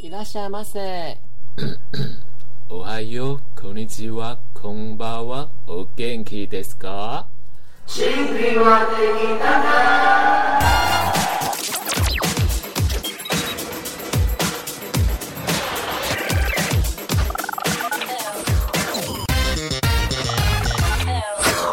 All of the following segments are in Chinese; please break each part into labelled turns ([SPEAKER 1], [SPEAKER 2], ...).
[SPEAKER 1] 伊拉夏马塞，
[SPEAKER 2] おはよう、こんにちは、こんばんは、お元気ですか？
[SPEAKER 1] 欢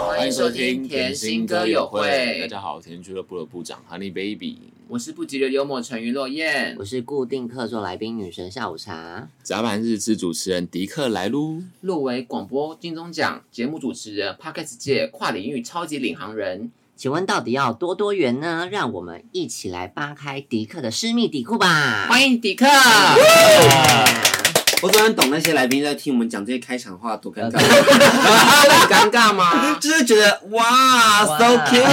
[SPEAKER 2] 欢
[SPEAKER 1] 迎收听甜心歌
[SPEAKER 2] 大
[SPEAKER 1] 友会。
[SPEAKER 2] 家好，我是甜心俱乐部的部长 Honey Baby。
[SPEAKER 1] 我是不急流幽默成于落雁
[SPEAKER 3] 我。是固定客座来宾女神下午茶，
[SPEAKER 2] 甲板日志主持人迪克来喽，
[SPEAKER 1] 入围广播金钟奖节目主持人，Podcast 界跨领域超级领航人。
[SPEAKER 3] 请问到底要多多元呢？让我们一起来扒开迪克的私密底裤吧！
[SPEAKER 1] 欢迎 迪克。
[SPEAKER 4] 我突然懂那些来宾在听我们讲这些开场话多尴
[SPEAKER 3] 呃
[SPEAKER 4] 尬，
[SPEAKER 1] 很尴尬吗？
[SPEAKER 4] 就是觉得哇
[SPEAKER 3] 哇
[SPEAKER 4] so cute，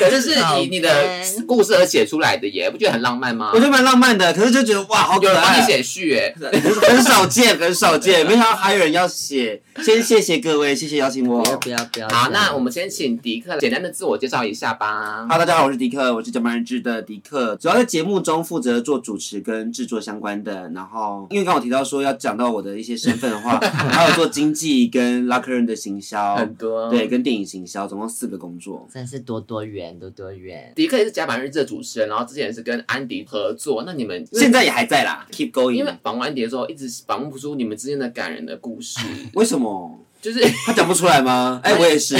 [SPEAKER 1] 可是是
[SPEAKER 3] 好
[SPEAKER 1] 以你的
[SPEAKER 3] 烦
[SPEAKER 1] 故事而写出来的耶，不觉得很浪漫吗？
[SPEAKER 4] 我觉得蛮浪漫的，可是就觉得哇好
[SPEAKER 1] 有
[SPEAKER 4] 可
[SPEAKER 1] 人帮你
[SPEAKER 4] 爱，
[SPEAKER 1] 写序耶，
[SPEAKER 4] 很少见很少见，没想到还有人要写，先谢谢各位，谢谢邀请我。
[SPEAKER 3] 不要不要不要！
[SPEAKER 1] 好，那我们先请迪克简单的自我介绍一下吧。
[SPEAKER 4] 哈，大家好，我是迪克，我是甲板日志的迪克，主要在节目中负责做主持跟制作相关的。然后，因为刚刚我提到说要讲到我的一些身份 的话，还有做经济跟拉客人的行销，
[SPEAKER 1] 很多
[SPEAKER 4] 对，跟电影行销，总共四个工作。
[SPEAKER 3] 真是多多元多多元。
[SPEAKER 1] 迪克也是甲板日志的主持人，然后之前也是跟安迪合作。那你们
[SPEAKER 4] 现在也还在啦，keep
[SPEAKER 1] 因
[SPEAKER 4] going
[SPEAKER 1] 为。访问安迪的时候，一直访问不出你们之间的感人的故 事，
[SPEAKER 4] 为什么？
[SPEAKER 1] 就是
[SPEAKER 4] 他讲不出来吗？哎、我 也是。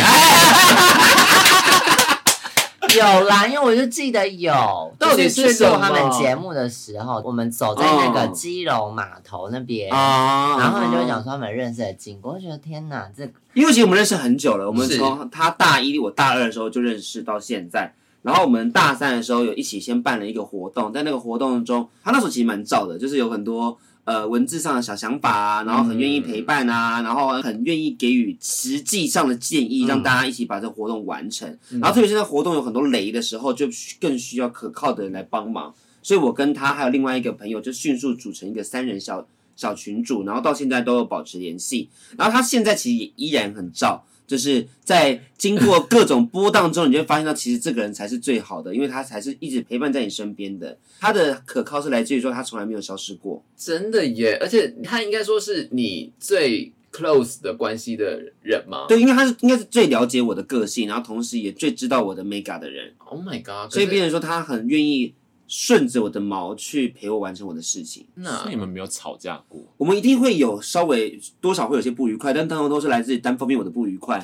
[SPEAKER 3] 有啦，因为我就记得有，
[SPEAKER 1] 到底
[SPEAKER 3] 就是是
[SPEAKER 1] 什
[SPEAKER 3] 去
[SPEAKER 1] 么
[SPEAKER 3] 做他们节目的时候，我们走在那个基隆码头那边。
[SPEAKER 4] 啊
[SPEAKER 3] 然后他们就会讲，说他们认识的经过，我就觉得天哪，这
[SPEAKER 4] 因为其实我们认识很久了，我们
[SPEAKER 1] 是
[SPEAKER 4] 从他大一，我大二的时候就认识到现在。然后我们大三的时候有一起先办了一个活动，在那个活动中，他那时候其实蛮照的，就是有很多呃文字上的小想法啊，然后很愿意陪伴啊，然后很愿意给予实际上的建议，让大家一起把这个活动完成。然后特别是在活动有很多雷的时候，就更需要可靠的人来帮忙。所以我跟他还有另外一个朋友，就迅速组成一个三人小小群组，然后到现在都有保持联系。然后他现在其实也依然很照，就是在经过各种波荡中，你就会发现到其实这个人才是最好的，因为他才是一直陪伴在你身边的。他的可靠是来自于说他从来没有消失过。
[SPEAKER 1] 真的耶，而且他应该说是你最 close 的关系的人嘛。
[SPEAKER 4] 对，因为他是应该是最了解我的个性，然后同时也最知道我的 mega 的人，
[SPEAKER 1] ，Oh my god！
[SPEAKER 4] 所
[SPEAKER 1] 可是
[SPEAKER 4] 以变成说他很愿意顺着我的毛去陪我完成我的事情。
[SPEAKER 1] 那
[SPEAKER 2] 你们没有吵架过？
[SPEAKER 4] 我们一定会有稍微多少会有些不愉快，但通常都是来自于单方面我的不愉快。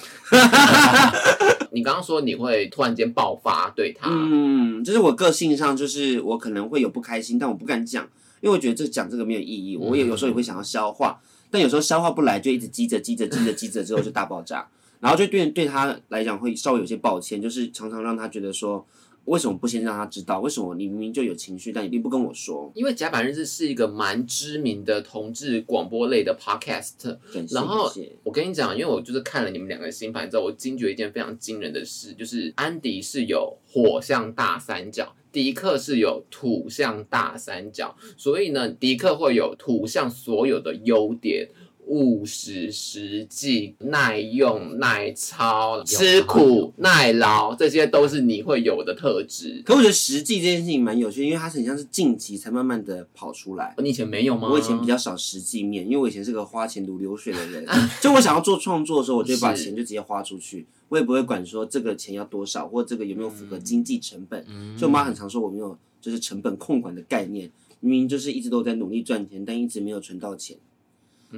[SPEAKER 1] 你刚刚说你会突然间爆发对他，
[SPEAKER 4] 嗯，就是我个性上，就是我可能会有不开心，但我不敢讲，因为我觉得这讲这个没有意
[SPEAKER 1] 嗯
[SPEAKER 4] 义。我也有时候也会想要消化，但有时候消化不来，就一直积着、积着、积着、积着，之后就大爆 炸。然后就对对他来讲会稍微有些抱歉，就是常常让他觉得说，为什么不先让他知道？为什么你明明就有情绪，但你并不跟我说？
[SPEAKER 1] 因为甲板日志是一个蛮知名的同志广播类的 podcast。
[SPEAKER 4] 感谢
[SPEAKER 1] 然后
[SPEAKER 4] 感谢
[SPEAKER 1] 我跟你讲，因为我就是看了你们两个星盘之后，我惊觉一件非常惊人的事，就是安迪是有火象大三角，迪克是有土象大三角，所以呢，迪克会有土象所有的优点。务实、实际、耐用、耐操、吃苦、耐劳，这些都是你会有的特质。
[SPEAKER 4] 可我觉得实际这件事情蛮有趣，因为它是很像是近期才慢慢的跑出来。
[SPEAKER 1] 你以前没有吗？
[SPEAKER 4] 我以前比较少实际面，因为我以前是个花钱如流水的人，就我想要做创作的时候，我就会把
[SPEAKER 1] 是
[SPEAKER 4] 钱就直接花出去，我也不会管说这个钱要多少，或这个有没有符
[SPEAKER 1] 嗯
[SPEAKER 4] 合经济成本。所以我妈很常说我没有就是成本控管的概念，明明就是一直都在努力赚钱，但一直没有存到钱。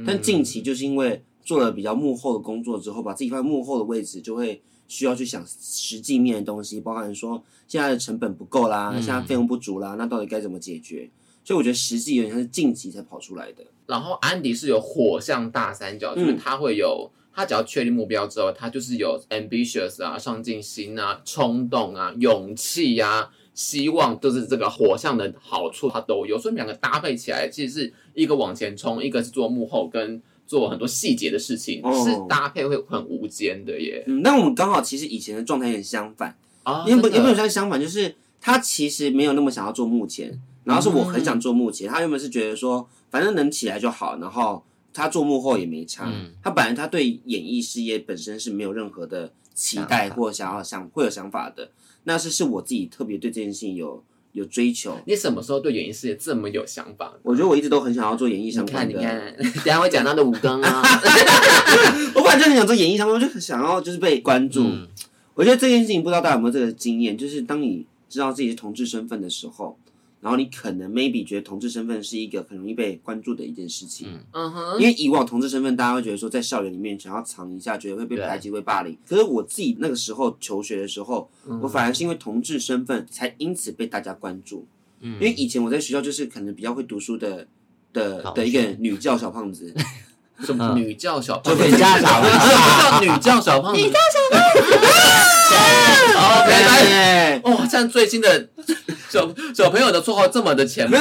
[SPEAKER 4] 但近期就是因为做了比较幕后的工作之后，把自己放在幕后的位置，就会需要去想实际面的东西，包含说现在的成本不够啦，现在费用不足啦，那到底该怎么解决？所以我觉得实际有点像是近期才跑出来的。
[SPEAKER 1] 然后安迪是有火象大三
[SPEAKER 4] 嗯
[SPEAKER 1] 角，就是他会有，他只要确定目标之后，他就是有 ambitious 啊、上进心啊、冲动啊、勇气啊、希望，就是这个火象的好处他都有。所以你们两个搭配起来，其实是一个往前冲，一个是做幕后跟做很多细节的事情，
[SPEAKER 4] 哦
[SPEAKER 1] 是搭配会很无间的耶。
[SPEAKER 4] 嗯，那我们刚好其实以前的状态有点相反，
[SPEAKER 1] 啊，
[SPEAKER 4] 也不
[SPEAKER 1] 真的
[SPEAKER 4] 也不能算相反，就是他其实没有那么想要做幕前，然后是我很想做幕
[SPEAKER 1] 嗯
[SPEAKER 4] 前，他原本是觉得说反正能起来就好，然后他做幕后也没差，
[SPEAKER 2] 嗯
[SPEAKER 4] 他本来他对演艺事业本身是没有任何的期待
[SPEAKER 3] 想法
[SPEAKER 4] 或想要想会有想法的，那是是我自己特别对这件事情有有追求。
[SPEAKER 1] 你什么时候对演艺事业这么有想法？
[SPEAKER 4] 我觉得我一直都很想要做演艺
[SPEAKER 1] 你
[SPEAKER 4] 相
[SPEAKER 1] 看，
[SPEAKER 4] 关
[SPEAKER 1] 你
[SPEAKER 4] 的，
[SPEAKER 1] 看，等一下会讲到的武庚 啊，
[SPEAKER 4] 我本来就很想做演艺相关，我就很想要就是被关注。
[SPEAKER 3] 嗯
[SPEAKER 4] 我觉得这件事情不知道大家有没有这个经验，就是当你知道自己是同志身份的时候，然后你可能 maybe 觉得同志身份是一个很容易被关注的一件事情。
[SPEAKER 3] 嗯
[SPEAKER 1] 嗯哼，
[SPEAKER 4] 因为以往同志身份，大家会觉得说在校园里面想要藏一下，觉得会被
[SPEAKER 3] 对
[SPEAKER 4] 排挤、会霸凌。可是我自己那个时候求学的时候，我反而是因为同志身份，才因此被大家关注。
[SPEAKER 3] 嗯
[SPEAKER 4] 因为以前我在学校就是可能比较会读书的的
[SPEAKER 3] 好
[SPEAKER 4] 的一个女教小胖子，
[SPEAKER 1] 什么女教小胖
[SPEAKER 4] 就
[SPEAKER 1] 子，
[SPEAKER 4] 被家长
[SPEAKER 1] 什么叫 女教小胖子，女教 小胖子，哦，原来
[SPEAKER 4] 对，
[SPEAKER 1] 哇，这哦样最新的小 小朋友的绰号这么的前前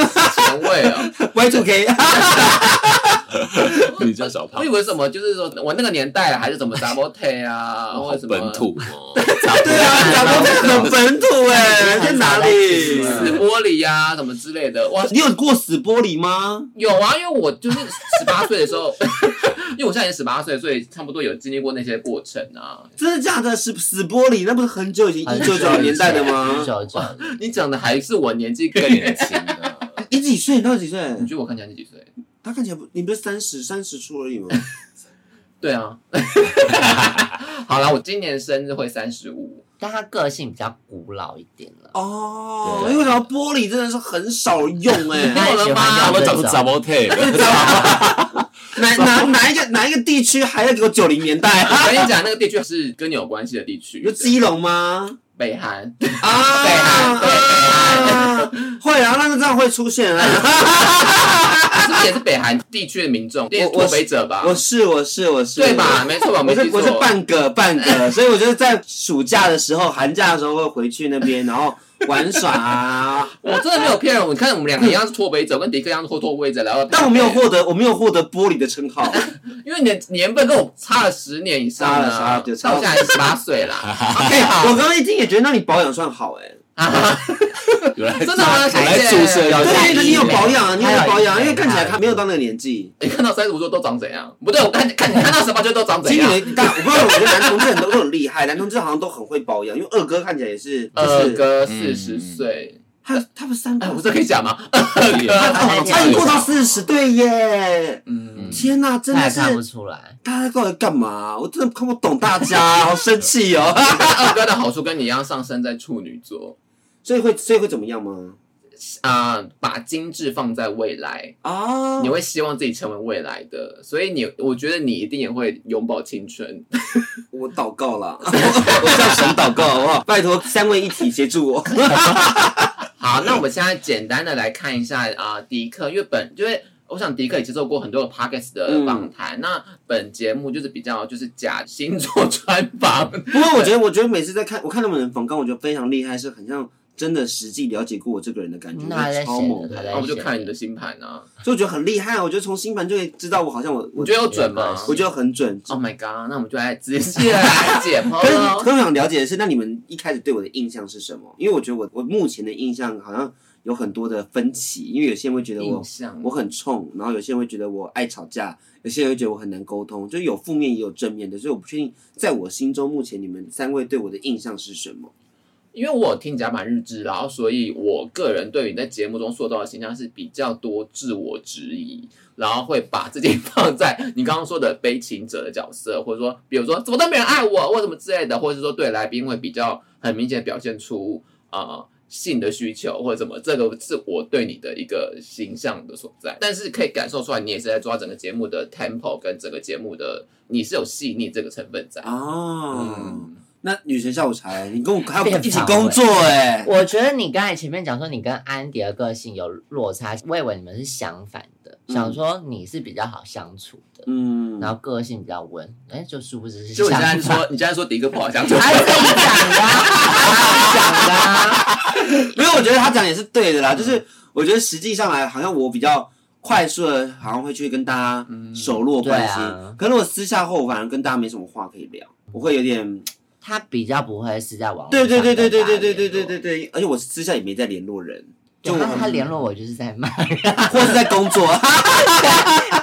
[SPEAKER 1] 卫啊！
[SPEAKER 4] y two K，
[SPEAKER 2] 你叫小胖
[SPEAKER 1] 我以，为什么就是说我那个年代啊还是怎么 double t 啊，
[SPEAKER 2] 哦
[SPEAKER 1] 或
[SPEAKER 2] 好
[SPEAKER 1] 者什么
[SPEAKER 2] 本土哦，
[SPEAKER 4] 对啊，长得 很本土哎，在哪里？
[SPEAKER 1] 死玻璃呀、什么之类的，哇，
[SPEAKER 4] 你有过死玻璃吗？
[SPEAKER 1] 有啊，因为我就是十八岁的时候， 因为我现在也十八岁，所以差不多有经历过那些过程啊。
[SPEAKER 4] 真的假的？死死玻璃，那不是很久以前，一
[SPEAKER 3] 很
[SPEAKER 4] 九九零年代的吗
[SPEAKER 3] 一？九九零，
[SPEAKER 1] 你讲的还是我年纪更
[SPEAKER 2] 更
[SPEAKER 1] 年
[SPEAKER 2] 年
[SPEAKER 1] 轻，
[SPEAKER 2] 轻的，
[SPEAKER 4] 你几岁？你到底几岁？
[SPEAKER 1] 你觉得我看起来是几岁？
[SPEAKER 4] 他看起来不，你不是三十三十出而 已吗？
[SPEAKER 1] 对啊，好啦，我今年生日会三十五，
[SPEAKER 3] 但他个性比较古老一点了。
[SPEAKER 4] 哦，
[SPEAKER 2] 对
[SPEAKER 4] 因为什么玻璃真的是很少用哎、
[SPEAKER 1] 啊
[SPEAKER 3] 太喜欢
[SPEAKER 2] 他
[SPEAKER 3] 用
[SPEAKER 2] 们
[SPEAKER 3] 这
[SPEAKER 2] 找是
[SPEAKER 3] 种，
[SPEAKER 2] double t a p
[SPEAKER 4] 哪哪哪一个哪一个地区还要给我九零年代 啊？
[SPEAKER 1] 我跟你讲，那个地区是跟你有关系的地区
[SPEAKER 4] 有，基隆吗？
[SPEAKER 1] 北韩。
[SPEAKER 4] 啊，
[SPEAKER 1] 对
[SPEAKER 4] 啊会啊，那个这样会出现啊。
[SPEAKER 1] 是不是也是北韩地区的民众，也是
[SPEAKER 4] 我
[SPEAKER 1] 脱北者吧？
[SPEAKER 4] 我是我是我是，
[SPEAKER 1] 对吧？？没错吧？
[SPEAKER 4] 我
[SPEAKER 1] 没
[SPEAKER 4] 是
[SPEAKER 1] 记
[SPEAKER 4] 我是
[SPEAKER 1] 错。
[SPEAKER 4] 半个半个，所以我就是在暑假的时候、寒假的时候会回去那边，然后玩耍啊。
[SPEAKER 1] 我真的没有骗人。你看我们两个一样是脱北者，跟迪克一样是脱脱位者，然后
[SPEAKER 4] 但我没有获得，我没有获得玻璃的称 号。
[SPEAKER 1] 因为你的年份跟我差了十年以上
[SPEAKER 4] 差了差了对差
[SPEAKER 1] 到
[SPEAKER 4] 了
[SPEAKER 1] 我现在十八岁啦。
[SPEAKER 4] 哎，我刚刚一听也觉得，那你保养算好哎、
[SPEAKER 2] 有来
[SPEAKER 1] 真的
[SPEAKER 2] 有
[SPEAKER 1] 吗？
[SPEAKER 2] 来
[SPEAKER 1] 凯
[SPEAKER 2] 注射
[SPEAKER 1] 姐
[SPEAKER 2] 要
[SPEAKER 4] 对，
[SPEAKER 3] 加
[SPEAKER 4] 你
[SPEAKER 3] 医
[SPEAKER 4] 有
[SPEAKER 3] 美
[SPEAKER 4] 保养啊，你有
[SPEAKER 3] 还有
[SPEAKER 4] 保养，
[SPEAKER 3] 医美
[SPEAKER 4] 因为看起来
[SPEAKER 3] 还有
[SPEAKER 4] 他没有到那个年纪。
[SPEAKER 1] 你看到三十五岁都长怎样？不对，我看看你看到十八岁都长怎
[SPEAKER 4] 今
[SPEAKER 1] 样？
[SPEAKER 4] 年大，我不知道，我觉得男同志很多都很厉害， 男同志好像都很会保养，因为二哥看起来也是，
[SPEAKER 1] 二
[SPEAKER 4] 就是
[SPEAKER 1] 哥四
[SPEAKER 2] 嗯
[SPEAKER 1] 十岁，
[SPEAKER 4] 他他们三
[SPEAKER 1] 哎，
[SPEAKER 4] 个
[SPEAKER 1] 我，这可以讲吗？
[SPEAKER 4] 他
[SPEAKER 3] 他才
[SPEAKER 4] 他已经过到四十，对耶！
[SPEAKER 1] 嗯，
[SPEAKER 4] 天哪，真
[SPEAKER 3] 他
[SPEAKER 4] 的
[SPEAKER 3] 也
[SPEAKER 4] 是
[SPEAKER 3] 看不出来。
[SPEAKER 4] 大家过来干嘛？我真的看不懂大家， 好生气哦。
[SPEAKER 1] 二哥的好处跟你一样，上升在处女座
[SPEAKER 4] 所以会所以会怎么样吗？
[SPEAKER 1] 啊，把精致放在未来。
[SPEAKER 4] 啊
[SPEAKER 1] 你，会希望自己成为未来的，所以你，我觉得你一定也会永葆青 春。
[SPEAKER 4] 我祷告 啦，我我向神祷告好不好？拜托三位一体协助 我。
[SPEAKER 1] 好，那我们现在简单的来看一下啊、迪克，因为本因为我想迪克也接受过很多个 podcast 的
[SPEAKER 4] 嗯
[SPEAKER 1] 访谈，那本节目就是比较就是假星座专 访，
[SPEAKER 4] 不过我觉得，我觉得每次在看我看他们的访纲，我觉得非常厉害，是很像真的实际了解过我这个人的感觉，
[SPEAKER 3] 那还在
[SPEAKER 4] 超
[SPEAKER 3] 写
[SPEAKER 4] 猛
[SPEAKER 3] 呢
[SPEAKER 4] 的
[SPEAKER 3] 还。在
[SPEAKER 1] 然后我们就看你的星盘啊，
[SPEAKER 4] 所以我觉得很厉害啊！我觉得从星盘就可以知道我好像我
[SPEAKER 1] 你
[SPEAKER 4] 我
[SPEAKER 1] 觉得有准吗
[SPEAKER 3] 我
[SPEAKER 4] 我觉得很准。
[SPEAKER 1] ？Oh my god！那我们就来仔 细地来解剖
[SPEAKER 4] 可是，
[SPEAKER 1] 喽
[SPEAKER 4] 可。是我想了解的是，那你们一开始对我的印象是什么？因为我觉得我我目前的印象好像有很多的分歧，因为有些人会觉得我
[SPEAKER 1] 印象
[SPEAKER 4] 我很冲，然后有些人会觉得我爱吵架，有些人会觉得我很难沟通，就有负面也有正面的，所以我不确定在我心中目前你们三位对我的印象是什么。
[SPEAKER 1] 因为我有听甲板日志，然后所以我个人对于你在节目中塑造的形象是比较多自我质疑，然后会把自己 放在你刚刚说的悲情者的角色，或者说比如说怎么都没人爱我，或什么之类的，或者是说对来宾会比较很明显地表现出呃性的需求或者什么，这个是我对你的一个形象的所在。但是可以感受出来，你也是在抓整个节目的 tempo 跟整个节目的你是有细腻这个成分在。
[SPEAKER 4] 哦，
[SPEAKER 1] 嗯，
[SPEAKER 4] 那女神下午茶，你跟我还 有
[SPEAKER 3] 变
[SPEAKER 4] 一起
[SPEAKER 3] 胖
[SPEAKER 4] 工
[SPEAKER 3] 了
[SPEAKER 4] 作哎、
[SPEAKER 3] 我觉得你刚才前面讲说你跟安迪的个性有落差，我以为你们是相反的，
[SPEAKER 4] 嗯
[SPEAKER 3] 想说你是比较好相处的，
[SPEAKER 4] 嗯，
[SPEAKER 3] 然后个性比较温，哎，就殊不知是
[SPEAKER 1] 就你
[SPEAKER 3] 相
[SPEAKER 1] 现在
[SPEAKER 3] 反。
[SPEAKER 1] 说，你现在说迪哥不好相处，
[SPEAKER 3] 他自己讲的啊，他自己讲的啊。
[SPEAKER 4] 没有，我觉得他讲也是对的啦。就是我觉得实际上来，好像我比较快速的，好像会去跟大家熟络关系。
[SPEAKER 3] 嗯对啊
[SPEAKER 4] 可是我私下后，我反而跟大家没什么话可以聊，我会有点
[SPEAKER 3] 他比较不会是在网络
[SPEAKER 4] 对
[SPEAKER 3] 上
[SPEAKER 4] 对
[SPEAKER 3] 跟
[SPEAKER 4] 对对对
[SPEAKER 3] 大家
[SPEAKER 4] 对对对
[SPEAKER 3] 联
[SPEAKER 4] 对
[SPEAKER 3] 络
[SPEAKER 4] 对对，而且我私下也没在联络人，就
[SPEAKER 3] 对
[SPEAKER 4] 我
[SPEAKER 3] 他他联络我就是在骂 人，
[SPEAKER 4] 或是在工作。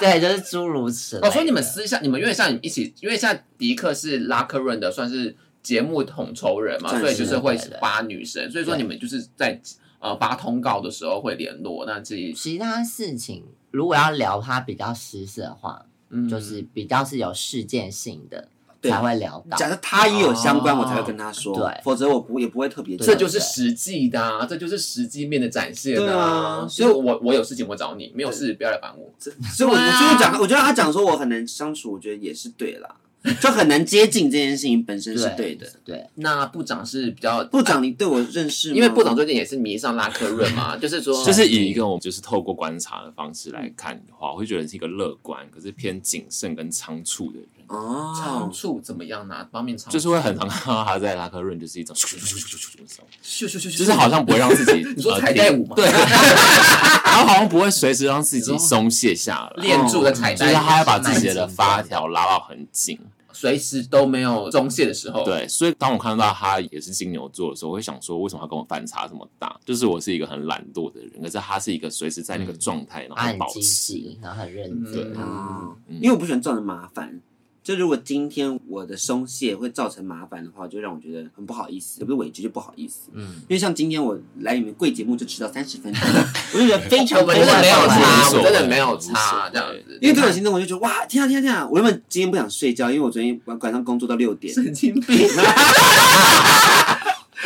[SPEAKER 3] 对，就是诸如此类的。
[SPEAKER 1] 哦，所以你们私下，你们因为像你们一起，因为像迪克是拉克润的，算是节目统筹人嘛，
[SPEAKER 4] 算是
[SPEAKER 1] 所以就是会
[SPEAKER 3] 对对
[SPEAKER 1] 把女神，所以说你们就是在呃发通告的时候会联络。那这
[SPEAKER 3] 其他事情如果要聊它比较实事的话，
[SPEAKER 1] 嗯
[SPEAKER 3] 就是比较是有事件性的
[SPEAKER 4] 对
[SPEAKER 3] 才会聊到。
[SPEAKER 4] 假设他也有相关，
[SPEAKER 1] 哦
[SPEAKER 4] 我才会跟他说，
[SPEAKER 3] 对
[SPEAKER 4] 否则我不也不会特别讲。
[SPEAKER 1] 这就是实际的、啊，这就是实际面的展现
[SPEAKER 4] 对啊
[SPEAKER 1] 啊所以我我有事情我找你，没有事不要来烦我。
[SPEAKER 4] 所以我，
[SPEAKER 3] 对啊
[SPEAKER 4] 所以我讲，我觉得他讲说我很难相处，我觉得也是对啦，就很难接近这件事情本身是对的。
[SPEAKER 3] 对，
[SPEAKER 1] 那部长是比较
[SPEAKER 4] 部长，你对我认识吗？
[SPEAKER 1] 因为部长最近也是迷上拉克润 嘛，就是说，
[SPEAKER 2] 就是以一个我们就是透过观察的方式来看的话，我会觉得是一个乐观，可是偏谨慎跟仓促的人，
[SPEAKER 1] 仓
[SPEAKER 4] 哦，
[SPEAKER 1] 促怎么样呢？方面仓促
[SPEAKER 2] 就是会很常看到他在拉克润就是一种，就
[SPEAKER 1] 咻咻咻咻，
[SPEAKER 2] 是好像不会让自己
[SPEAKER 1] 你说
[SPEAKER 2] 呃
[SPEAKER 1] 彩带
[SPEAKER 2] 停
[SPEAKER 1] 舞吗
[SPEAKER 2] 对，他好像不会随时让自己
[SPEAKER 1] 你说
[SPEAKER 2] 松懈下来，
[SPEAKER 1] 练住的彩
[SPEAKER 2] 就是
[SPEAKER 1] 带，
[SPEAKER 2] 他要把自己的发条拉到很紧。
[SPEAKER 1] 随时都没有松懈的时候。，
[SPEAKER 2] 对，所以当我看到他也是金牛座的时候，我会想说，为什么他跟我反差这么大？就是我是一个很懒惰的人，可是他是一个随时在那个
[SPEAKER 1] 嗯
[SPEAKER 2] 状态，然
[SPEAKER 3] 他
[SPEAKER 2] 后
[SPEAKER 3] 很
[SPEAKER 2] 保
[SPEAKER 3] 积
[SPEAKER 2] 持。
[SPEAKER 3] 极，然后很认
[SPEAKER 1] 对
[SPEAKER 3] 真。
[SPEAKER 4] 哦，
[SPEAKER 2] 嗯
[SPEAKER 4] 因为我不喜欢造成麻烦。就如果今天我的松懈会造成麻烦的话，就让我觉得很不好意思，也不是委屈，就不好意思。
[SPEAKER 3] 嗯，
[SPEAKER 4] 因为像今天我来你们贵节目就迟到三十 分钟，我就觉得非常
[SPEAKER 1] 我们真的没有差，
[SPEAKER 2] 无所
[SPEAKER 1] 我
[SPEAKER 2] 谓
[SPEAKER 1] 们真的没有
[SPEAKER 2] 无所
[SPEAKER 1] 差
[SPEAKER 2] 谓
[SPEAKER 1] 这样子，
[SPEAKER 4] 因为这种行政我就觉得哇，天啊天啊天啊！我原本今天不想睡觉，因为我昨天晚上工作到六点，
[SPEAKER 1] 神经病。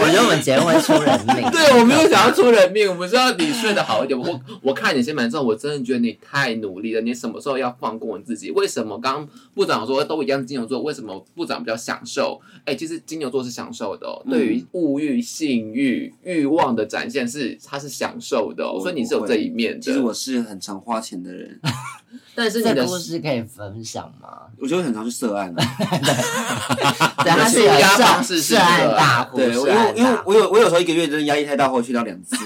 [SPEAKER 3] 我觉得我们节目会出人命。啊
[SPEAKER 1] 对，我没有想要出人命，我们是要你睡得好一点。我 我看你先蛮上，我真的觉得你太努力了。你什么时候要放过你自己？为什么刚刚部长说都一样金牛座，为什么部长比较享受？哎，其实金牛座是享受的、哦，
[SPEAKER 4] 嗯
[SPEAKER 1] 对于物欲、性欲、欲望的展现是他是享受的、哦，
[SPEAKER 4] 我
[SPEAKER 1] 所以你是有这一面的。
[SPEAKER 4] 其实我是很常花钱的人，
[SPEAKER 1] 但是你
[SPEAKER 3] 这
[SPEAKER 1] 的
[SPEAKER 3] 个故事可以分享吗？
[SPEAKER 4] 我就会很常去涉案啊。
[SPEAKER 3] 对，他是有
[SPEAKER 1] 是压方
[SPEAKER 3] 涉
[SPEAKER 1] 式是
[SPEAKER 3] 涉案
[SPEAKER 1] 这个
[SPEAKER 3] 大户，
[SPEAKER 4] 对，
[SPEAKER 3] 涉
[SPEAKER 4] 我因为
[SPEAKER 3] 案
[SPEAKER 4] 因为
[SPEAKER 3] 大户
[SPEAKER 4] 我有我有时候一个月真的压力太大，我去到两 次。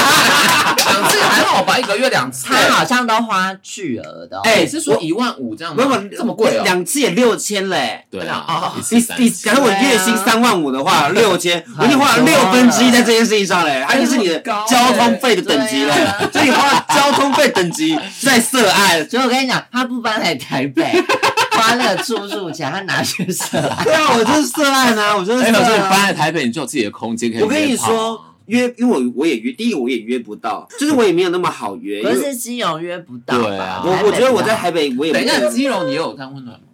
[SPEAKER 1] 两次还好吧，一个月两 次。
[SPEAKER 3] 他好像都花巨额的哦。
[SPEAKER 1] 哎，是说一万五这样
[SPEAKER 4] 没
[SPEAKER 1] 吗？
[SPEAKER 4] 有没有
[SPEAKER 1] 这么贵哦。
[SPEAKER 4] 两次也六千 嘞。
[SPEAKER 2] 对
[SPEAKER 1] 啊
[SPEAKER 2] 啊，一次
[SPEAKER 4] 你
[SPEAKER 2] 三
[SPEAKER 4] 你，
[SPEAKER 2] 次
[SPEAKER 4] 假如我月薪
[SPEAKER 3] 对啊
[SPEAKER 4] 三万五的话，六千，我已经花了
[SPEAKER 3] 很
[SPEAKER 4] 六
[SPEAKER 3] 多
[SPEAKER 4] 分之一在这件事情上 嘞，而且是你的
[SPEAKER 1] 很高欸
[SPEAKER 4] 交通费的等级嘞
[SPEAKER 3] 对啊，
[SPEAKER 4] 所以你花了交通费等级在涉案。
[SPEAKER 3] 所以我跟你讲，他不搬来台北，花那个住宿钱，他拿去涉案。
[SPEAKER 4] 对啊，我就是涉案啊，我就是涉
[SPEAKER 2] 哎，可是你
[SPEAKER 4] 案啊。
[SPEAKER 2] 搬来台北，你就有自己的空间可以。
[SPEAKER 4] 我跟你说，，约，因为我我也约，第一我也约不到，就是我也没有那么好约。因
[SPEAKER 3] 可
[SPEAKER 4] 为
[SPEAKER 3] 是基友约不到吧
[SPEAKER 2] 对啊
[SPEAKER 4] 我
[SPEAKER 3] 台北
[SPEAKER 4] 我觉得我
[SPEAKER 3] 比
[SPEAKER 4] 在
[SPEAKER 3] 较
[SPEAKER 4] 台北我也不
[SPEAKER 1] 等一下，
[SPEAKER 4] 能
[SPEAKER 1] 基隆你有看温暖吗？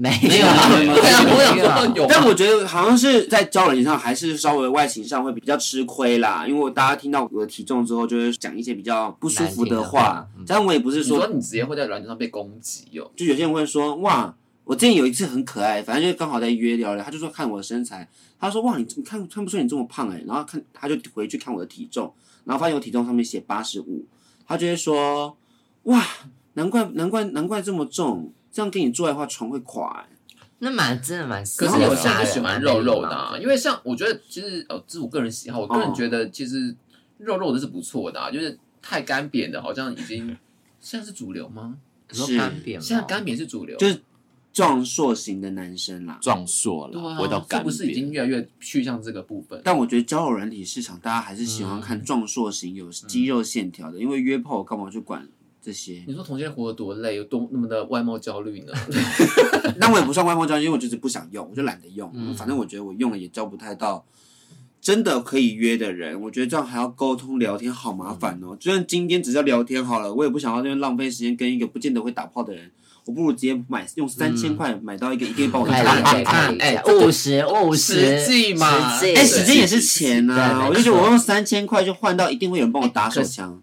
[SPEAKER 3] 没
[SPEAKER 4] 没有啦没有
[SPEAKER 1] 对啊，我想
[SPEAKER 3] 没有啊
[SPEAKER 1] 说有吧，
[SPEAKER 4] 但我觉得好像是在交友情上，还是稍微外形上会比较吃亏啦。因为我大家听到我的体重之后，就会讲一些比较不舒服
[SPEAKER 3] 难听
[SPEAKER 4] 的话
[SPEAKER 3] 的话嗯。
[SPEAKER 4] 但我也不是
[SPEAKER 1] 你说
[SPEAKER 4] 说，
[SPEAKER 1] 你直接会在软件上被攻击哦，
[SPEAKER 4] 就有些人会说，哇，我之前有一次很可爱，反正就刚好在约聊聊，他就说看我的身材，他说哇，你你看看不出你这么胖哎、然后看他就回去看我的体重，然后发现我体重上面写八十五，他就会说，哇，难怪难怪难怪这么重，这样跟你做爱的话床会垮、欸。
[SPEAKER 3] 那蛮真的蛮适
[SPEAKER 1] 可
[SPEAKER 3] 合
[SPEAKER 1] 是
[SPEAKER 3] 的啊。
[SPEAKER 1] 有些人不喜欢肉肉的、啊，
[SPEAKER 3] 蛮
[SPEAKER 1] 因为像我觉得其实呃，这是我个人喜好，我个人觉得其实肉肉的是不错的、啊，就是太干瘪的，好像已经现在是主流吗？
[SPEAKER 3] 你说
[SPEAKER 4] 是
[SPEAKER 3] 干瘪吗
[SPEAKER 1] 现在干瘪是主流，
[SPEAKER 4] 就是壮硕型的男生啦。
[SPEAKER 2] 壮硕
[SPEAKER 1] 对
[SPEAKER 2] 了，
[SPEAKER 1] 啊，
[SPEAKER 2] 不会到干
[SPEAKER 1] 是不是已经
[SPEAKER 2] 瘪。
[SPEAKER 1] 越来越趋向这个部分？
[SPEAKER 4] 但我觉得交友软体市场，大家还是喜欢看壮硕型、有肌肉线条的，因为约炮我干嘛去管这些？
[SPEAKER 1] 你说同性恋活得多累，有多那么的外貌焦 虑呢？
[SPEAKER 4] 那我也不算外貌焦虑，因为我就是不想用，我就懒得用。
[SPEAKER 3] 嗯
[SPEAKER 4] 反正我觉得我用了也交不太到真的可以约的人，我觉得这样还要沟通聊天，好麻烦哦。就算今天只是要聊天好了，我也不想要这边浪费时间跟一个不见得会打炮的人，我不如直接买用三千块买到一个一定帮我
[SPEAKER 3] 太
[SPEAKER 4] 打
[SPEAKER 3] 浪
[SPEAKER 4] 的
[SPEAKER 3] 费
[SPEAKER 4] 人。
[SPEAKER 3] 太
[SPEAKER 1] 哎
[SPEAKER 3] 累
[SPEAKER 1] 这
[SPEAKER 3] 了，
[SPEAKER 1] 个
[SPEAKER 3] 五十五十
[SPEAKER 1] 实际嘛
[SPEAKER 3] 实际
[SPEAKER 4] 哎，
[SPEAKER 1] 对
[SPEAKER 4] 时间也是钱
[SPEAKER 3] 对没
[SPEAKER 4] 呐、
[SPEAKER 3] 错
[SPEAKER 4] 我就觉得我用三千块就换到一定会有人帮我打手枪。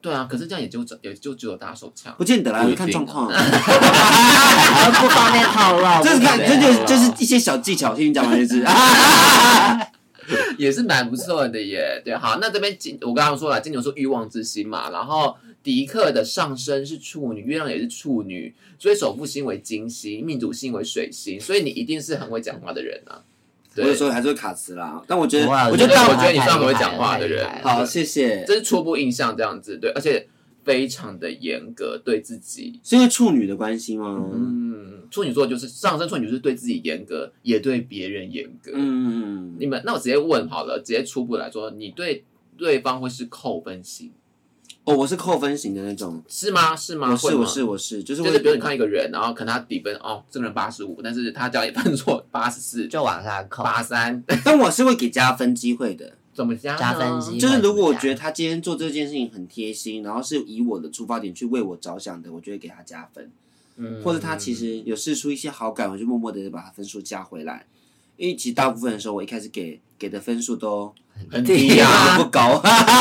[SPEAKER 1] 对啊，可是这样也就也就只有打手枪
[SPEAKER 4] 不。见得啦，
[SPEAKER 2] 不一定
[SPEAKER 4] 看状况啊。
[SPEAKER 3] 然后不方便透露。
[SPEAKER 4] 这是看，
[SPEAKER 3] 不
[SPEAKER 4] 这
[SPEAKER 3] 方便
[SPEAKER 4] 就
[SPEAKER 5] 啊
[SPEAKER 3] 透露
[SPEAKER 4] 就是一些小技巧，听你讲完就知道。
[SPEAKER 1] 也是蛮不错的耶。对，好，那这边金，我刚刚说了，金牛座欲望之星嘛，然后迪克的上升是处女，月亮也是处女，所以守护星为金星，命主星为水星，所以你一定是很会讲话的人啊。
[SPEAKER 4] 我
[SPEAKER 1] 对，
[SPEAKER 4] 有时候还是会卡词啦，但我觉得
[SPEAKER 3] 不会啊，
[SPEAKER 4] 我
[SPEAKER 3] 我
[SPEAKER 4] 觉得
[SPEAKER 1] 我
[SPEAKER 4] 大
[SPEAKER 1] 觉得你算很会讲话的人
[SPEAKER 3] 太厉害了
[SPEAKER 4] 好，谢谢。
[SPEAKER 1] 这是初步印象这样子，对，而且非常的严格对自己。
[SPEAKER 4] 是因为处女的关系吗？嗯
[SPEAKER 1] 嗯，处女座就是上升处女，就是对自己严格，也对别人严格。
[SPEAKER 4] 嗯
[SPEAKER 1] 你们，那我直接问好了，直接初步来说，你对对方会是扣分型
[SPEAKER 4] 哦，我是扣分型的那种，
[SPEAKER 1] 是吗？是吗？
[SPEAKER 4] 我
[SPEAKER 1] 会
[SPEAKER 4] 是
[SPEAKER 1] 吗
[SPEAKER 4] 我是我是，就是
[SPEAKER 1] 就是比如你
[SPEAKER 4] 我
[SPEAKER 1] 看一个人，然后可能他底分哦，这个人八十五，但是他家里分错八十四、
[SPEAKER 3] 就往下扣。
[SPEAKER 1] 八三，
[SPEAKER 4] 但我是会给加分机会的，
[SPEAKER 1] 怎么加呢
[SPEAKER 3] 加分之一
[SPEAKER 4] 就是如果我觉得他今天做这件事情很贴心，然后是以我的出发点去为我着想的，我就会给他加分。
[SPEAKER 1] 嗯
[SPEAKER 4] 或者他其实有试出一些好感，我就默默的把他分数加回来。因为其实大部分的时候，我一开始给给的分数都
[SPEAKER 1] 很
[SPEAKER 3] 低
[SPEAKER 1] 低
[SPEAKER 3] 啊
[SPEAKER 1] 啊
[SPEAKER 4] 不，高，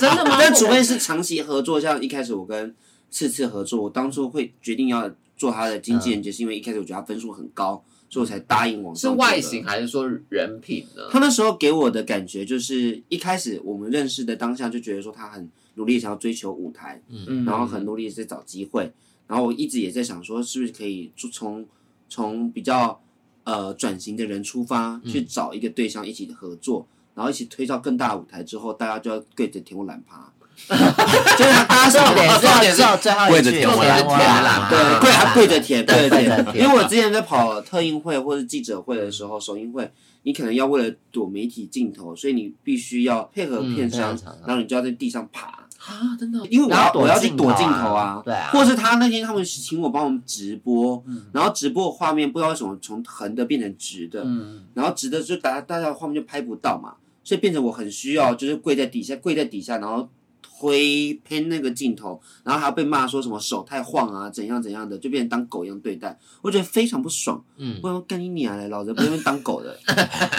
[SPEAKER 1] 真的吗？
[SPEAKER 4] 但除非是长期合作，像一开始我跟次次合作，我当初会决定要做他的经纪人，就是因为一开始我觉得他分数很高，所以我才答应往
[SPEAKER 1] 是
[SPEAKER 4] 上。
[SPEAKER 1] 外形。啊还是说人品呢？
[SPEAKER 4] 他那时候给我的感觉就是，一开始我们认识的当下就觉得说他很努力地想要追求舞台，
[SPEAKER 1] 嗯
[SPEAKER 4] 然后很努力地在找机会，然后我一直也在想说，是不是可以就从从比较呃转型的人出发，
[SPEAKER 3] 嗯
[SPEAKER 4] 去找一个对象一起合作，然后一起推到更大的舞台之后，大家就要跪着舔我懒趴， 就是大家是
[SPEAKER 3] 重点是要
[SPEAKER 1] 啊重点是
[SPEAKER 3] 最后最后
[SPEAKER 2] 跪
[SPEAKER 3] 一
[SPEAKER 2] 着
[SPEAKER 3] 句，
[SPEAKER 2] 舔
[SPEAKER 1] 我懒
[SPEAKER 3] 我
[SPEAKER 1] 趴
[SPEAKER 4] 对，跪还跪着舔，跪着
[SPEAKER 3] 跪着
[SPEAKER 4] 舔。
[SPEAKER 3] 舔
[SPEAKER 4] 因为我之前在跑特映会或者记者会的时候，首映会，你可能要为了躲媒体镜头，所以你必须要配合片商
[SPEAKER 3] 嗯对啊，
[SPEAKER 4] 然后你就要在地上爬，
[SPEAKER 1] 啊，真的，
[SPEAKER 4] 因为我
[SPEAKER 3] 然
[SPEAKER 4] 要
[SPEAKER 3] 后躲
[SPEAKER 4] 我要去躲镜
[SPEAKER 3] 镜头啊
[SPEAKER 4] 头啊，
[SPEAKER 3] 对啊嗯
[SPEAKER 4] 或是他那天他们请我帮我们直播，然后直播的画面不知道为什么从横的变成直的，
[SPEAKER 1] 嗯，
[SPEAKER 4] 然后直的就大家大家的画面就拍不到嘛，所以变成我很需
[SPEAKER 3] 嗯
[SPEAKER 4] 要就是跪在底下跪在底下，然后推偏那个镜头，然后还要被骂说什么手太晃啊怎样怎样的，就变成当狗一样对待，我觉得非常不爽。
[SPEAKER 3] 嗯
[SPEAKER 4] 我，想说干你娘嘞，老子不是当 狗的，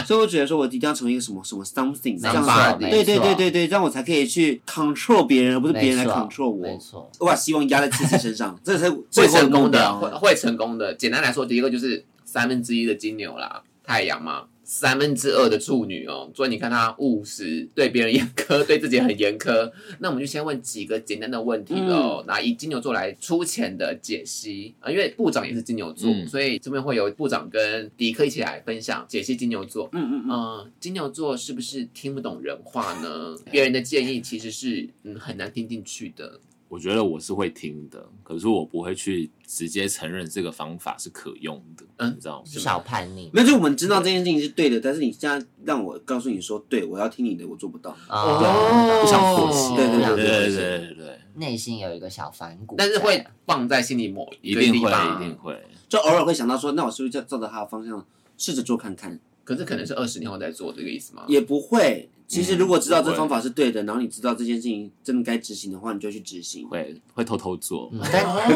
[SPEAKER 4] 所以我觉得说我一定要成为一个什么什么 something 这样子，
[SPEAKER 1] 没错
[SPEAKER 4] 对对
[SPEAKER 3] 没
[SPEAKER 4] 对
[SPEAKER 3] 错
[SPEAKER 4] 对对，这样我才可以去 control 别人，而不是别人来 control
[SPEAKER 3] 没
[SPEAKER 4] 我。
[SPEAKER 3] 错，
[SPEAKER 4] 我把希望压在自己 身上，这才最
[SPEAKER 1] 会
[SPEAKER 4] 后
[SPEAKER 1] 成
[SPEAKER 4] 目
[SPEAKER 1] 功
[SPEAKER 4] 标
[SPEAKER 1] 的，会会成功的。简单来说，第一个就是三分之一的金牛啦，太阳嘛，三分之二的处女哦。所以你看他务实，对别人严苛，对自己很严苛。那我们就先问几个简单的问题
[SPEAKER 4] 嗯
[SPEAKER 1] 喽。那、以金牛座来粗浅的解析啊，因为部长也是金牛座，
[SPEAKER 2] 嗯
[SPEAKER 1] 所以这边会有部长跟迪克一起来分享解析金牛座。
[SPEAKER 4] 嗯嗯嗯，
[SPEAKER 1] 嗯，金牛座是不是听不懂人话 呢？别人的建议其实是嗯很难听进去的。
[SPEAKER 2] 我觉得我是会听的，可是我不会去直接承认这个方法是可用的，
[SPEAKER 1] 嗯
[SPEAKER 2] 你知道吗？
[SPEAKER 3] 小叛逆。
[SPEAKER 4] 没有，就我们知道这件事情是对的，但是你现在让我告诉你说，对我要听你的，我做不到。
[SPEAKER 3] 哦，
[SPEAKER 2] 不想妥协
[SPEAKER 4] 对
[SPEAKER 2] 对对
[SPEAKER 4] 对对
[SPEAKER 2] 对对对对，
[SPEAKER 3] 内心有一个小反骨在，
[SPEAKER 1] 但是会放在心里某
[SPEAKER 2] 一
[SPEAKER 1] 个
[SPEAKER 2] 定
[SPEAKER 1] 地
[SPEAKER 2] 会
[SPEAKER 1] 方
[SPEAKER 2] 一定会。
[SPEAKER 4] 就偶尔会想到说，那我是不是就照着他的方向试着做看看？
[SPEAKER 1] 可是可能是二十年后再做这个意思吗？
[SPEAKER 4] 也不会。其实如果知道这
[SPEAKER 2] 不会
[SPEAKER 4] 方法是对的，然后你知道这件事情真的该执行的话，你就去执行。
[SPEAKER 2] 会会偷偷做。
[SPEAKER 3] 嗯，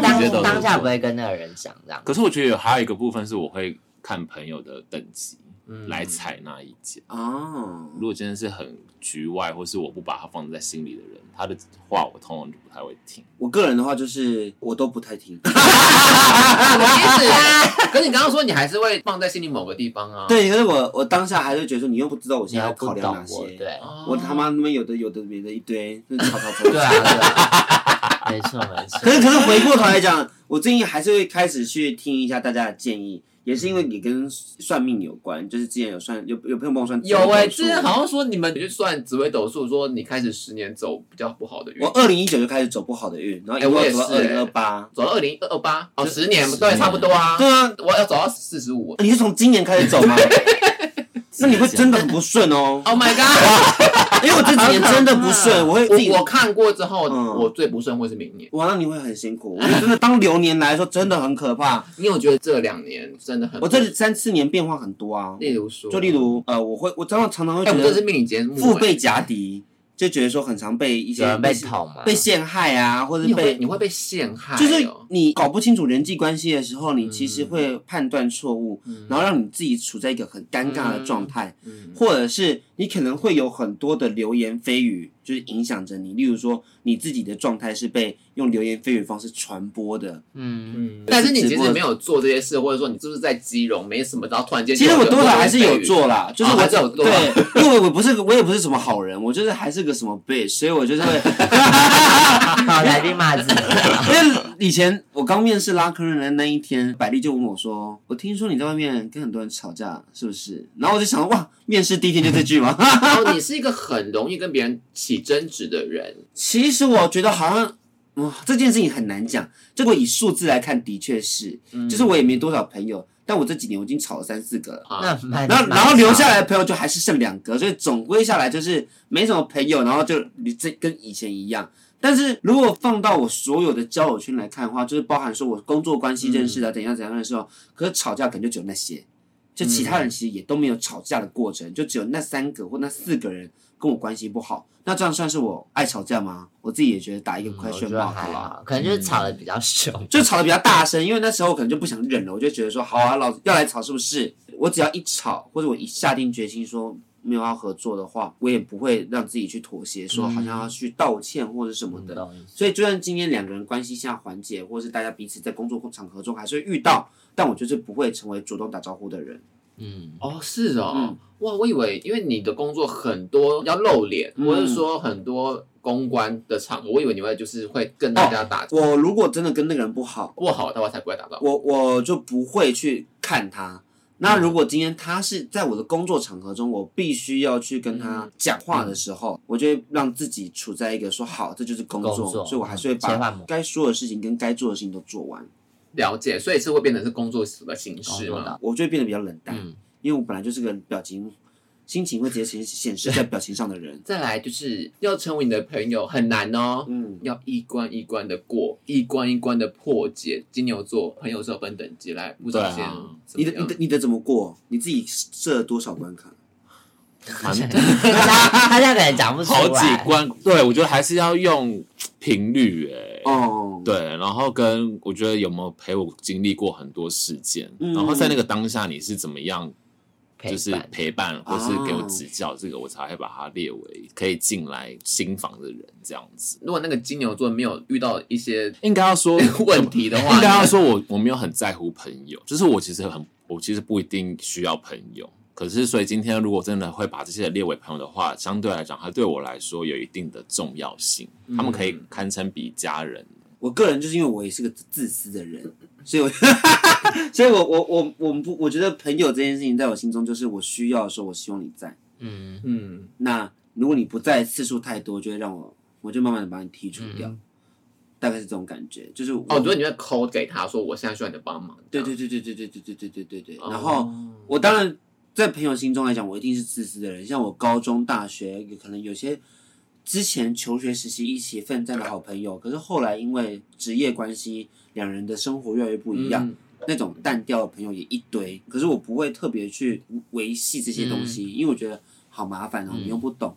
[SPEAKER 3] 但
[SPEAKER 2] 直接都
[SPEAKER 3] 当当
[SPEAKER 2] 是
[SPEAKER 3] 下不会跟那个人讲这样。
[SPEAKER 2] 可是我觉得有还有一个部分是我会看朋友的等级
[SPEAKER 1] 嗯
[SPEAKER 2] 来采纳意见。
[SPEAKER 4] 哦，
[SPEAKER 2] 如果真的是很局外，或是我不把他放在心里的人，他的话我通常就不太会听。
[SPEAKER 4] 我个人的话就是我都不太听。
[SPEAKER 1] 什么意思？啊可是你刚刚说你还是会放在心里某个地方啊？，
[SPEAKER 4] 对，可是我我当下还是觉得说，你又不知道我
[SPEAKER 3] 你
[SPEAKER 4] 现在
[SPEAKER 3] 要
[SPEAKER 4] 要
[SPEAKER 3] 不
[SPEAKER 4] 考
[SPEAKER 3] 懂
[SPEAKER 4] 量哪
[SPEAKER 3] 我，
[SPEAKER 4] 些。
[SPEAKER 3] 对，
[SPEAKER 1] 哦
[SPEAKER 4] 我他妈那边有的有的没的一堆，那吵吵吵。
[SPEAKER 3] 对啊，对啊， 没错没
[SPEAKER 4] 可
[SPEAKER 3] 错，
[SPEAKER 4] 是可是回过头来讲，我最近还是会开始去听一下大家的建议，也是因为也跟算命有关，就是之前有算有有朋友帮我算紫微
[SPEAKER 1] 有哎、
[SPEAKER 4] 斗数
[SPEAKER 1] 之前好像说你们去算紫微斗数，说你开始十年走比较不好的运
[SPEAKER 4] 我，二零一九就开始走不好的运，然后一
[SPEAKER 1] 哎我也
[SPEAKER 4] 路走到
[SPEAKER 1] 是
[SPEAKER 4] 二
[SPEAKER 1] 哎
[SPEAKER 4] 零二八。
[SPEAKER 1] 走到二零二八哦，
[SPEAKER 4] 是
[SPEAKER 1] 十年
[SPEAKER 2] 十
[SPEAKER 1] 对，
[SPEAKER 2] 年
[SPEAKER 1] 差不多啊。
[SPEAKER 4] 对啊，
[SPEAKER 1] 我要走到四十五。
[SPEAKER 4] 你是从今年开始走吗？那你会真的很不顺哦，
[SPEAKER 1] Oh my god！
[SPEAKER 4] 因为我这几年真的不顺，我会自己
[SPEAKER 1] 我我看过之后，
[SPEAKER 4] 嗯
[SPEAKER 1] 我最不顺会是明年。
[SPEAKER 4] 哇，那你会很辛苦。我觉得真的当流年来说，真的很 可怕。
[SPEAKER 1] 你有觉得这两年真的很？
[SPEAKER 4] 我这三四年变化很多啊，
[SPEAKER 1] 例如说，
[SPEAKER 4] 就例，如呃，我会我常常常常会
[SPEAKER 1] 哎、
[SPEAKER 4] 觉
[SPEAKER 1] 我们这是
[SPEAKER 4] 得
[SPEAKER 1] 命理哎节目、欸
[SPEAKER 4] 腹背夹敌，就觉得说很常被一
[SPEAKER 3] 有
[SPEAKER 4] 些
[SPEAKER 3] 人被捅嘛？
[SPEAKER 4] 被陷害啊，或者
[SPEAKER 1] 你会
[SPEAKER 4] 被
[SPEAKER 1] 你会被陷害、哦，
[SPEAKER 4] 就是你搞不清楚人际关系的时候，你其实会判断错误，然后让你自己处在一个很尴尬的状态，
[SPEAKER 1] 嗯
[SPEAKER 4] 或者是你可能会有很多的流言蜚语，就是影响着你。例如说，你自己的状态是被用流言蜚语方式传播的。
[SPEAKER 3] 嗯，
[SPEAKER 1] 嗯，但是你其实没有做这些事，或者说你就是在基隆没什么，然后突然间
[SPEAKER 4] 其实我多少还是有做啦，就是我
[SPEAKER 1] 啊还是有做
[SPEAKER 4] 对，因为我不是我也不是什么好人，我就是还是个什么 bitch，所以我就是 会。
[SPEAKER 3] 好，来宾骂自己，
[SPEAKER 4] 因为以前我刚面试拉客人的那一天，百丽就问我说：“我听说你在外面跟很多人吵架，是不是？”然后我就想，哇，面试第一天就这句吗？
[SPEAKER 1] 然哦后你是一个很容易跟别人起争执的 人，
[SPEAKER 4] 其实我觉得好像。哇，这件事情很难讲。这个以数字来看，的确是，
[SPEAKER 1] 嗯
[SPEAKER 4] 就是我也没多少朋友，但我这几年我已经吵了三四个了。
[SPEAKER 3] 那
[SPEAKER 1] 啊，
[SPEAKER 3] 蛮
[SPEAKER 4] 然后然后留下来的朋友就还是剩两个，所以总归下来就是没什么朋友，然后就你这跟以前一样。但是如果放到我所有的交友圈来看的话，就是包含说我工作关系认
[SPEAKER 3] 嗯
[SPEAKER 4] 识的、怎样怎样的时候，可是吵架可能就
[SPEAKER 3] 嗯
[SPEAKER 4] 只有那些，就其他人其实也都没有吵架的过程，就只有那三个或那四个人跟我关系不好，那这样算是我爱吵架吗？我自己也觉得打一个
[SPEAKER 3] 嗯
[SPEAKER 4] 快
[SPEAKER 3] 我
[SPEAKER 4] 炫
[SPEAKER 3] 觉
[SPEAKER 4] 爆啊
[SPEAKER 3] 得
[SPEAKER 4] 好
[SPEAKER 3] 还
[SPEAKER 4] 了。
[SPEAKER 3] 好，可能就是吵的比较凶。
[SPEAKER 4] 就吵得比较大声，因为那时候我可能就不想忍了，我就觉得说，好啊，老子要来吵是不是？我只要一吵，或者我一下定决心说没有要合作的话，我也不会让自己去妥协，说好像要去道歉或者什么的。
[SPEAKER 3] 嗯
[SPEAKER 4] 所以，就算今天两个人关系下缓解，或是大家彼此在工作场合中还是会遇到，但我就是不会成为主动打招呼的人。
[SPEAKER 3] 嗯，
[SPEAKER 1] 哦，是哦，
[SPEAKER 4] 嗯
[SPEAKER 1] 哇，我以为因为你的工作很多要露脸，
[SPEAKER 4] 嗯
[SPEAKER 1] 或者说很多公关的场合，我以为你会就是会跟大家打
[SPEAKER 4] 哦我如果真的跟那个人不好，
[SPEAKER 1] 不好的话才不会打到。
[SPEAKER 4] 我我就不会去看他。那如果今天他是在我的工作场合中，我必须要去跟他讲话的时候，我就会让自己处在一个说好，这就是工作，
[SPEAKER 3] 工作
[SPEAKER 4] 所以我
[SPEAKER 5] 嗯
[SPEAKER 4] 还是会
[SPEAKER 3] 切换
[SPEAKER 4] 把
[SPEAKER 3] 模式
[SPEAKER 4] 该说的事情跟该做的事情都做完，
[SPEAKER 1] 了解，所以是会变成是工作室的形式
[SPEAKER 3] 工作
[SPEAKER 1] 吗。
[SPEAKER 3] 的？
[SPEAKER 4] 我就会变得比较冷淡，
[SPEAKER 3] 嗯
[SPEAKER 4] 因为我本来就是个表情心情会直接显显示在表情上的人
[SPEAKER 1] 再来就是要成为你的朋友很难哦，
[SPEAKER 4] 嗯，
[SPEAKER 1] 要一关一关的过，一关一关的破解。金牛座朋友是有分等级来，不知道
[SPEAKER 2] 对
[SPEAKER 1] 先
[SPEAKER 2] 啊
[SPEAKER 1] 怎
[SPEAKER 4] 你
[SPEAKER 1] 么
[SPEAKER 4] 的
[SPEAKER 1] 样
[SPEAKER 4] 你的你的怎么过？你自己设了多少关卡？
[SPEAKER 3] 他他现在可能讲不出来，
[SPEAKER 2] 好几关，对我觉得还是要用频率诶、
[SPEAKER 4] 哦，，
[SPEAKER 2] 对，然后跟我觉得有没有陪我经历过很多事件，
[SPEAKER 4] 嗯
[SPEAKER 2] 然后在那个当下你是怎么样，
[SPEAKER 3] 陪
[SPEAKER 2] 就是
[SPEAKER 3] 伴啊
[SPEAKER 2] 陪伴或是给我指教，这个我才会把它列为可以进来新房的人这样子。
[SPEAKER 1] 如果那个金牛座没有遇到一些
[SPEAKER 2] 应该 要说
[SPEAKER 1] 问题的 话，
[SPEAKER 2] 应该要说我我没有很在乎朋友，就是我其实很我其实不一定需要朋友。可是，所以今天如果真的会把这些人列为朋友的话，相对来讲，它对我来说有一定的重要性。
[SPEAKER 1] 嗯
[SPEAKER 2] 他们可以堪称比家人。
[SPEAKER 4] 我个人就是因为我也是个自私的人，所以我， 所以我我我我们不，我觉得朋友这件事情在我心中就是我需要的时候，我希望你在。
[SPEAKER 3] 嗯
[SPEAKER 1] 嗯，
[SPEAKER 4] 那如果你不在次数太多，就会让我，我就慢慢的把你剔除掉，大概是这种感觉。就是我
[SPEAKER 1] 嗯哦，我觉得你会抠给他说，我现在需要你的帮忙。
[SPEAKER 4] 对
[SPEAKER 1] 这样，
[SPEAKER 4] 对对对对对对对对对对对。
[SPEAKER 1] 哦
[SPEAKER 4] 然后我当然在朋友心中来讲，我一定是自私的人。像我高中、大学，可能有些之前求学时期一起奋战的好朋友，可是后来因为职业关系，两人的生活越来越不一样，
[SPEAKER 1] 嗯
[SPEAKER 4] 那种淡掉的朋友也一堆。可是我不会特别去维系这些东西，
[SPEAKER 1] 嗯
[SPEAKER 4] 因为我觉得好麻烦哦，你又不懂，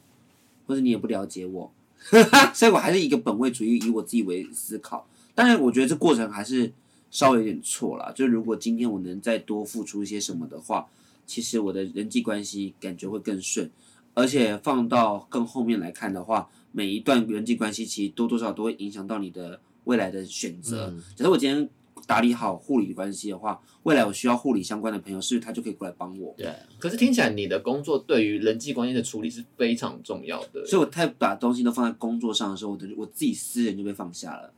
[SPEAKER 4] 或者你也不了解我， 所以我还是一个本位主义，以我自己为思考。当然，我觉得这过程还是稍微有点错啦。就如果今天我能再多付出一些什么的话，其实我的人际关系感觉会更顺。而且放到更后面来看的话，每一段人际关系其实多多少少都会影响到你的未来的选择。假设我今天打理好护理关系的话，未来我需要护理相关的朋友，是不是他就可以过来帮我？
[SPEAKER 3] 对，
[SPEAKER 1] 可是听起来你的工作对于人际关系的处理是非常重要的，
[SPEAKER 4] 所以我太把东西都放在工作上的时候，我的我自己私人就被放下了。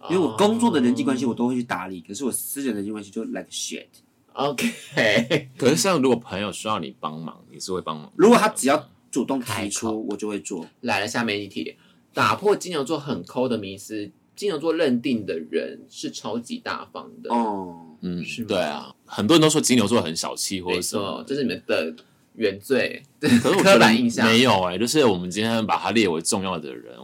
[SPEAKER 1] 哦
[SPEAKER 4] 因为我工作的人际关系我都会去打理，可是我私人的人际关系就 like shit。
[SPEAKER 1] OK，
[SPEAKER 2] 可是，像如果朋友需要你帮忙，你是会帮忙的。
[SPEAKER 4] 如果他只要主动
[SPEAKER 3] 开
[SPEAKER 4] 提
[SPEAKER 3] 口
[SPEAKER 4] 出，我就会做。
[SPEAKER 1] 来了，下面一题，打破金牛座很抠的迷思。金牛座认定的人是超级大方的，
[SPEAKER 4] 哦，
[SPEAKER 2] 嗯
[SPEAKER 1] 是，吗
[SPEAKER 2] 对啊，很多人都说金牛座很小气或
[SPEAKER 1] 没
[SPEAKER 2] 者什么
[SPEAKER 1] 错，，这是你们的原罪。
[SPEAKER 2] 可是我
[SPEAKER 1] 刻
[SPEAKER 2] 觉
[SPEAKER 1] 板印
[SPEAKER 2] 得
[SPEAKER 1] 象
[SPEAKER 2] 没有哎、就是我们今天把他列为重要的人，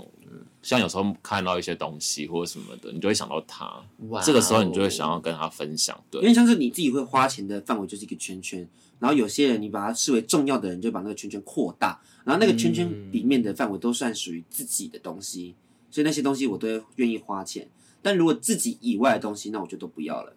[SPEAKER 2] 像有时候看到一些东西或什么的，你就会想到他，
[SPEAKER 1] 哇哦
[SPEAKER 2] 这个时候你就会想要跟他分享，
[SPEAKER 4] 因
[SPEAKER 2] 对，
[SPEAKER 4] 为像是你自己会花钱的范围就是一个圈圈，然后有些人你把他视为重要的人，就把那个圈圈扩大，然后那个圈圈
[SPEAKER 1] 嗯
[SPEAKER 4] 里面的范围都算属于自己的东西，所以那些东西我都会愿意花钱。但如果自己以外的东西，那我就都不要了，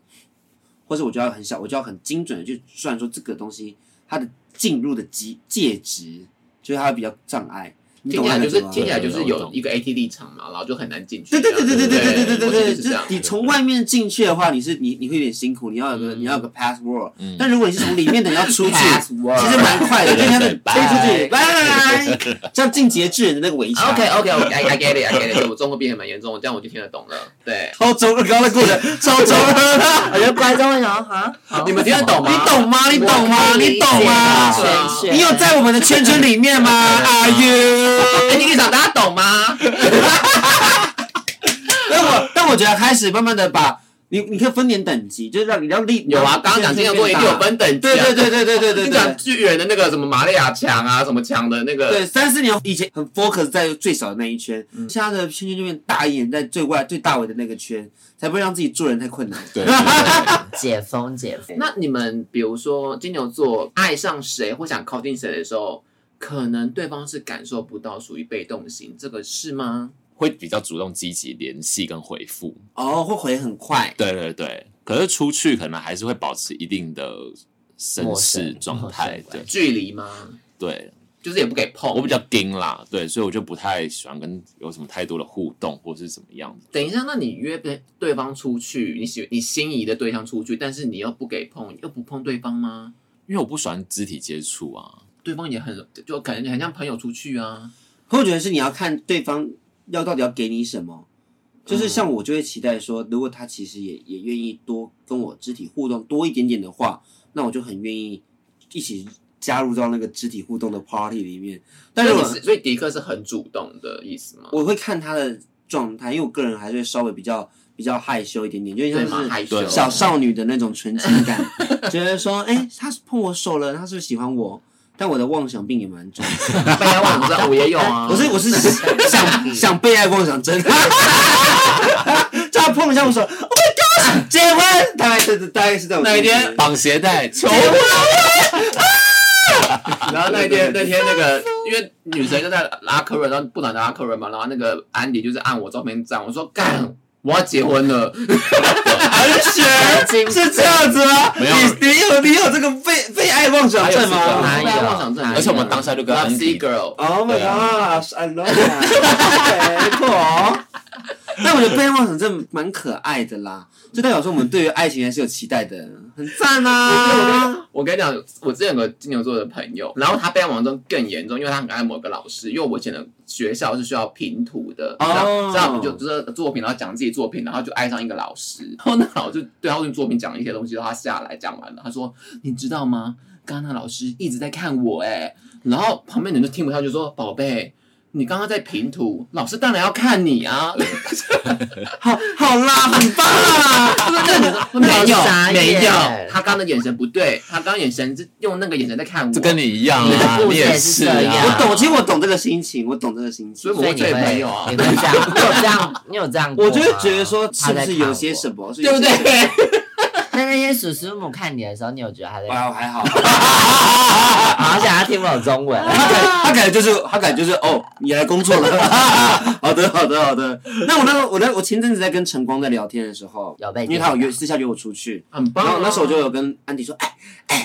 [SPEAKER 4] 或者我就要很小，我就要很精准的去算说这个东西它的进入的级介值，就是它比较障碍。你
[SPEAKER 1] 听
[SPEAKER 4] 懂
[SPEAKER 1] 起
[SPEAKER 4] 我
[SPEAKER 1] 来
[SPEAKER 4] 的
[SPEAKER 1] 就
[SPEAKER 4] 意思
[SPEAKER 1] 是
[SPEAKER 4] 吗
[SPEAKER 1] 听起来就是
[SPEAKER 2] 我
[SPEAKER 1] 有
[SPEAKER 2] 懂
[SPEAKER 1] 一个 AT 立场嘛，然后就很难进去。
[SPEAKER 4] 对对对对对对对对对
[SPEAKER 1] 我
[SPEAKER 4] 对
[SPEAKER 1] 记得是这
[SPEAKER 4] 就
[SPEAKER 1] 样
[SPEAKER 4] 你从外面进去的话，你是你你会有点辛苦，你要有个你要有个 password，
[SPEAKER 2] 嗯
[SPEAKER 4] 但如果你是从里面的你要出去，其
[SPEAKER 1] Password
[SPEAKER 4] 实蛮快的，就像是
[SPEAKER 2] 对
[SPEAKER 4] 飞出去，拜拜，像进阶巨人的那个围墙。
[SPEAKER 1] OK OK OK I I get it I get it，对我中文变得蛮严重，这样我就听得懂了。对，
[SPEAKER 4] 超中二，刚刚的过程超中二
[SPEAKER 3] 我觉得观众会想说哈，好
[SPEAKER 1] 你们听得懂吗？
[SPEAKER 4] 你懂吗？你懂吗？你懂吗？
[SPEAKER 1] 我可以理解啊
[SPEAKER 4] 你有在我们的圈圈里面吗？Are you？
[SPEAKER 1] 哎，你立场大家懂吗？
[SPEAKER 4] 但我但我觉得开始慢慢的把你你可以分点等级，就是让你让力
[SPEAKER 1] 有啊，刚刚讲金牛座一定有。分等级
[SPEAKER 4] 对
[SPEAKER 1] 啊。
[SPEAKER 4] 对对对对对对
[SPEAKER 1] 你
[SPEAKER 4] 对
[SPEAKER 1] 讲。巨人的那个什么玛利亚墙啊，什么墙的那个，
[SPEAKER 4] 对，三四年以前很 focus 在最小的那一圈，
[SPEAKER 1] 嗯
[SPEAKER 4] 现在的圈圈就变大一点，在最外最大尾的那个圈，才不会让自己做人太困难。
[SPEAKER 2] 对，对对
[SPEAKER 3] 解封解封，
[SPEAKER 1] 那你们比如说金牛座爱上谁或想靠近谁的时候，可能对方是感受不到属于被动型，这个是吗？
[SPEAKER 2] 会比较主动积极联系跟回复。
[SPEAKER 4] 哦，会回很快，
[SPEAKER 2] 对对对，可是出去可能还是会保持一定的绅
[SPEAKER 3] 陌
[SPEAKER 2] 士
[SPEAKER 3] 生
[SPEAKER 2] 状态
[SPEAKER 3] 陌生。
[SPEAKER 2] 对
[SPEAKER 3] 关
[SPEAKER 1] 距离吗？
[SPEAKER 2] 对，
[SPEAKER 1] 就是也不给碰。
[SPEAKER 2] 我比较盯啦，对，所以我就不太喜欢跟有什么太多的互动或是怎么样子。
[SPEAKER 1] 等一下，那你约对对方出去，你喜你心仪的对象出去，但是你又不给碰，又不碰对方吗？
[SPEAKER 2] 因为我不喜欢肢体接触啊，
[SPEAKER 1] 对方也很就感觉很像朋友出去啊，
[SPEAKER 4] 或者是你要看对方要到底要给你什
[SPEAKER 1] 嗯
[SPEAKER 4] 么。就是像我就会期待说，如果他其实也也愿意多跟我肢体互动多一点点的话，那我就很愿意一起加入到那个肢体互动的 party 里面。但是
[SPEAKER 1] 所以
[SPEAKER 4] 我
[SPEAKER 1] 你是所以迪克是很主动的意思吗？
[SPEAKER 4] 我会看他的状态，因为我个人还是会稍微比较比较害羞一点点，就
[SPEAKER 1] 对吗？
[SPEAKER 4] 像是
[SPEAKER 1] 害羞
[SPEAKER 2] 对
[SPEAKER 4] 小少女的那种纯情感， 觉得说，哎、他是碰我手了，他是不是喜欢我？但我的妄想病也蛮重的，
[SPEAKER 1] 被爱妄想症， 我也有啊。
[SPEAKER 4] 我是我是 想想被爱妄想症， 就他碰一下我手，Oh my God，结婚，大概是大概是这种
[SPEAKER 1] 哪一天
[SPEAKER 2] 绑鞋带、求
[SPEAKER 1] 然后那天那天那个，因为女神就在拉客人，然后不能拉客人嘛，然后那个安迪就是按我照片站，我说干，我要结婚 了，
[SPEAKER 4] 是 是这样子吗？
[SPEAKER 2] 没有
[SPEAKER 4] 你你有你有这个被被爱妄想症吗
[SPEAKER 2] 还
[SPEAKER 1] 被爱妄想症，
[SPEAKER 3] 哪有
[SPEAKER 2] 哦啊而且我们当下就跟
[SPEAKER 1] Love
[SPEAKER 2] 安
[SPEAKER 1] C
[SPEAKER 2] 迪
[SPEAKER 1] girl，
[SPEAKER 4] Oh my
[SPEAKER 2] 对啊
[SPEAKER 4] gosh, I love that. 没错。但我觉得被爱妄想症蛮可爱的啦，就代表说我们对于爱情还是有期待的，很赞啊！
[SPEAKER 1] 我跟你讲，我之前有个金牛座的朋友，然后他被爱网中更严重，因为他很爱某个老师。因为我以前的学校是需要评图的，
[SPEAKER 4] 哦
[SPEAKER 1] 然后这样就就是作品，然后讲自己作品，然后就爱上一个老师。然后那个老师就对他用作品讲了一些东西，然后他下来讲完了，他说：“你知道吗？刚刚那老师一直在看我、欸，哎。”然后旁边人就听不下去，说：“宝贝。”你刚刚在评图，老师当然要看你啊！
[SPEAKER 4] 好好啦，很棒 啊！
[SPEAKER 1] 没有
[SPEAKER 3] 傻眼
[SPEAKER 1] 没有，他刚刚的眼神不对，他刚刚眼神是用那个眼神在看我，
[SPEAKER 2] 这跟你一样
[SPEAKER 3] 你
[SPEAKER 2] 啊，
[SPEAKER 3] 的故
[SPEAKER 2] 你
[SPEAKER 3] 事也
[SPEAKER 2] 也
[SPEAKER 3] 是
[SPEAKER 2] 是
[SPEAKER 3] 这样
[SPEAKER 4] 我
[SPEAKER 2] 啊。
[SPEAKER 4] 懂，其实我懂这个心情，我懂这个心
[SPEAKER 1] 所
[SPEAKER 4] 情
[SPEAKER 1] 以。我
[SPEAKER 3] 所以
[SPEAKER 1] 会
[SPEAKER 3] 你会
[SPEAKER 1] 对朋友啊
[SPEAKER 3] 你会这样，你有这样，你有这样过
[SPEAKER 4] 我
[SPEAKER 3] 吗，
[SPEAKER 4] 就会觉得说，是不
[SPEAKER 3] 他在
[SPEAKER 4] 是
[SPEAKER 3] 看
[SPEAKER 4] 有些
[SPEAKER 3] 我
[SPEAKER 4] 什？么？是
[SPEAKER 1] 对
[SPEAKER 4] 有
[SPEAKER 1] 不
[SPEAKER 4] 些
[SPEAKER 1] 对？
[SPEAKER 3] 那那些叔叔母看你的时候，你有觉得他在？
[SPEAKER 4] 哇，还好。
[SPEAKER 3] 好想要听我中文。
[SPEAKER 4] 他感他感觉就是他感觉就是哦，你来工作了。 好的，好的，好的。那我那时候我那我前阵子在跟晨光在聊天的时候，
[SPEAKER 3] 有被
[SPEAKER 4] 因为他有约私下约我出去，
[SPEAKER 1] 很棒、
[SPEAKER 4] 然
[SPEAKER 1] 啊
[SPEAKER 4] 后。那时候我就有跟安迪说，哎，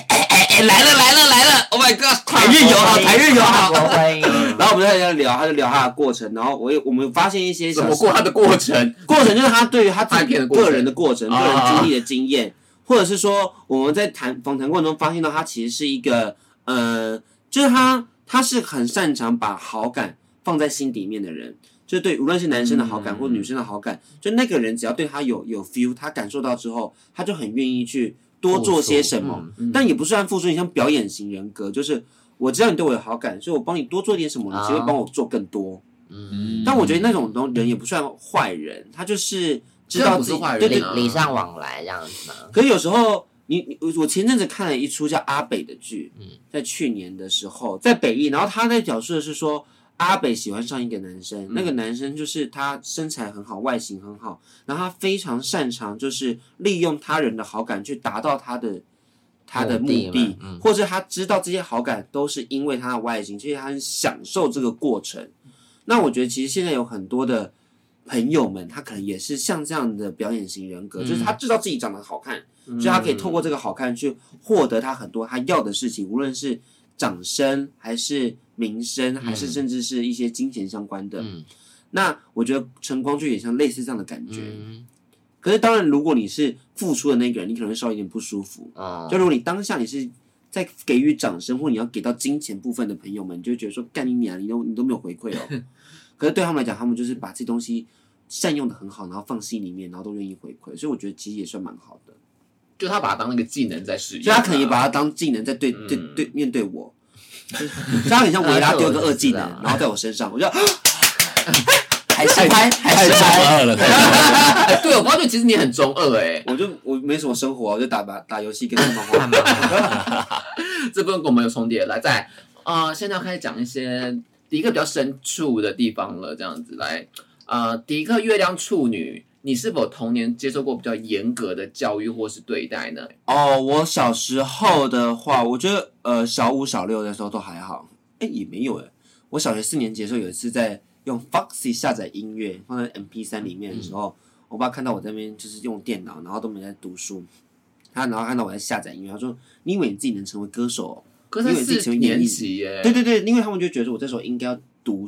[SPEAKER 3] 哎，来了来了来了！Oh my god！
[SPEAKER 4] 台日友好，台日友好。
[SPEAKER 3] 国婚姻，
[SPEAKER 4] 然后我们就在聊，他就聊他的过程，然后我也我们发现一些
[SPEAKER 1] 怎
[SPEAKER 4] 小
[SPEAKER 1] 么过他的 过程？
[SPEAKER 4] 过程，就是他对于他自
[SPEAKER 1] 拍
[SPEAKER 4] 己
[SPEAKER 1] 片的过程
[SPEAKER 4] 个人的过程、
[SPEAKER 1] 啊
[SPEAKER 4] 个人经历的经验，或者是说我们在谈访谈过程中发现到他其实是一个呃，就是他他是很擅长把好感放在心底面的人。就是对，无论是男生的好感
[SPEAKER 1] 嗯
[SPEAKER 4] 或女生的好感，就那个人只要对他有有 feel，他感受到之后，他就很愿意去多做些什么。
[SPEAKER 1] 嗯
[SPEAKER 4] 但也不是按付出，你像表演型人格，就是我知道你对我有好感，所以我帮你多做点什么，你
[SPEAKER 3] 啊
[SPEAKER 4] 只会帮我做更多。
[SPEAKER 3] 嗯，
[SPEAKER 4] 但我觉得那种东人也不算坏人，他就是
[SPEAKER 1] 这
[SPEAKER 4] 知
[SPEAKER 1] 样
[SPEAKER 4] 道
[SPEAKER 1] 不
[SPEAKER 4] 自
[SPEAKER 1] 是
[SPEAKER 4] 己
[SPEAKER 1] 坏人
[SPEAKER 4] 对
[SPEAKER 3] 礼
[SPEAKER 4] 对。
[SPEAKER 1] 啊
[SPEAKER 3] 礼尚往来这样子吗？
[SPEAKER 4] 可是有时候你你我我前阵子看了一出叫《阿北》的剧，
[SPEAKER 3] 嗯
[SPEAKER 4] 在去年的时候在北艺，然后他在表述的是说。阿北喜欢上一个男生，那个男生就是他身材很好，外形很好，然后他非常擅长就是利用他人的好感去达到他的他的
[SPEAKER 3] 目
[SPEAKER 4] 目
[SPEAKER 3] 的
[SPEAKER 4] 的，
[SPEAKER 3] 嘛嗯
[SPEAKER 4] 或是他知道这些好感都是因为他的外形，所以他很享受这个过程。那我觉得其实现在有很多的朋友们，他可能也是像这样的表演型人格，就是他
[SPEAKER 3] 嗯
[SPEAKER 4] 知道自己长得好看，所以他可以透过这个好看去获得他很多他要的事情，无论是掌声还是名声，还是甚至是一些金钱相关的。
[SPEAKER 3] 嗯
[SPEAKER 4] 那我觉得晨光就有点像类似这样的感觉。
[SPEAKER 3] 嗯
[SPEAKER 4] 可是当然，如果你是付出的那个人，你可能会稍微有点不舒服。
[SPEAKER 3] 哦
[SPEAKER 4] 就如果你当下你是在给予掌声，或你要给到金钱部分的朋友们，你就会觉得说干你娘，你都你都没有回馈 哦。可是对他们来讲，他们就是把这东西善用的很好，然后放心里面，然后都愿意回馈，所以我觉得其实也算蛮好的。
[SPEAKER 1] 就他把它当那个技能在使用啊，
[SPEAKER 4] 所以他可能 也把它当技能在对对
[SPEAKER 1] 嗯
[SPEAKER 4] 对面对 我，所以他很像维拉丢一个恶技能
[SPEAKER 3] 啊这我就知，道
[SPEAKER 4] 然后在我身上，我就 还是拍还
[SPEAKER 2] 太
[SPEAKER 4] 是
[SPEAKER 2] 中
[SPEAKER 4] 拍，
[SPEAKER 2] 二了，太中二了
[SPEAKER 1] 哎对我发觉其实你很中二哎，
[SPEAKER 4] 我就我没什么生活啊，我就打打打游戏跟他
[SPEAKER 3] 干
[SPEAKER 4] 们
[SPEAKER 3] 嘛
[SPEAKER 4] 玩。
[SPEAKER 1] 这部分跟我们有重叠。来，再啊，呃现在要开始讲一些迪克比较深处的地方了，这样子来啊，呃迪克月亮处女。你是否童年接受过比较严格的教育或是对待呢？
[SPEAKER 4] 哦，我小时候的话，我觉得呃小五小六的时候都还好，哎、也没有哎、我小学四年级的时候有一次在用 Foxy 下载音乐放在 MP 3里面的时候，我爸看到我这边就是用电脑，然后都没在读书，他然后看到我在下载音乐，他说：“你以为你自己能成为歌手、哦？”
[SPEAKER 1] 可
[SPEAKER 4] 因
[SPEAKER 1] 是
[SPEAKER 4] 为自己
[SPEAKER 1] 四
[SPEAKER 4] 成为演
[SPEAKER 1] 年
[SPEAKER 4] 艺
[SPEAKER 1] 级耶，
[SPEAKER 4] 对对对，因为他们就觉得我这时候应该要读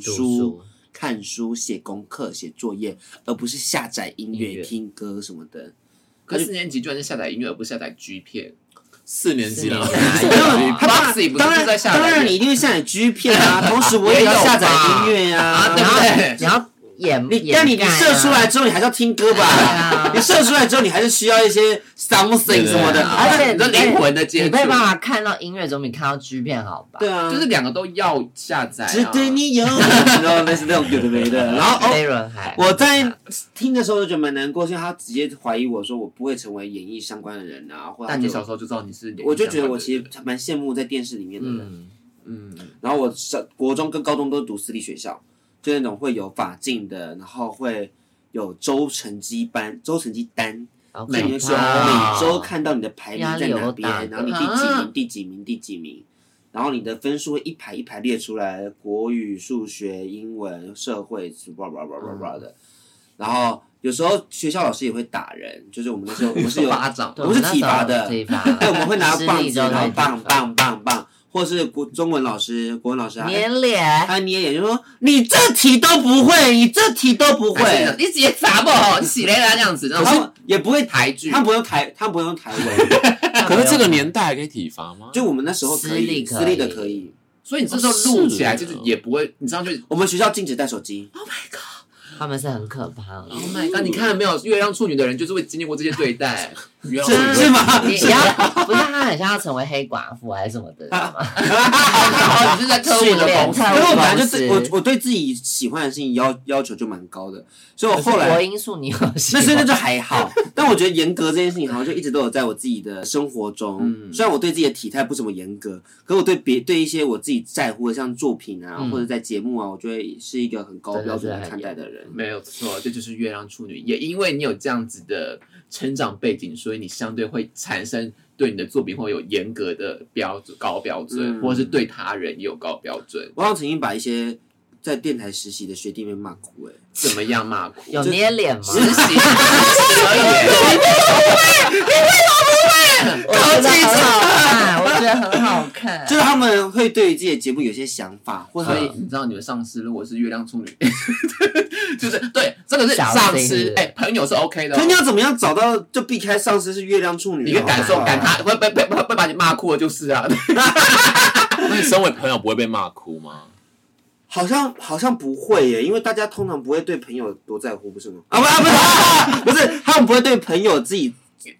[SPEAKER 3] 读
[SPEAKER 4] 书、
[SPEAKER 3] 书
[SPEAKER 4] 看书、写功课、写作业，而不是下载音
[SPEAKER 3] 音
[SPEAKER 4] 乐、
[SPEAKER 3] 乐
[SPEAKER 4] 听歌什么的。
[SPEAKER 1] 可是四年级居然是下载音乐，而不是下载 G 片。
[SPEAKER 2] 四年级了
[SPEAKER 3] 四， 年级
[SPEAKER 4] 没有，他爸
[SPEAKER 1] Foxy 啊不是
[SPEAKER 4] 当
[SPEAKER 1] 就在
[SPEAKER 4] 然
[SPEAKER 1] 下载
[SPEAKER 4] 当然你一定会下载 G 片 啊，同时我也要下载音
[SPEAKER 1] 也
[SPEAKER 4] 乐啊。
[SPEAKER 1] 有吧啊对不对
[SPEAKER 3] 你要掩，
[SPEAKER 4] 你但你
[SPEAKER 3] 掩盖啊
[SPEAKER 4] 射出来，之后，你还是要听歌
[SPEAKER 3] 对
[SPEAKER 4] 吧？
[SPEAKER 3] 啊
[SPEAKER 4] 你，射出来之后，你还是需要一些 something 什么
[SPEAKER 2] 对
[SPEAKER 4] 的。
[SPEAKER 1] 啊
[SPEAKER 3] 而且
[SPEAKER 1] 你的
[SPEAKER 3] 你被
[SPEAKER 1] 灵魂的接
[SPEAKER 3] 你
[SPEAKER 1] 触，
[SPEAKER 3] 被爸爸看到音乐总比看到 G 片好吧？
[SPEAKER 4] 对啊，
[SPEAKER 1] 就是两个都要下载、啊。
[SPEAKER 4] 只对 你有，然后类似那种有的没的。然后哦，
[SPEAKER 3] 飞轮海，
[SPEAKER 4] 我在听的时候就觉得蛮难过，是因为他直接怀疑我说我不会成为演艺相关的人啊，或者他
[SPEAKER 1] 但
[SPEAKER 4] 就
[SPEAKER 1] 你小时候就知道你是，
[SPEAKER 4] 我就觉得我其实蛮羡慕在电视里面的人。
[SPEAKER 3] 嗯，
[SPEAKER 1] 嗯，
[SPEAKER 4] 然后我上国中跟高中都读私立学校，就那种会有法进的，然后会有周成绩班、周成绩单，
[SPEAKER 3] 好可
[SPEAKER 4] 每
[SPEAKER 1] 美
[SPEAKER 4] 年是
[SPEAKER 3] 怕
[SPEAKER 4] 每周看到你的排名
[SPEAKER 3] 压
[SPEAKER 4] 在
[SPEAKER 3] 力
[SPEAKER 4] 哪
[SPEAKER 3] 有多大啊
[SPEAKER 4] 边，然后你第几名、第几名、第几名，然后你的分数会一排一排列出来，国语、数学、英文、社会，叭叭叭叭叭的。然后有时候学校老师也会打人，就是我们那时候我 们是有
[SPEAKER 1] 巴掌，
[SPEAKER 3] 对
[SPEAKER 4] 我们是体罚的
[SPEAKER 3] 那时候体罚，
[SPEAKER 4] 哎对，我们会 拿
[SPEAKER 3] 失
[SPEAKER 4] 棒
[SPEAKER 3] 力
[SPEAKER 4] 子，
[SPEAKER 3] 之后
[SPEAKER 4] 然后
[SPEAKER 3] 再
[SPEAKER 4] 棒
[SPEAKER 3] 体罚
[SPEAKER 4] 棒棒棒，或是国中文老师、国文老师还啊
[SPEAKER 3] 粘脸，
[SPEAKER 4] 他捏眼就说：“你这题都不会，你这题都不会。
[SPEAKER 1] 还是那种你直接砸爆，你洗雷啦这样子，”然
[SPEAKER 4] 然
[SPEAKER 1] 后
[SPEAKER 3] 哦
[SPEAKER 4] 后也不会，
[SPEAKER 1] 台剧，
[SPEAKER 4] 他不用台，他不用台文，
[SPEAKER 2] 可是这个
[SPEAKER 3] 哎
[SPEAKER 2] 年代还可以体罚吗？
[SPEAKER 4] 就我们那时候
[SPEAKER 3] 私
[SPEAKER 4] 可
[SPEAKER 3] 立
[SPEAKER 4] 以，
[SPEAKER 3] 可以
[SPEAKER 4] 私立的可以。
[SPEAKER 1] 所以你这时候录起来就是也不会，你这样就
[SPEAKER 4] 我们学校禁止带手机，
[SPEAKER 3] 哦
[SPEAKER 1] Oh my God，Oh
[SPEAKER 3] 他们是很可怕的。
[SPEAKER 1] Oh my God，你看到没有？月亮处女的人就是会经历过这些对待，
[SPEAKER 2] 原
[SPEAKER 4] 是
[SPEAKER 2] 来
[SPEAKER 4] 是吗？
[SPEAKER 3] 你
[SPEAKER 4] 是
[SPEAKER 3] 你要不是他很像要成为黑寡妇还是什么的，知 道吗？
[SPEAKER 1] 然后啊哦你是在科
[SPEAKER 3] 训
[SPEAKER 1] 我的
[SPEAKER 3] 练
[SPEAKER 1] 公司
[SPEAKER 3] 在
[SPEAKER 4] 因为我本来就
[SPEAKER 3] 公
[SPEAKER 4] 是
[SPEAKER 3] 司
[SPEAKER 4] 我，我对自己喜欢的事情要要求就蛮高的，所以我后
[SPEAKER 3] 国
[SPEAKER 4] 来
[SPEAKER 3] 因素你有喜
[SPEAKER 4] 那
[SPEAKER 3] 欢
[SPEAKER 4] 所以那就还好。但我觉得严格这件事情好像就一直都有在我自己的生活中。
[SPEAKER 1] 嗯
[SPEAKER 4] 虽然我对自己的体态不怎么严格，可我对别对一些我自己在乎的，像作品啊
[SPEAKER 3] 嗯
[SPEAKER 4] 或者在节目啊，我就会是一个很高
[SPEAKER 3] 真的
[SPEAKER 4] 标准
[SPEAKER 3] 是
[SPEAKER 4] 来
[SPEAKER 3] 很
[SPEAKER 4] 看待的人。
[SPEAKER 1] 没有错，这就是月亮处女。也因为你有这样子的成长背景，所以你相对会产生对你的作品会有严格的标准、高标准，
[SPEAKER 4] 嗯
[SPEAKER 1] 或者是对他人也有高标准。
[SPEAKER 4] 我好像曾经把一些在电台实习的学弟妹骂哭、欸，
[SPEAKER 1] 怎么样骂哭？
[SPEAKER 3] 有捏脸吗？
[SPEAKER 1] 实习而已。
[SPEAKER 3] 我觉得很好看，我觉得很好 看。
[SPEAKER 4] 就是他们会对于自己的节目有些想法，或者哎
[SPEAKER 1] 所
[SPEAKER 4] 他
[SPEAKER 1] 以
[SPEAKER 4] 们
[SPEAKER 1] 你知道你的上司如果是月亮处女， 就是对，这个是
[SPEAKER 3] 小
[SPEAKER 1] 上
[SPEAKER 3] 心是
[SPEAKER 1] 司
[SPEAKER 3] 不是，
[SPEAKER 1] 哎、朋友是 OK 的、
[SPEAKER 4] 可
[SPEAKER 1] 哦
[SPEAKER 4] 是你。要怎么样找到就避开上司是月亮处女？
[SPEAKER 1] 你的感受
[SPEAKER 4] 好不好
[SPEAKER 1] 感他会被被被被把你骂哭了就是啊，
[SPEAKER 2] 那你身为朋友不会被骂哭吗？
[SPEAKER 4] 好像好像不会耶，因为大家通常不会对朋友多在乎，不是吗？啊不啊不是啊不是，他们不会对朋友自己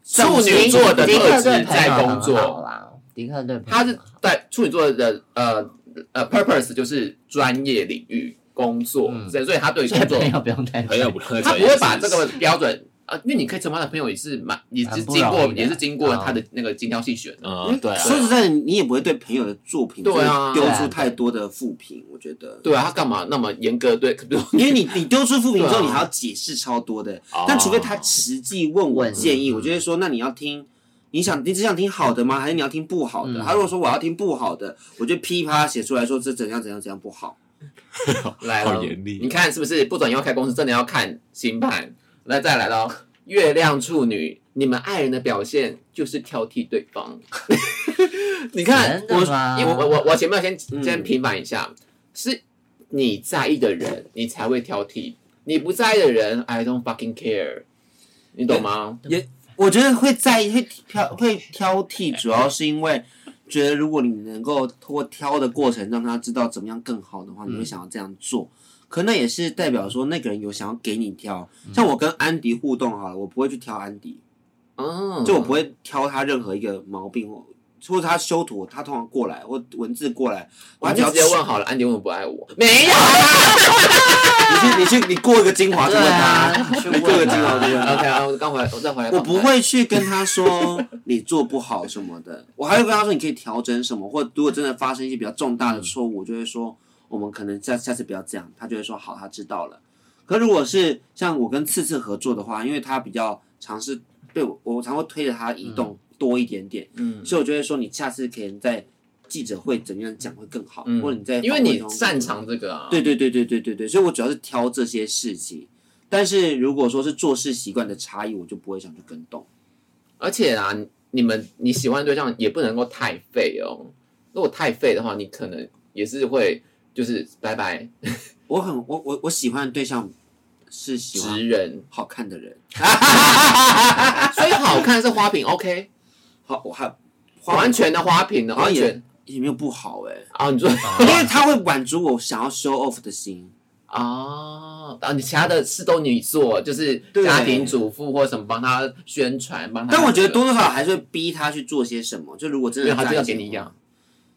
[SPEAKER 1] 处女座的
[SPEAKER 3] 迪克
[SPEAKER 1] 特
[SPEAKER 3] 对
[SPEAKER 1] 质
[SPEAKER 3] 朋友
[SPEAKER 1] 在
[SPEAKER 3] 很
[SPEAKER 1] 工作
[SPEAKER 3] 好，啦，迪克对朋友
[SPEAKER 1] 他
[SPEAKER 3] 很
[SPEAKER 1] 是
[SPEAKER 3] 好
[SPEAKER 1] 在处女座的呃呃 purpose 就是专业领域工作，
[SPEAKER 3] 嗯
[SPEAKER 1] 所以所以他对工
[SPEAKER 3] 所
[SPEAKER 1] 作
[SPEAKER 3] 以朋友不用担
[SPEAKER 2] 朋友
[SPEAKER 3] 心。
[SPEAKER 2] 不会，
[SPEAKER 1] 他不会把这个标准啊，因为你可以成为他的朋友也是蛮也
[SPEAKER 3] 蛮
[SPEAKER 1] 是
[SPEAKER 3] 不
[SPEAKER 1] 经
[SPEAKER 3] 容易啊
[SPEAKER 1] 过
[SPEAKER 3] 的
[SPEAKER 1] 也是经过他的那个精挑细选的，
[SPEAKER 2] 嗯，对啊，
[SPEAKER 4] 说实在，你也不会对朋友的作品
[SPEAKER 1] 对啊
[SPEAKER 4] 丢出太多的负评，我觉得。
[SPEAKER 1] 对啊，他干嘛那么严格对？
[SPEAKER 4] 因为你你丢出负评之
[SPEAKER 1] 对
[SPEAKER 4] 后，
[SPEAKER 1] 啊
[SPEAKER 4] 你还要解释超多的
[SPEAKER 2] 哦，
[SPEAKER 4] 但除非他实际问我
[SPEAKER 3] 问
[SPEAKER 4] 建议，
[SPEAKER 3] 嗯
[SPEAKER 4] 我就会说，那你要听，你想你只想听好的吗？还是你要听不好的？
[SPEAKER 3] 嗯
[SPEAKER 4] 他如果说我要听不好的，我就噼啪写出来说这怎样怎样怎样不好。
[SPEAKER 1] 来
[SPEAKER 2] 好
[SPEAKER 1] 咯
[SPEAKER 2] 严厉
[SPEAKER 1] 你看是不是不准要开公司，真的要看星盘。那再来喽，月亮处女，你们爱人的表现就是挑剔对方。 你看
[SPEAKER 3] 真
[SPEAKER 1] 我
[SPEAKER 3] 的，吗？
[SPEAKER 1] 因为我我我前面先
[SPEAKER 4] 嗯
[SPEAKER 1] 先平反一下，是你在意的人，你才会挑剔；你不在意的人，I don't fucking care，你懂吗？
[SPEAKER 4] 我觉得会在意会挑会挑剔，主要是因为觉得如果你能够通过挑的过程让他知道怎么样更好的话，你会想要这样做。可那也是代表说那个人有想要给你挑。
[SPEAKER 3] 嗯
[SPEAKER 4] 像我跟安迪互动好了，我不会去挑安迪，
[SPEAKER 1] 嗯，
[SPEAKER 4] 就我不会挑他任何一个毛病或。或者他修图，他通常过来或文字过来，
[SPEAKER 1] 我
[SPEAKER 4] 我
[SPEAKER 1] 就
[SPEAKER 4] 只要
[SPEAKER 1] 直接问好了，安迪为什么不爱我？没有啊
[SPEAKER 4] 你去你去你过一个精华去
[SPEAKER 3] 啊对
[SPEAKER 4] 问
[SPEAKER 3] 啊，
[SPEAKER 4] 他，
[SPEAKER 3] 去
[SPEAKER 4] 你过一个
[SPEAKER 3] 问
[SPEAKER 4] 精华
[SPEAKER 3] 啊
[SPEAKER 4] 去问 他。
[SPEAKER 1] ，OK 啊，我刚回来，我再回来访谈，
[SPEAKER 4] 我不会去跟他说你做不好什么的，我还会跟他说你可以调整什么，或如果真的发生一些比较重大的错误，我就会说我们可能下下次不要这样，他就会说好，他知道了。可如果是像我跟次次合作的话，因为他比较尝试被我，我常会推着他移动多一点点，
[SPEAKER 1] 嗯，
[SPEAKER 4] 所以我就会说你下次可以再记者会怎么样讲会更好，
[SPEAKER 1] 嗯
[SPEAKER 4] 或者你在
[SPEAKER 1] 因为
[SPEAKER 4] 访问
[SPEAKER 1] 你
[SPEAKER 4] 中
[SPEAKER 1] 擅长这个啊，
[SPEAKER 4] 对对对对对对对，所以我主要是挑这些事情。但是如果说是做事习惯的差异，我就不会想去跟动。
[SPEAKER 1] 而且啊，你们你喜欢的对象也不能够太废哦。如果太废的话，你可能也是会就是拜拜
[SPEAKER 4] 我很我我我喜欢的对象是喜欢
[SPEAKER 1] 直人。
[SPEAKER 4] 好看 的人，
[SPEAKER 1] 所以好看是花瓶，OK，
[SPEAKER 4] 好我还
[SPEAKER 1] 完全的花瓶的
[SPEAKER 4] 好
[SPEAKER 1] 完
[SPEAKER 4] 像也
[SPEAKER 1] 全
[SPEAKER 4] 也没有不好哎、
[SPEAKER 1] 啊，你说
[SPEAKER 4] 因为他会满足我想要 show off 的心。
[SPEAKER 1] 啊，然后你其他的事都你做，就是
[SPEAKER 4] 对
[SPEAKER 1] 家庭主妇或什么帮他宣传，帮他。
[SPEAKER 4] 但我觉得多多少少还是会逼他去做些什么。就如果真
[SPEAKER 1] 没
[SPEAKER 4] 的
[SPEAKER 1] 有，他就要
[SPEAKER 4] 在
[SPEAKER 1] 给
[SPEAKER 4] 一起
[SPEAKER 1] 你养，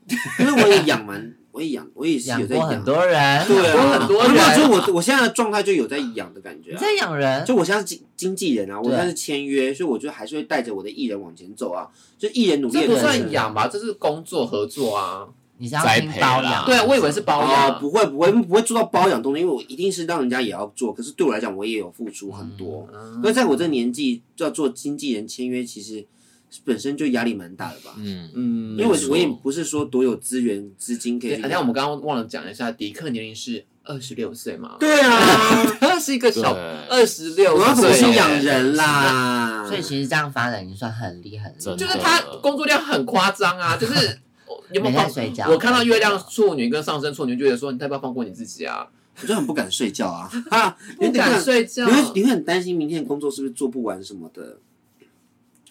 [SPEAKER 4] 因为我也养蛮，我也养，我也是有
[SPEAKER 5] 养
[SPEAKER 4] 在
[SPEAKER 5] 过
[SPEAKER 4] 养
[SPEAKER 5] 很，多人，
[SPEAKER 4] 对啊，
[SPEAKER 1] 养过很多人
[SPEAKER 4] 没有，就是我我现在的状态就有在养的感觉、
[SPEAKER 5] 你
[SPEAKER 4] 啊。
[SPEAKER 5] 在养人，
[SPEAKER 4] 就我现在是经经纪人啊，我
[SPEAKER 5] 对
[SPEAKER 4] 现在是签约，所以我就还是会带着我的艺人往前走啊。就艺人努力
[SPEAKER 1] 这
[SPEAKER 4] 的
[SPEAKER 1] 不
[SPEAKER 4] 人生，
[SPEAKER 1] 算养吧？这是工作合作啊。
[SPEAKER 5] 你想
[SPEAKER 2] 栽
[SPEAKER 5] 要听
[SPEAKER 2] 培
[SPEAKER 5] 包
[SPEAKER 2] 啦
[SPEAKER 5] 养？
[SPEAKER 1] 对，我以为是包
[SPEAKER 4] 哦
[SPEAKER 1] 养，，
[SPEAKER 4] 不会不会不会做到包养动作，因为我一定是让人家也要做，可是对我来讲，我也有付出很多。
[SPEAKER 1] 啊嗯
[SPEAKER 4] 所以在我这年纪要做经纪人签约，其实本身就压力蛮大的吧。
[SPEAKER 2] 嗯，
[SPEAKER 1] 嗯，
[SPEAKER 4] 因为我
[SPEAKER 2] 没错
[SPEAKER 4] 我也不是说多有资源资金可以
[SPEAKER 1] 对，
[SPEAKER 4] 去
[SPEAKER 1] 好像哎我们刚刚忘了讲一下，迪克年龄是二十六岁嘛？
[SPEAKER 4] 对啊，
[SPEAKER 1] 他是一个小呃
[SPEAKER 2] 对，
[SPEAKER 1] 二十六
[SPEAKER 4] 我要怎么
[SPEAKER 1] 岁
[SPEAKER 4] 去
[SPEAKER 1] 耶，
[SPEAKER 4] 养人啦？
[SPEAKER 5] 所以其实这样发展已经算很厉很厉害，
[SPEAKER 2] 真
[SPEAKER 1] 就
[SPEAKER 2] 的
[SPEAKER 1] 是他工作量很夸张啊， 就是有没
[SPEAKER 5] 每
[SPEAKER 1] 有
[SPEAKER 5] 天
[SPEAKER 1] 放？
[SPEAKER 5] 睡觉。
[SPEAKER 1] 我看到月亮处女跟上升处女，就觉得说你要不要放过你自己啊？
[SPEAKER 4] 我就很不敢睡觉 啊，啊，
[SPEAKER 1] 不敢睡觉
[SPEAKER 4] 你，会你会很担心明天的工作是不是做不完什么的，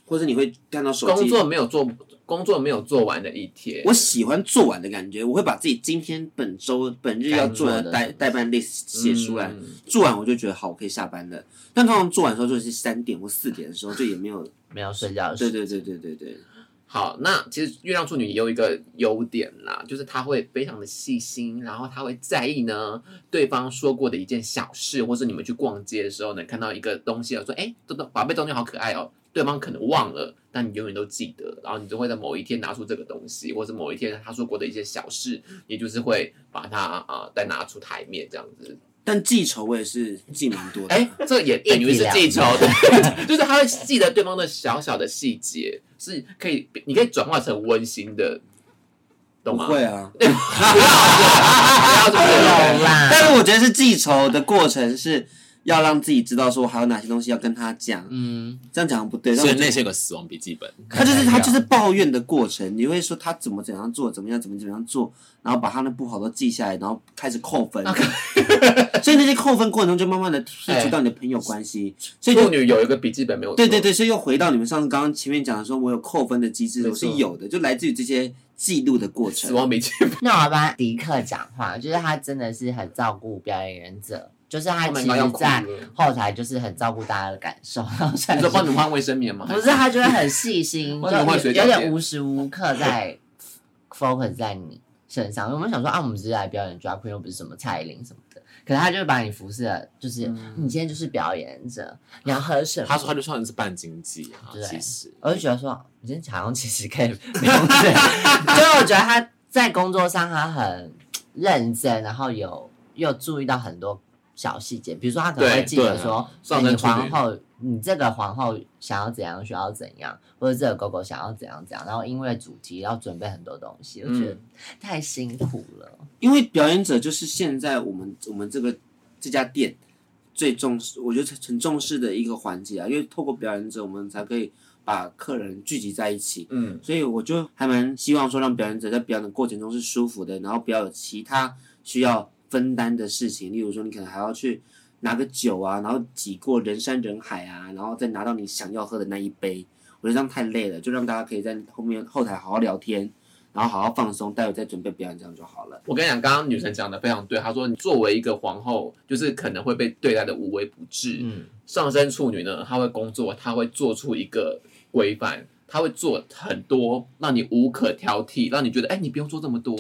[SPEAKER 4] 或者你会看到手机。
[SPEAKER 1] 工作没有做，工作没有做完的一天。
[SPEAKER 4] 我喜欢做完的感觉，我会把自己今天、本周、本日要做
[SPEAKER 5] 该做的
[SPEAKER 4] 的代代办 list 写出来，
[SPEAKER 1] 嗯
[SPEAKER 4] 做完我就觉得好，我可以下班了。但通常做完的时候就是三点或四点的时候，就也没有。
[SPEAKER 5] 没有睡觉的
[SPEAKER 4] 对
[SPEAKER 5] 时
[SPEAKER 4] 对对对对对，
[SPEAKER 1] 好，那其实月亮处女也有一个优点啦，就是她会非常的细心，然后她会在意呢对方说过的一件小事，或是你们去逛街的时候呢，看到一个东西了，说哎，这东宝贝东西好可爱哦，对方可能忘了，但你永远都记得，然后你就会在某一天拿出这个东西，或是某一天他说过的一些小事，也就是会把它啊、呃再拿出台面这样子。
[SPEAKER 4] 但记仇我也是记蛮多的。
[SPEAKER 1] 哎，这 也等于是记仇
[SPEAKER 5] 一体两面
[SPEAKER 1] 对， 就是他会记得对方的小小的细节，是可以你可以转化成温馨的，懂
[SPEAKER 4] 不
[SPEAKER 1] 吗？
[SPEAKER 4] 会啊，
[SPEAKER 1] 不要这么
[SPEAKER 5] 懂啦。
[SPEAKER 4] 但是我觉得是记仇的过程是要让自己知道说我还有哪些东西要跟他讲，
[SPEAKER 5] 嗯，
[SPEAKER 4] 这样讲不对。
[SPEAKER 2] 所
[SPEAKER 4] 但我
[SPEAKER 2] 以
[SPEAKER 4] 觉得
[SPEAKER 2] 那些有个死亡笔记本，
[SPEAKER 4] 他就是
[SPEAKER 5] 可能
[SPEAKER 4] 他
[SPEAKER 5] 要
[SPEAKER 4] 就是抱怨的过程，你会说他怎么怎样做，怎么样怎么怎么样做，然后把他那不好都记下来，然后开始扣分， 所以那些扣分过程中就慢慢的提及到你的朋友关系，所以
[SPEAKER 1] 处
[SPEAKER 4] 就
[SPEAKER 1] 女有一个笔记本没有？
[SPEAKER 4] 对对，对，所以又回到你们上次刚刚前面讲的说，我有扣分的机制，
[SPEAKER 1] 没
[SPEAKER 4] 我
[SPEAKER 1] 错
[SPEAKER 4] 是有的，就来自于这些记录的过
[SPEAKER 1] 死
[SPEAKER 4] 程。
[SPEAKER 1] 亡笔记本。
[SPEAKER 5] 那我要帮迪克讲话，就是他真的是很照顾表演人者，就是他
[SPEAKER 1] Oh my
[SPEAKER 5] 其
[SPEAKER 1] god，要
[SPEAKER 5] 实
[SPEAKER 1] 哭
[SPEAKER 5] 在
[SPEAKER 1] 了
[SPEAKER 5] 后台就是很照顾大家的感受，然后算
[SPEAKER 1] 你
[SPEAKER 5] 是
[SPEAKER 1] 说帮你们换卫生棉吗？
[SPEAKER 5] 不是
[SPEAKER 4] 啊
[SPEAKER 5] 他就会很细 心，
[SPEAKER 1] 为
[SPEAKER 5] 就
[SPEAKER 1] 什么会
[SPEAKER 5] 有
[SPEAKER 1] 水饺
[SPEAKER 5] 有
[SPEAKER 1] 店
[SPEAKER 5] 点无时无刻在 focus 在你身上。我们想说啊，我们只是来表演 drag queen，又不是什么蔡依林什么的。可是他就会把你服侍的，就是、
[SPEAKER 1] 嗯
[SPEAKER 5] 你今天就是表演者，你要喝什么？
[SPEAKER 2] 他说他就算是半经济啊，
[SPEAKER 5] 对
[SPEAKER 2] 其实
[SPEAKER 5] 我就觉得说，你今天好像其实可以 不用这样，所以我觉得他在工作上他很认真，然后有又注意到很多小细节，比如说他可能会记
[SPEAKER 2] 对
[SPEAKER 5] 得
[SPEAKER 2] 对啊
[SPEAKER 5] 说，那
[SPEAKER 1] 上
[SPEAKER 5] 你
[SPEAKER 1] 升处
[SPEAKER 5] 皇
[SPEAKER 1] 女
[SPEAKER 5] 后，你这个皇后想要怎样，需要怎样，或者这个狗狗想要怎样怎样，然后因为主题要准备很多东西，我觉得
[SPEAKER 1] 嗯
[SPEAKER 5] 太辛苦了。
[SPEAKER 4] 因为表演者就是现在我们我们这个这家店最重视，我觉得很重视的一个环节啊，因为透过表演者，我们才可以把客人聚集在一起。
[SPEAKER 1] 嗯，
[SPEAKER 4] 所以我就还蛮希望说，让表演者在表演的过程中是舒服的，然后不要有其他需要分担的事情，例如说你可能还要去拿个酒啊，然后挤过人山人海啊，然后再拿到你想要喝的那一杯。我觉得这样太累了，就让大家可以在后面后台好好聊天，然后好好放松，待会再准备表演，这样就好 了。
[SPEAKER 1] 我跟你讲，刚刚女神讲的非常对，她说你作为一个皇后，就是可能会被对待的无微不至。
[SPEAKER 5] 嗯，
[SPEAKER 1] 上升处女呢，她会工作，她会做出一个规范，她会做很多，让你无可挑剔，让你觉得哎，你不用做这么 多，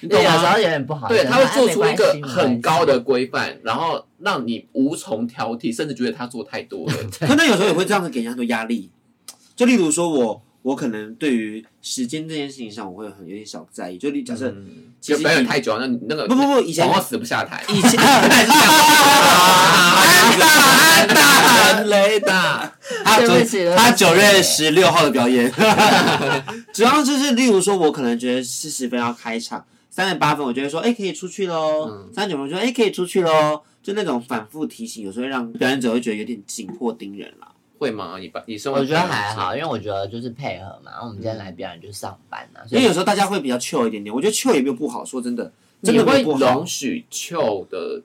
[SPEAKER 1] 你
[SPEAKER 5] 对，啊
[SPEAKER 1] 懂
[SPEAKER 5] 有时
[SPEAKER 2] 啊
[SPEAKER 1] 吗
[SPEAKER 5] 候？有点不好意思。
[SPEAKER 1] 啊对，她会做出一
[SPEAKER 5] 哎
[SPEAKER 1] 个
[SPEAKER 5] 没关系
[SPEAKER 1] 很高的规范，然后让你无从 挑剔，甚至觉得她做太多了。
[SPEAKER 4] 可那有时候也会这样子给人家很多压力。就例如说我，我可能对于时间这件事情上，我会很有点小在意。就你假设，
[SPEAKER 1] 嗯
[SPEAKER 4] 其
[SPEAKER 1] 就
[SPEAKER 4] 实
[SPEAKER 1] 表演
[SPEAKER 4] 以
[SPEAKER 1] 太久，那你那个
[SPEAKER 4] 不不不，以前
[SPEAKER 1] 广告死不下 台。啊
[SPEAKER 4] 以前 安打安 打雷达，他
[SPEAKER 5] 对
[SPEAKER 4] 九
[SPEAKER 5] 不起对不起
[SPEAKER 4] 他九月十六号的表演， 主要就是例如说，我可能觉得四十分要开场，三十八分我就会说，哎、可以出去喽
[SPEAKER 1] 嗯；
[SPEAKER 4] 三十九分我就说，哎、可以出去喽。就那种反复提醒，有时候会让表演者会觉得有点紧迫盯人啦。
[SPEAKER 1] 会吗？你把你身为
[SPEAKER 5] 我觉得
[SPEAKER 1] 朋友
[SPEAKER 5] 还
[SPEAKER 1] 是
[SPEAKER 5] 好，因为我觉得就是配合嘛，然后我们今天
[SPEAKER 1] 嗯
[SPEAKER 5] 来表演就是上班啊，
[SPEAKER 4] 因
[SPEAKER 5] 所
[SPEAKER 4] 为
[SPEAKER 5] 以
[SPEAKER 4] 有时候大家会比较 chill 一点点，我觉得 chill 也没有不好，说真的，真
[SPEAKER 1] 你
[SPEAKER 4] 的没
[SPEAKER 1] 会
[SPEAKER 4] 有不好
[SPEAKER 1] 容。许秋的，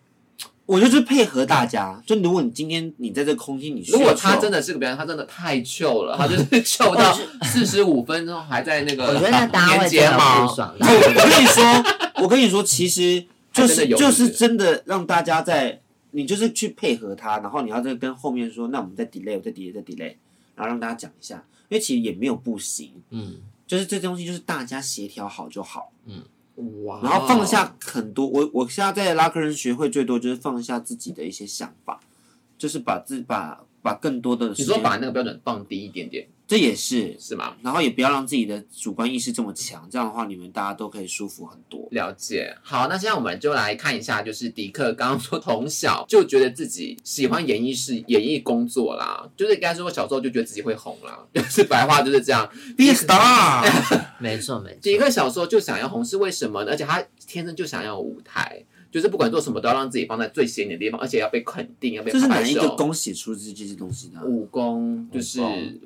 [SPEAKER 4] 我就是配合大家，就如果你今天你在这个空间，你需要
[SPEAKER 1] 如果他
[SPEAKER 4] chill
[SPEAKER 1] 真的是个表演，他真的太秋了，他就是秋到四十五分钟还在那个
[SPEAKER 5] 我觉得大家
[SPEAKER 1] 粘
[SPEAKER 5] 会
[SPEAKER 1] 睫
[SPEAKER 5] 真的不
[SPEAKER 1] 毛，
[SPEAKER 5] 爽
[SPEAKER 4] 我
[SPEAKER 5] 的。
[SPEAKER 4] 我跟你说，我跟你说，其实就
[SPEAKER 1] 还真的
[SPEAKER 4] 是
[SPEAKER 1] 有
[SPEAKER 4] 就
[SPEAKER 1] 是
[SPEAKER 4] 是
[SPEAKER 1] 不是
[SPEAKER 4] 真的让大家在，你就是去配合他，然后你要再跟后面说，那我们再 delay，我再 delay，再 delay，然后让大家讲一下，因为其实也没有不行，
[SPEAKER 5] 嗯，
[SPEAKER 4] 就是这东西就是大家协调好就好，
[SPEAKER 1] 哇
[SPEAKER 4] 然后放下很多。我我现在在拉客人学会最多就是放下自己的一些想法，就是把自把把更多的
[SPEAKER 1] 你
[SPEAKER 4] 时
[SPEAKER 1] 说把
[SPEAKER 4] 间，
[SPEAKER 1] 那个标准放低一点点
[SPEAKER 4] 这也是。
[SPEAKER 1] 是吗？
[SPEAKER 4] 然后也不要让自己的主观意识这么强，这样的话你们大家都可以舒服很多。
[SPEAKER 1] 了解，好，那现在我们就来看一下，就是迪克刚刚说从小就觉得自己喜欢演艺事、演艺工作啦，就是应该说小时候就觉得自己会红 啦，就是白话就是这样。
[SPEAKER 4] Be a star。
[SPEAKER 5] 没错没错
[SPEAKER 1] 迪，克小时候就想要红是为什么呢？而且他天生就想要有舞台，就是不管做什么都要让自己放在最显眼的地方，而且要被肯定，要被
[SPEAKER 4] 这是哪
[SPEAKER 1] 拍
[SPEAKER 4] 一
[SPEAKER 1] 手
[SPEAKER 4] 个宫写出这这些东西的啊？
[SPEAKER 1] 武功就是
[SPEAKER 2] 武功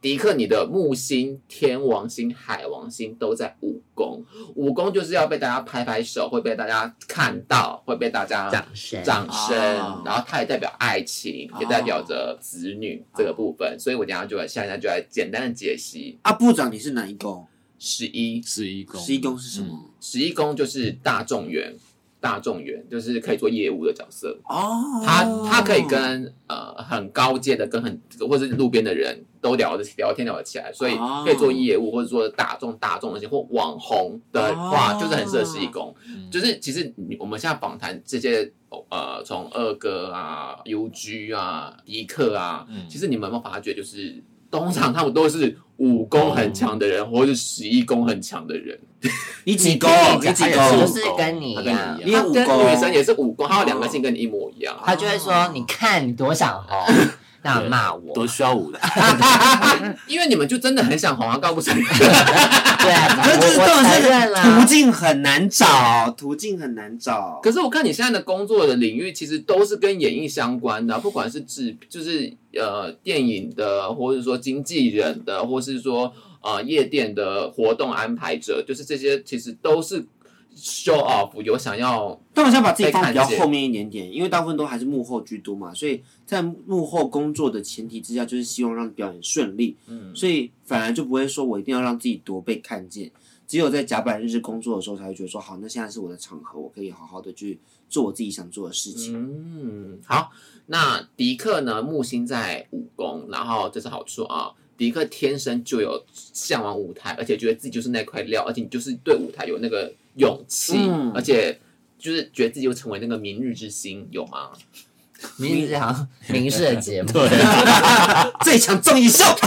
[SPEAKER 1] 迪克，你的木星、天王星、海王星都在武功。武功就是要被大家拍拍手，会被大家看到，会被大家
[SPEAKER 5] 掌声，
[SPEAKER 1] 掌声
[SPEAKER 4] 哦，
[SPEAKER 1] 然后它也代表爱情，也代表着子女这个部分。所以我等一下就来下一下就来简单的解析
[SPEAKER 4] 啊，部长，你是哪一宫？
[SPEAKER 1] 十一
[SPEAKER 2] 十一宫，
[SPEAKER 4] 十一宫是什么？
[SPEAKER 1] 十一宫就是大众缘，大众缘就是可以做业务的角色。
[SPEAKER 4] 哦，
[SPEAKER 1] 他他可以跟呃很高阶的跟很或者是路边的人都聊得聊天聊得起来，所以
[SPEAKER 4] 哦
[SPEAKER 1] 可以做业务或者说大众大众的或网红的话，
[SPEAKER 4] 哦
[SPEAKER 1] 就是很适合十一宫。
[SPEAKER 2] 嗯
[SPEAKER 1] 就是其实你我们现在访谈这些呃从二哥啊、U G 啊、迪克啊，
[SPEAKER 2] 嗯
[SPEAKER 1] 其实你们有没有发觉，就是通常他们都是武功很强的人，或者是十一宫很强的人。
[SPEAKER 4] 你几宫？
[SPEAKER 5] 哦
[SPEAKER 4] 你几
[SPEAKER 5] 他
[SPEAKER 4] 宫
[SPEAKER 5] 也？是跟你一啊
[SPEAKER 2] 他跟
[SPEAKER 5] 样
[SPEAKER 2] 你
[SPEAKER 4] 你
[SPEAKER 2] 一样，
[SPEAKER 1] 他
[SPEAKER 4] 有武
[SPEAKER 1] 跟
[SPEAKER 4] 功，
[SPEAKER 1] 女生也是武功，他有两个性跟你一模一样。
[SPEAKER 5] 他就会说：“你看你多想红，那样骂我。
[SPEAKER 2] 都需要舞台。
[SPEAKER 1] 因为你们就真的很想红啊，告不成。”
[SPEAKER 5] 对啊，
[SPEAKER 4] 可是这
[SPEAKER 5] 我我
[SPEAKER 4] 种
[SPEAKER 5] 承认
[SPEAKER 4] 是
[SPEAKER 5] 啦
[SPEAKER 4] 途。径很难找，途径很难找。
[SPEAKER 1] 可是我看你现在的工作的领域，其实都是跟演艺相关的啊，不管是制，就是呃电影的，或者说经纪人的，或是说呃夜店的活动安排者，就是这些其实都是 show off，有想要
[SPEAKER 4] 但我想把自己放比
[SPEAKER 1] 被
[SPEAKER 4] 较
[SPEAKER 1] 看见
[SPEAKER 4] 后面一点点，因为大部分都还是幕后居多嘛，所以在幕后工作的前提之下，就是希望让表演顺利，
[SPEAKER 1] 嗯
[SPEAKER 4] 所以反而就不会说我一定要让自己多被看见。只有在甲板日志工作的时候，才会觉得说，好，那现在是我的场合，我可以好好的去做我自己想做的事情。
[SPEAKER 1] 嗯好。那迪克呢，木星在武功，然后这是好处啊。迪克天生就有向往舞台，而且觉得自己就是那块料，而且你就是对舞台有那个勇气，
[SPEAKER 4] 嗯
[SPEAKER 1] 而且就是觉得自己就成为那个明日之星，有吗？
[SPEAKER 5] 明日好像明示的节目，
[SPEAKER 2] 对，
[SPEAKER 4] 最强综艺秀，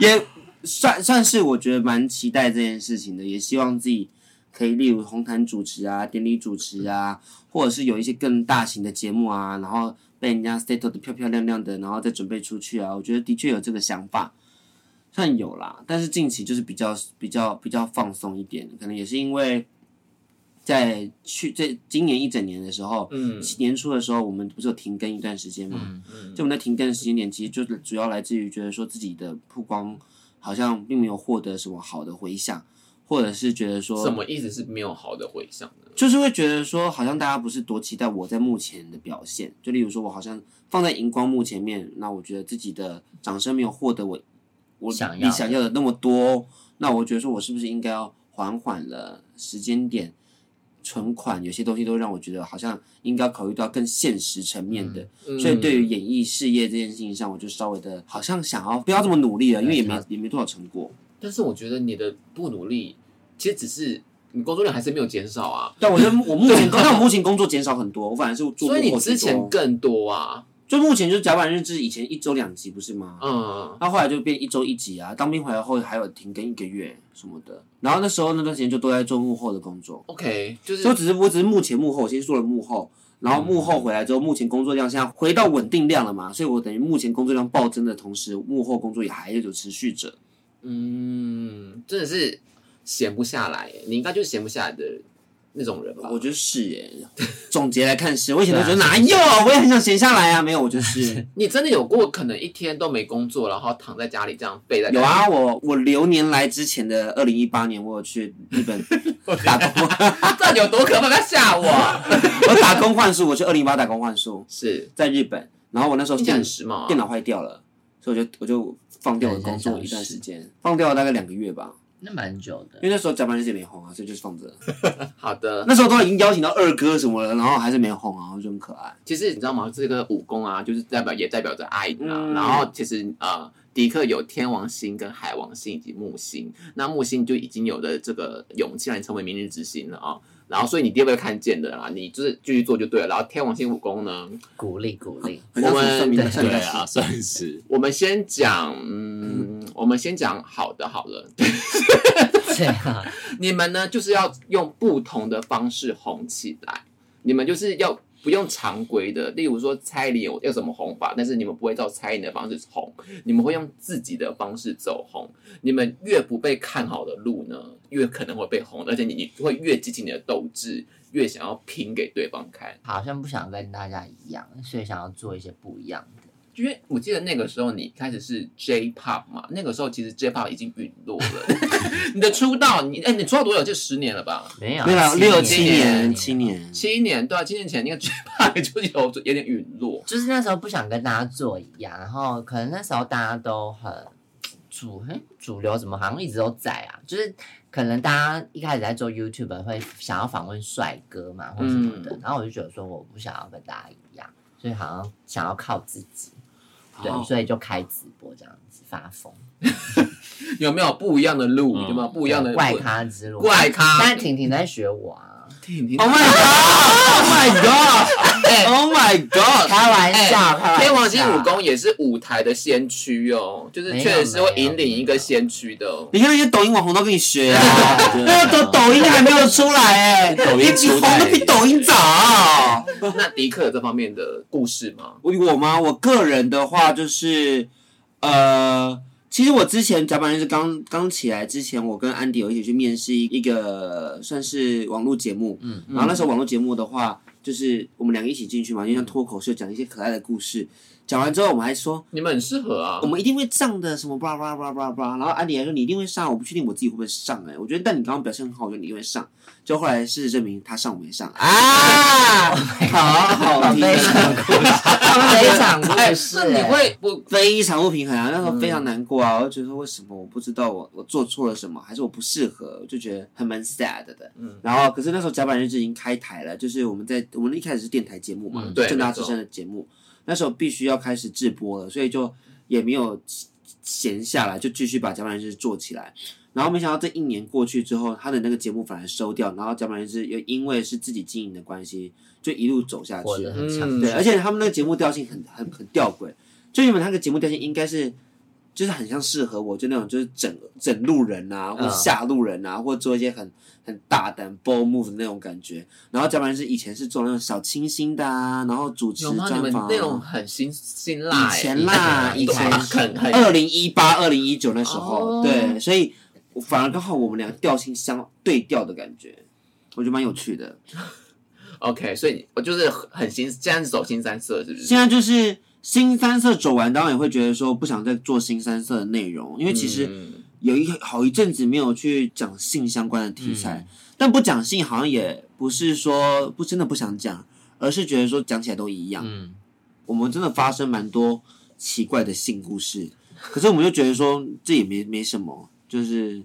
[SPEAKER 4] 也算算是我觉得蛮期待这件事情的，也希望自己可以例如红毯主持啊、典礼主持啊，或者是有一些更大型的节目啊，然后被人家 settle 的漂漂亮亮的，然后再准备出去啊，我觉得的确有这个想法。算有啦，但是近期就是比较比较比较放松一点，可能也是因为在去这今年一整年的时候，
[SPEAKER 1] 嗯
[SPEAKER 4] 年初的时候我们不是有停更一段时间吗？就我们在停更的时间点，其实就是主要来自于觉得说自己的曝光好像并没有获得什么好的回响，或者是觉得
[SPEAKER 1] 什
[SPEAKER 4] 说，
[SPEAKER 1] 么意思是没有好的回响呢？
[SPEAKER 4] 就是会觉得说，好像大家不是多期待我在幕前的表现。就例如说，我好像放在荧光幕前面，那我觉得自己的掌声没有获得我我
[SPEAKER 5] 想要
[SPEAKER 4] 你想要的那么多，那我觉得说我是不是应该要缓缓了时间点？存款有些东西都让我觉得好像应该考虑到更现实层面的，
[SPEAKER 1] 嗯
[SPEAKER 4] 所以对于演艺事业这件事情上，我就稍微的好像想要不要这么努力了，因为也没也没多少成果。
[SPEAKER 1] 但是我觉得你的不努力，其实只是你工作量还是没有减少啊，
[SPEAKER 4] 但我就我目前，但我目前工作减少很多，我反而是做
[SPEAKER 1] 所以
[SPEAKER 4] 幕
[SPEAKER 1] 你
[SPEAKER 4] 后居
[SPEAKER 1] 之前
[SPEAKER 4] 多。
[SPEAKER 1] 更多啊。
[SPEAKER 4] 就目前就是甲板日志以前一周两集不是吗？
[SPEAKER 1] 嗯，
[SPEAKER 4] 他后来就变一周一集啊，当兵回来后还有停更一个月什么的。然后那时候那段时间就都在做幕后的工作，
[SPEAKER 1] OK，就是
[SPEAKER 4] 就只是我只是幕前幕后，我先做了幕后，然后幕后回来之后，目前工作量现在回到稳定量了嘛，所以我等于目前工作量暴增的同时，幕后工作也还有持续着。
[SPEAKER 1] 嗯，真的是闲不下来耶，你应该就是闲不下来的那种人吧？
[SPEAKER 4] 我觉得是耶。 总结来看是，我以前都觉得哪有啊，我也很想闲下来啊，没有，我就是
[SPEAKER 1] 你真的有过可能一天都没工作，然后躺在家里这样背在
[SPEAKER 4] 有啊。我我流年来之前的二零一八年，我有去日 本打工，
[SPEAKER 1] 啊，到底有多可怕？不要吓我啊！
[SPEAKER 4] 我打工换宿，我去二零一八打工换 宿，
[SPEAKER 1] 是，
[SPEAKER 4] 在日本。然后我那时候
[SPEAKER 1] 听起来很
[SPEAKER 4] 电
[SPEAKER 1] 时髦啊。
[SPEAKER 4] 电脑坏掉了，所以我就我就放掉我的工作一段时间，放掉了大概两个月吧。
[SPEAKER 5] 那蛮久的
[SPEAKER 4] 因。为那时候甲板日志也没红啊，所以就是放着。
[SPEAKER 1] 好的，
[SPEAKER 4] 那时候都已经邀请到二哥什么了，然后还是没红啊，我就很可爱。
[SPEAKER 1] 其实你知道吗？这个武功啊，就是代表也代表着爱啊。
[SPEAKER 4] 嗯
[SPEAKER 1] 然后其实呃，迪克有天王星、跟海王星以及木星，那木星就已经有了这个勇气让你成为明日之星了啊、然后所以你爹不会看见的啦，你就是继续做就对了。然后天王星武功呢，
[SPEAKER 5] 鼓励鼓励，
[SPEAKER 4] 很像
[SPEAKER 1] 我们
[SPEAKER 4] 是算命的，
[SPEAKER 5] 对
[SPEAKER 4] 算命
[SPEAKER 2] 对
[SPEAKER 4] 的
[SPEAKER 2] 啊，算是
[SPEAKER 1] 我们先讲，嗯，我们先讲好的好了。
[SPEAKER 5] 对啊，
[SPEAKER 1] 你们呢，就是要用不同的方式红起来。你们就是要不用常规的，例如说猜你有要怎么红法，但是你们不会照猜你的方式红，你们会用自己的方式走红。你们越不被看好的路呢，越可能会被红，而且你你会越激起你的斗志，越想要拼给对方看。
[SPEAKER 5] 好像不想跟大家一样，所以想要做一些不一样的。
[SPEAKER 1] 因为我记得那个时候你开始是 J pop 嘛，那个时候其实 J pop 已经陨落了。 你的出道，你哎、你出道多久？就十年了吧？
[SPEAKER 5] 没有
[SPEAKER 4] 没有啊六七年，
[SPEAKER 1] 年
[SPEAKER 4] 七年。
[SPEAKER 1] 七年，对啊，七年前那个 J pop 就有有点陨落。
[SPEAKER 5] 就是那时候不想跟大家做一样，然后可能那时候大家都很主，嘿主流怎么好像一直都在啊，就是可能大家一开始在做 YouTube 会想要访问帅哥嘛或什么
[SPEAKER 1] 嗯
[SPEAKER 5] 的，然后我就觉得说我不想要跟大家一样，所以好像想要靠自己，对，
[SPEAKER 4] 哦
[SPEAKER 5] 所以就开直播这样子发疯，
[SPEAKER 1] 有没有不一样的路？
[SPEAKER 2] 嗯
[SPEAKER 1] 有没有不一样的
[SPEAKER 5] 怪咖之路，
[SPEAKER 1] 怪咖？
[SPEAKER 5] 但婷婷在学我 啊，
[SPEAKER 1] 婷婷
[SPEAKER 4] Oh my god! Oh my god!
[SPEAKER 1] 哎
[SPEAKER 4] Oh my god!
[SPEAKER 5] 开玩笑，
[SPEAKER 4] 哎
[SPEAKER 5] 开玩笑，
[SPEAKER 1] 天王星武功也是舞台的先驱哦，就是
[SPEAKER 5] 没有
[SPEAKER 1] 确实是会引领一个先驱的 哦。
[SPEAKER 4] 你看那些抖音网红都跟你学啊，那
[SPEAKER 2] 对
[SPEAKER 4] 个抖抖音还没有出来哎，
[SPEAKER 2] 抖音
[SPEAKER 4] 你
[SPEAKER 2] 出
[SPEAKER 4] 红
[SPEAKER 2] 来
[SPEAKER 4] 的比抖音早。
[SPEAKER 1] 那迪克有这方面的故事吗？
[SPEAKER 4] 我我吗？我个人的话就是，呃，其实我之前甲板日志刚刚起来之前，我跟安迪有一起去面试一一个算是网络节目，嗯，然后那时候网络节目的话，就是我们两个一起进去嘛，就像脱口秀讲一些可爱的故事，讲完之后我们还说。
[SPEAKER 1] 你们很适合啊
[SPEAKER 4] 我。们一定会上的，什么巴拉巴拉巴拉巴拉巴拉。然后安迪还说你一定会上，我不确定我自己会不会上哎、我觉得但你刚刚表现很好，我觉得你一定会上。就后来事实证明他上我没上啊，好好听
[SPEAKER 5] 非常故事，哦非常故事、
[SPEAKER 1] 哎那你会不？
[SPEAKER 4] 非常不平衡啊！那时
[SPEAKER 1] 嗯
[SPEAKER 4] 候非常难过啊，我就觉得说为什么我不知道我我做错了什么，还是我不适合，我就觉得很蛮 sad 的。
[SPEAKER 1] 嗯
[SPEAKER 4] 然后可是那时候甲板日志已经开台了，就是我们在我们一开始是电台节目嘛，
[SPEAKER 5] 嗯
[SPEAKER 1] 对
[SPEAKER 4] 正大
[SPEAKER 1] 没
[SPEAKER 4] 之
[SPEAKER 1] 错
[SPEAKER 4] 声的节目，那时候必须要开始直播了，所以就也没有闲下来，就继续把甲板日志做起来。然后没想到这一年过去之后，他的那个节目反而收掉，然后甲板日志又因为是自己经营的关系，就一路走下去。
[SPEAKER 5] 火的哎很强，
[SPEAKER 1] 嗯
[SPEAKER 4] 对，而且他们那个节目调性很很很吊诡，就你们那个节目调性应该是，就是很像适合我，就那种就是整整路人啊，或
[SPEAKER 5] 嗯
[SPEAKER 4] 下路人啊，或做一些很很大胆 bold move 的那种感觉。然后甲板是以前是做那种小清新的啊，然后主持
[SPEAKER 1] 有吗？你
[SPEAKER 4] 专
[SPEAKER 1] 们
[SPEAKER 4] 访
[SPEAKER 1] 那种
[SPEAKER 4] 啊。
[SPEAKER 1] 很辛辛辣
[SPEAKER 4] 以
[SPEAKER 1] 欸，
[SPEAKER 4] 前 啦，以
[SPEAKER 1] 对
[SPEAKER 4] 前
[SPEAKER 1] 很很
[SPEAKER 4] 二零一八、二零一九那时候，
[SPEAKER 1] 哦
[SPEAKER 4] 对，所以我反而刚好我们俩调性相对调的感觉，我觉得蛮有趣的。
[SPEAKER 1] OK，所以我就是很新，现在是走新三色，是不是
[SPEAKER 4] 现？在就是新三色走完，当然也会觉得说不想再做新三色的内容，因为其实
[SPEAKER 1] 嗯
[SPEAKER 4] 有一好一阵子没有去讲性相关的题材，
[SPEAKER 1] 嗯
[SPEAKER 4] 但不讲性好像也不是说不真的不想讲，而是觉得说讲起来都一样。
[SPEAKER 5] 嗯，
[SPEAKER 4] 我们真的发生蛮多奇怪的性故事， 可是我们就觉得说这也没没什么，就是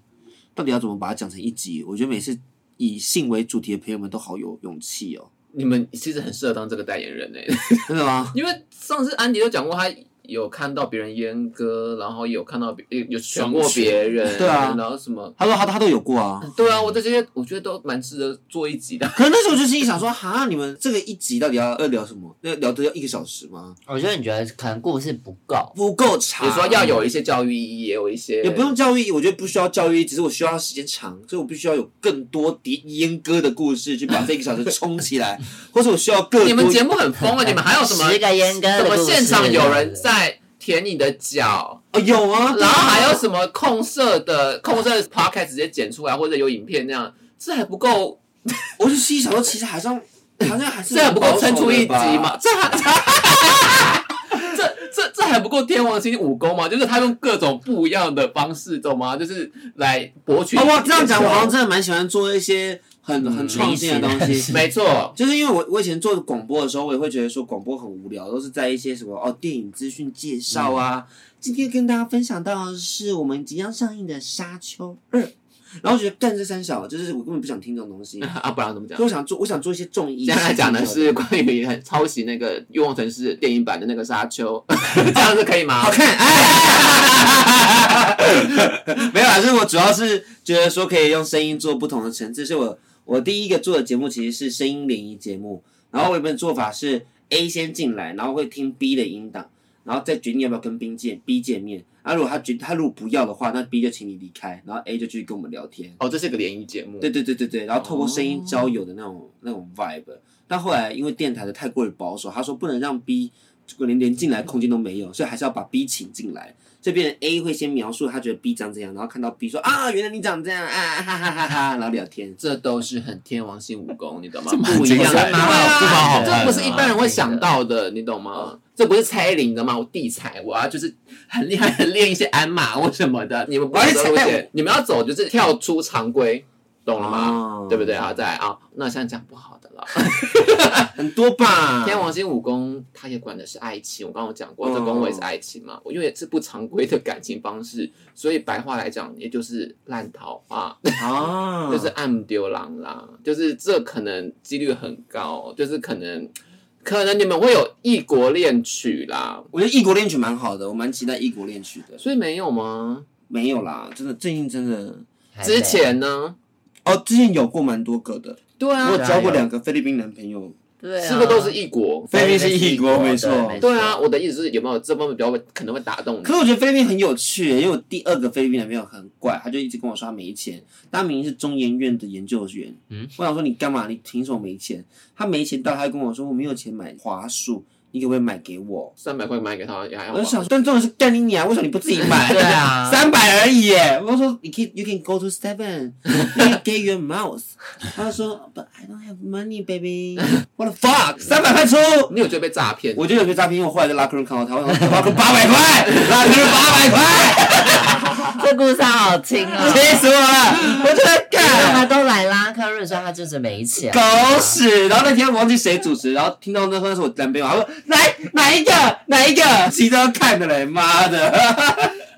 [SPEAKER 4] 到底要怎么把它讲成一集？我觉得每次以性为主题的朋友们都好有勇气哦，
[SPEAKER 1] 你们其实很适合当这个代言人呢、欸
[SPEAKER 4] 真的吗？
[SPEAKER 1] 因为上次安迪都讲过，他有看到别人阉割，然后有看到别有有选
[SPEAKER 2] 双
[SPEAKER 1] 过
[SPEAKER 2] 全
[SPEAKER 1] 别人，
[SPEAKER 4] 对啊
[SPEAKER 1] 然后什么。
[SPEAKER 4] 他说他他都有过啊，
[SPEAKER 1] 对啊，我对这些我觉得都蛮值得做一集的。
[SPEAKER 4] 可是那时候我就心里想说，哈，你们这个一集到底要要聊什么？要聊的要一个小时吗？
[SPEAKER 5] 我觉得你觉得可能故事不够，
[SPEAKER 4] 不够长。
[SPEAKER 1] 你说要有一些教育意义，也有一些
[SPEAKER 4] 也不用教育，我觉得不需要教育，只是我需要时间长，所以我必须要有更多敌阉割的故事去把这个小时冲起 来，或者我需要更
[SPEAKER 1] 哎你
[SPEAKER 4] 多
[SPEAKER 1] 们节目很疯啊！你们还有什 么
[SPEAKER 5] 十个阉割的
[SPEAKER 1] 什么
[SPEAKER 5] 故事
[SPEAKER 1] 现场有人在舔你的脚，
[SPEAKER 4] 哦有啊，
[SPEAKER 1] 然后还有什么控色的控色 podcast 直接剪出来，或者有影片那样，这还不够，
[SPEAKER 4] 我就心里想说，其实好像好像还是
[SPEAKER 1] 这还不够撑出一集
[SPEAKER 4] 嘛。
[SPEAKER 1] 吗？这还 这这这还不够天王星武功吗？就是他用各种不一样的方式，懂吗？就是来博取。
[SPEAKER 4] 哦，我这样讲，我好像真的蛮喜欢做一些很很创
[SPEAKER 1] 嗯
[SPEAKER 4] 新的东
[SPEAKER 5] 离
[SPEAKER 4] 西
[SPEAKER 5] 奇。
[SPEAKER 1] 没错，
[SPEAKER 4] 就是因为我我以前做广播的时候，我也会觉得说广播很无聊，都是在一些什么哦电影资讯介绍
[SPEAKER 1] 嗯
[SPEAKER 4] 啊。今天跟大家分享到的是我们即将上映的《沙丘二》，然后我觉得干这三小，就是我根本不想听这种 东西，所
[SPEAKER 1] 啊，不然怎么讲
[SPEAKER 4] 以？我想做我想做一些重意。
[SPEAKER 1] 现在讲的是关于抄袭那个《欲望城市》电影版的那个《沙丘》， 这样是可以吗
[SPEAKER 4] 好？看，哎， 没有啦，啊就是我主要是觉得说可以用声音做不同的层次，所以我我第一个做的节目其实是声音联谊节目，然后我原本做法是 A 先进来，然后会听 B 的音档，然后再决定要不要跟 B 见 B 见面。啊，如果他决他如果不要的话，那 B 就请你离开，然后 A 就继续跟我们聊天。
[SPEAKER 1] 哦，这是个联谊节目，
[SPEAKER 4] 对对对对对，然后透过声音交友的那种、那种 vibe。但后来因为电台的太过于保守，他说不能让 B 这个连连进来空间都没有，所以还是要把 B 请进来。这边 A 会先描述他觉得 B 长怎样，然后看到 B 说啊，原来你长这样啊，哈哈哈哈，然后聊天。
[SPEAKER 1] 这都是很天王星武功，你懂吗？
[SPEAKER 2] 这蛮
[SPEAKER 1] 不一
[SPEAKER 2] 精
[SPEAKER 1] 样
[SPEAKER 2] 彩
[SPEAKER 1] 的，
[SPEAKER 2] 的
[SPEAKER 1] 对啊
[SPEAKER 2] 这蛮好看的嗯
[SPEAKER 1] 这不是一般人会想到的，你懂吗？这不是蔡依林的吗？我地才，我要就是很厉害，很练一些鞍马或什么的。你们不要走路
[SPEAKER 4] 哎
[SPEAKER 1] 线，你们要走就是跳出常规，懂了吗？
[SPEAKER 4] 哦
[SPEAKER 1] 对不对？好，再来啊，那像讲不好的了。
[SPEAKER 4] 嗯很多吧。
[SPEAKER 1] 天王星武功，他也管的是爱情。我刚刚有讲过，
[SPEAKER 4] 嗯
[SPEAKER 1] 这宫位是爱情嘛，我因为是不常规的感情方式，所以白话来讲，也就是烂桃花，
[SPEAKER 4] 啊，
[SPEAKER 1] 就是暗丢郎啦，就是这可能几率很高，就是可能可能你们会有异国恋曲啦，
[SPEAKER 4] 我觉得异国恋曲蛮好的，我蛮期待异国恋曲的。
[SPEAKER 1] 所以没有吗？
[SPEAKER 4] 没有啦，真的最近真的
[SPEAKER 5] 还没
[SPEAKER 1] 之前呢？
[SPEAKER 4] 哦，之前有过蛮多个的，
[SPEAKER 1] 对
[SPEAKER 4] 我
[SPEAKER 1] 啊
[SPEAKER 4] 有，交过
[SPEAKER 5] 有
[SPEAKER 4] 两个菲律宾男朋友，
[SPEAKER 5] 对啊
[SPEAKER 1] 是不是都是异国？
[SPEAKER 4] 菲律宾是异国没错
[SPEAKER 5] 对
[SPEAKER 1] 对啊，我的意思是有没有这方面比较会可能会打动你
[SPEAKER 4] 可？是我觉得菲律宾很有趣，因为我第二个菲律宾男朋友很怪，他就一直跟我说他没钱，但他明明是中研院的研究员。
[SPEAKER 5] 嗯
[SPEAKER 4] 我想说你干嘛？你凭什么没钱？他没钱到，他还跟我说我没有钱买华数，你可不可以买给我？
[SPEAKER 1] 三百块买给他也还好
[SPEAKER 4] 我就
[SPEAKER 1] 吧。
[SPEAKER 4] 想说，但重点是干你娘，为什么你不自己买？
[SPEAKER 5] 对啊
[SPEAKER 4] 三百而已耶！我说你可以，you can go to seven, you can get your mouse。他就说，but I don't have money, baby. What the fuck？三百块出。
[SPEAKER 1] 你有觉得被诈骗？
[SPEAKER 4] 我就有被诈骗，因为我后来在拉客人看到他，我想拉客八百块，拉客八百块，
[SPEAKER 5] 这故事好听 啊、
[SPEAKER 4] 气死我了！我就在
[SPEAKER 5] 他
[SPEAKER 1] 啊
[SPEAKER 4] 干
[SPEAKER 5] 都来拉客瑞说他就是没钱，
[SPEAKER 4] 狗屎。然后那天忘记谁主持，然后听到那那是我男朋友，他说来哪一个哪一个，其实都要看的嘞，妈的！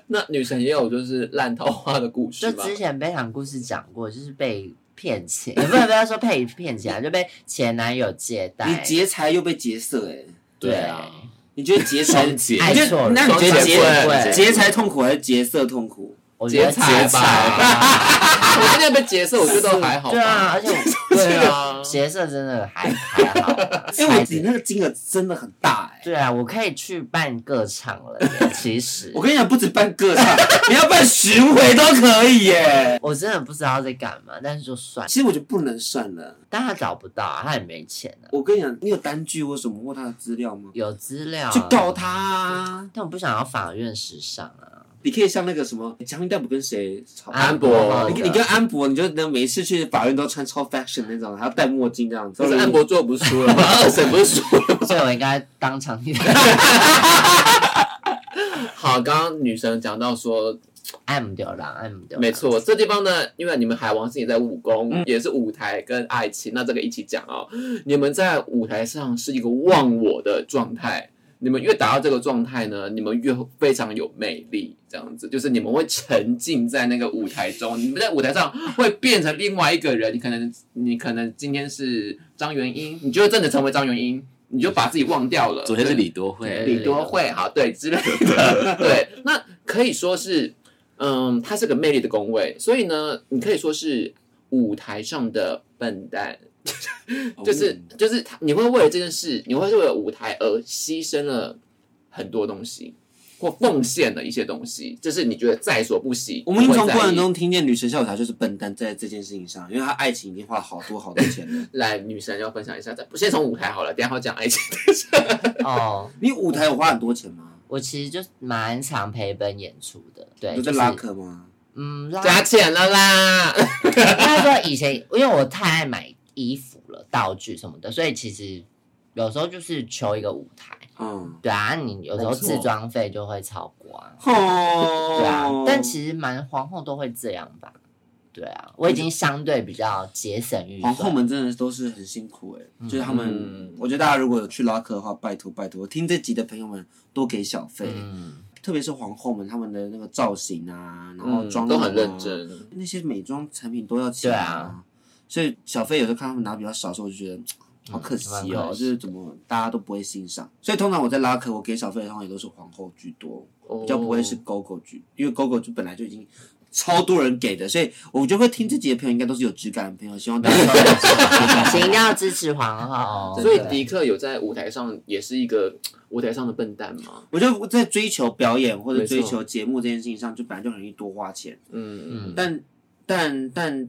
[SPEAKER 1] 那女神也有就是烂桃花的故事
[SPEAKER 5] 就
[SPEAKER 1] 吧？
[SPEAKER 5] 之前被讲故事讲过，就是被骗钱， 也不能不要说被骗钱啊，就被前男友借贷。
[SPEAKER 4] 你劫财又被劫色哎，
[SPEAKER 2] 对啊，
[SPEAKER 4] 你觉得劫财？
[SPEAKER 2] 双
[SPEAKER 4] 你
[SPEAKER 2] 节
[SPEAKER 5] 哎
[SPEAKER 4] 觉得那你觉得劫
[SPEAKER 5] 双节棍
[SPEAKER 4] 劫财痛苦还是劫色痛苦？
[SPEAKER 5] 我觉
[SPEAKER 1] 劫
[SPEAKER 5] 得
[SPEAKER 1] 财 吧，我现在被劫色，我觉得都还好吧。
[SPEAKER 5] 对啊，而且我
[SPEAKER 1] 对啊
[SPEAKER 5] 角色真的还还好，
[SPEAKER 4] 因为我
[SPEAKER 5] 还
[SPEAKER 4] 你那个金额真的很大哎。
[SPEAKER 5] 对啊，我可以去办个场了耶。其 实
[SPEAKER 4] 我跟你讲，不止办个场，你要办巡回都可以 耶。
[SPEAKER 5] 我真的不知道在干嘛，但是就算，
[SPEAKER 4] 其实我就不能算了。
[SPEAKER 5] 但他找不到啊，他也没钱啊，
[SPEAKER 4] 我跟你讲，你有单据或什么或他的资料吗？
[SPEAKER 5] 有资料啊
[SPEAKER 4] 去告他啊！
[SPEAKER 5] 但我不想要法院时尚啊，
[SPEAKER 4] 你可以像那个什么强尼戴普跟谁吵
[SPEAKER 1] 啊安
[SPEAKER 5] 博
[SPEAKER 1] 博
[SPEAKER 5] 后
[SPEAKER 4] 你
[SPEAKER 5] 的
[SPEAKER 4] 跟你跟安博，你就能每次去法院都穿超 fashion 那种，还要戴墨镜这样子。
[SPEAKER 1] 可是
[SPEAKER 2] 嗯
[SPEAKER 1] 安博最后不是 输了吗？二审不是输了吗？
[SPEAKER 5] 所以我应该当场
[SPEAKER 1] 好，刚刚女神讲到说，
[SPEAKER 5] 啊爱姆丢狼，爱姆丢，
[SPEAKER 1] 没，错，这地方呢，因为你们海王星也在武功，
[SPEAKER 5] 嗯
[SPEAKER 1] 也是舞台跟爱情，那这个一起讲哦。你们在舞台上是一个忘我的状态，你们越达到这个状态呢，你们越非常有魅力，这样子就是你们会沉浸在那个舞台中，你们在舞台上会变成另外一个人。你可能你可能今天是张元英，你就会真的成为张元英，你就把自己忘掉了。
[SPEAKER 2] 昨天是
[SPEAKER 1] 对
[SPEAKER 2] 李多
[SPEAKER 1] 对
[SPEAKER 2] 惠，
[SPEAKER 1] 李多惠，好对之类 的，对，那可以说是，嗯，他是个魅力的工位，所以呢，你可以说是舞台上的笨蛋，
[SPEAKER 4] 哦
[SPEAKER 1] 就是就是他，你会为了这件事，你会为了舞台而牺牲了很多东西，或奉献了一些东西，这是你觉得在所不惜。
[SPEAKER 4] 我们已经从
[SPEAKER 1] 不
[SPEAKER 4] 过
[SPEAKER 1] 会在意
[SPEAKER 4] 程中听见女神下舞台就是笨蛋在这件事情上，因为她爱情已经花了好多好多钱 了。
[SPEAKER 1] 来，女神要分享一下，咱先从舞台好了，等一下好讲爱情。
[SPEAKER 5] 哦，
[SPEAKER 4] 你舞台有花很多钱吗？
[SPEAKER 5] 我其实就蛮常陪本演出的，对，
[SPEAKER 4] 有在
[SPEAKER 5] 就是
[SPEAKER 4] 拉客吗？
[SPEAKER 5] 嗯，拉
[SPEAKER 1] 加钱了啦，
[SPEAKER 4] 哦
[SPEAKER 5] 那时候以前，因为我太爱买衣服了、道具什么的，所以其实有时候就是求一个舞台。
[SPEAKER 4] 嗯，
[SPEAKER 5] 对啊，你有时候
[SPEAKER 4] 没错
[SPEAKER 5] 自装费就会超过啊。
[SPEAKER 4] 哦，
[SPEAKER 5] 对啊，但其实蛮皇后都会这样吧。对啊，我已经相对比较节省预
[SPEAKER 4] 皇
[SPEAKER 5] 算。
[SPEAKER 4] 后们真的都是很辛苦哎、
[SPEAKER 5] 嗯
[SPEAKER 4] 就是他们，
[SPEAKER 1] 嗯
[SPEAKER 4] 我觉得大家如果有去拉客的话，拜托拜托，听这集的朋友们多给小费，
[SPEAKER 5] 嗯，
[SPEAKER 4] 特别是皇后们他们的那个造型啊，然后妆、
[SPEAKER 1] 嗯都很认，真。
[SPEAKER 4] 那些美妆产品都要钱
[SPEAKER 5] 对
[SPEAKER 4] 啊，所以小费有时候看他们拿比较少的时候，我就觉得。好可惜
[SPEAKER 5] 蛮
[SPEAKER 4] 哦，
[SPEAKER 5] 可惜
[SPEAKER 4] 就是怎么大家都不会欣赏，所以通常我在拉客，我给小费的通常也都是皇后居多，比较不会是
[SPEAKER 1] 哦
[SPEAKER 4] GoGo 剧，因为 GoGo 剧本来就已经超多人给的，所以我就会听这集的朋友应该都是有质感的朋友，希望大家
[SPEAKER 5] 请一定要支持皇
[SPEAKER 4] 哦
[SPEAKER 5] 后。
[SPEAKER 1] 所以
[SPEAKER 5] 对
[SPEAKER 1] 迪克有在舞台上也是一个舞台上的笨蛋嘛？
[SPEAKER 4] 我就在追求表演或者
[SPEAKER 1] 没错
[SPEAKER 4] 追求节目这件事情上，就本来就很容易多花钱，
[SPEAKER 1] 嗯，
[SPEAKER 5] 嗯
[SPEAKER 4] 但但但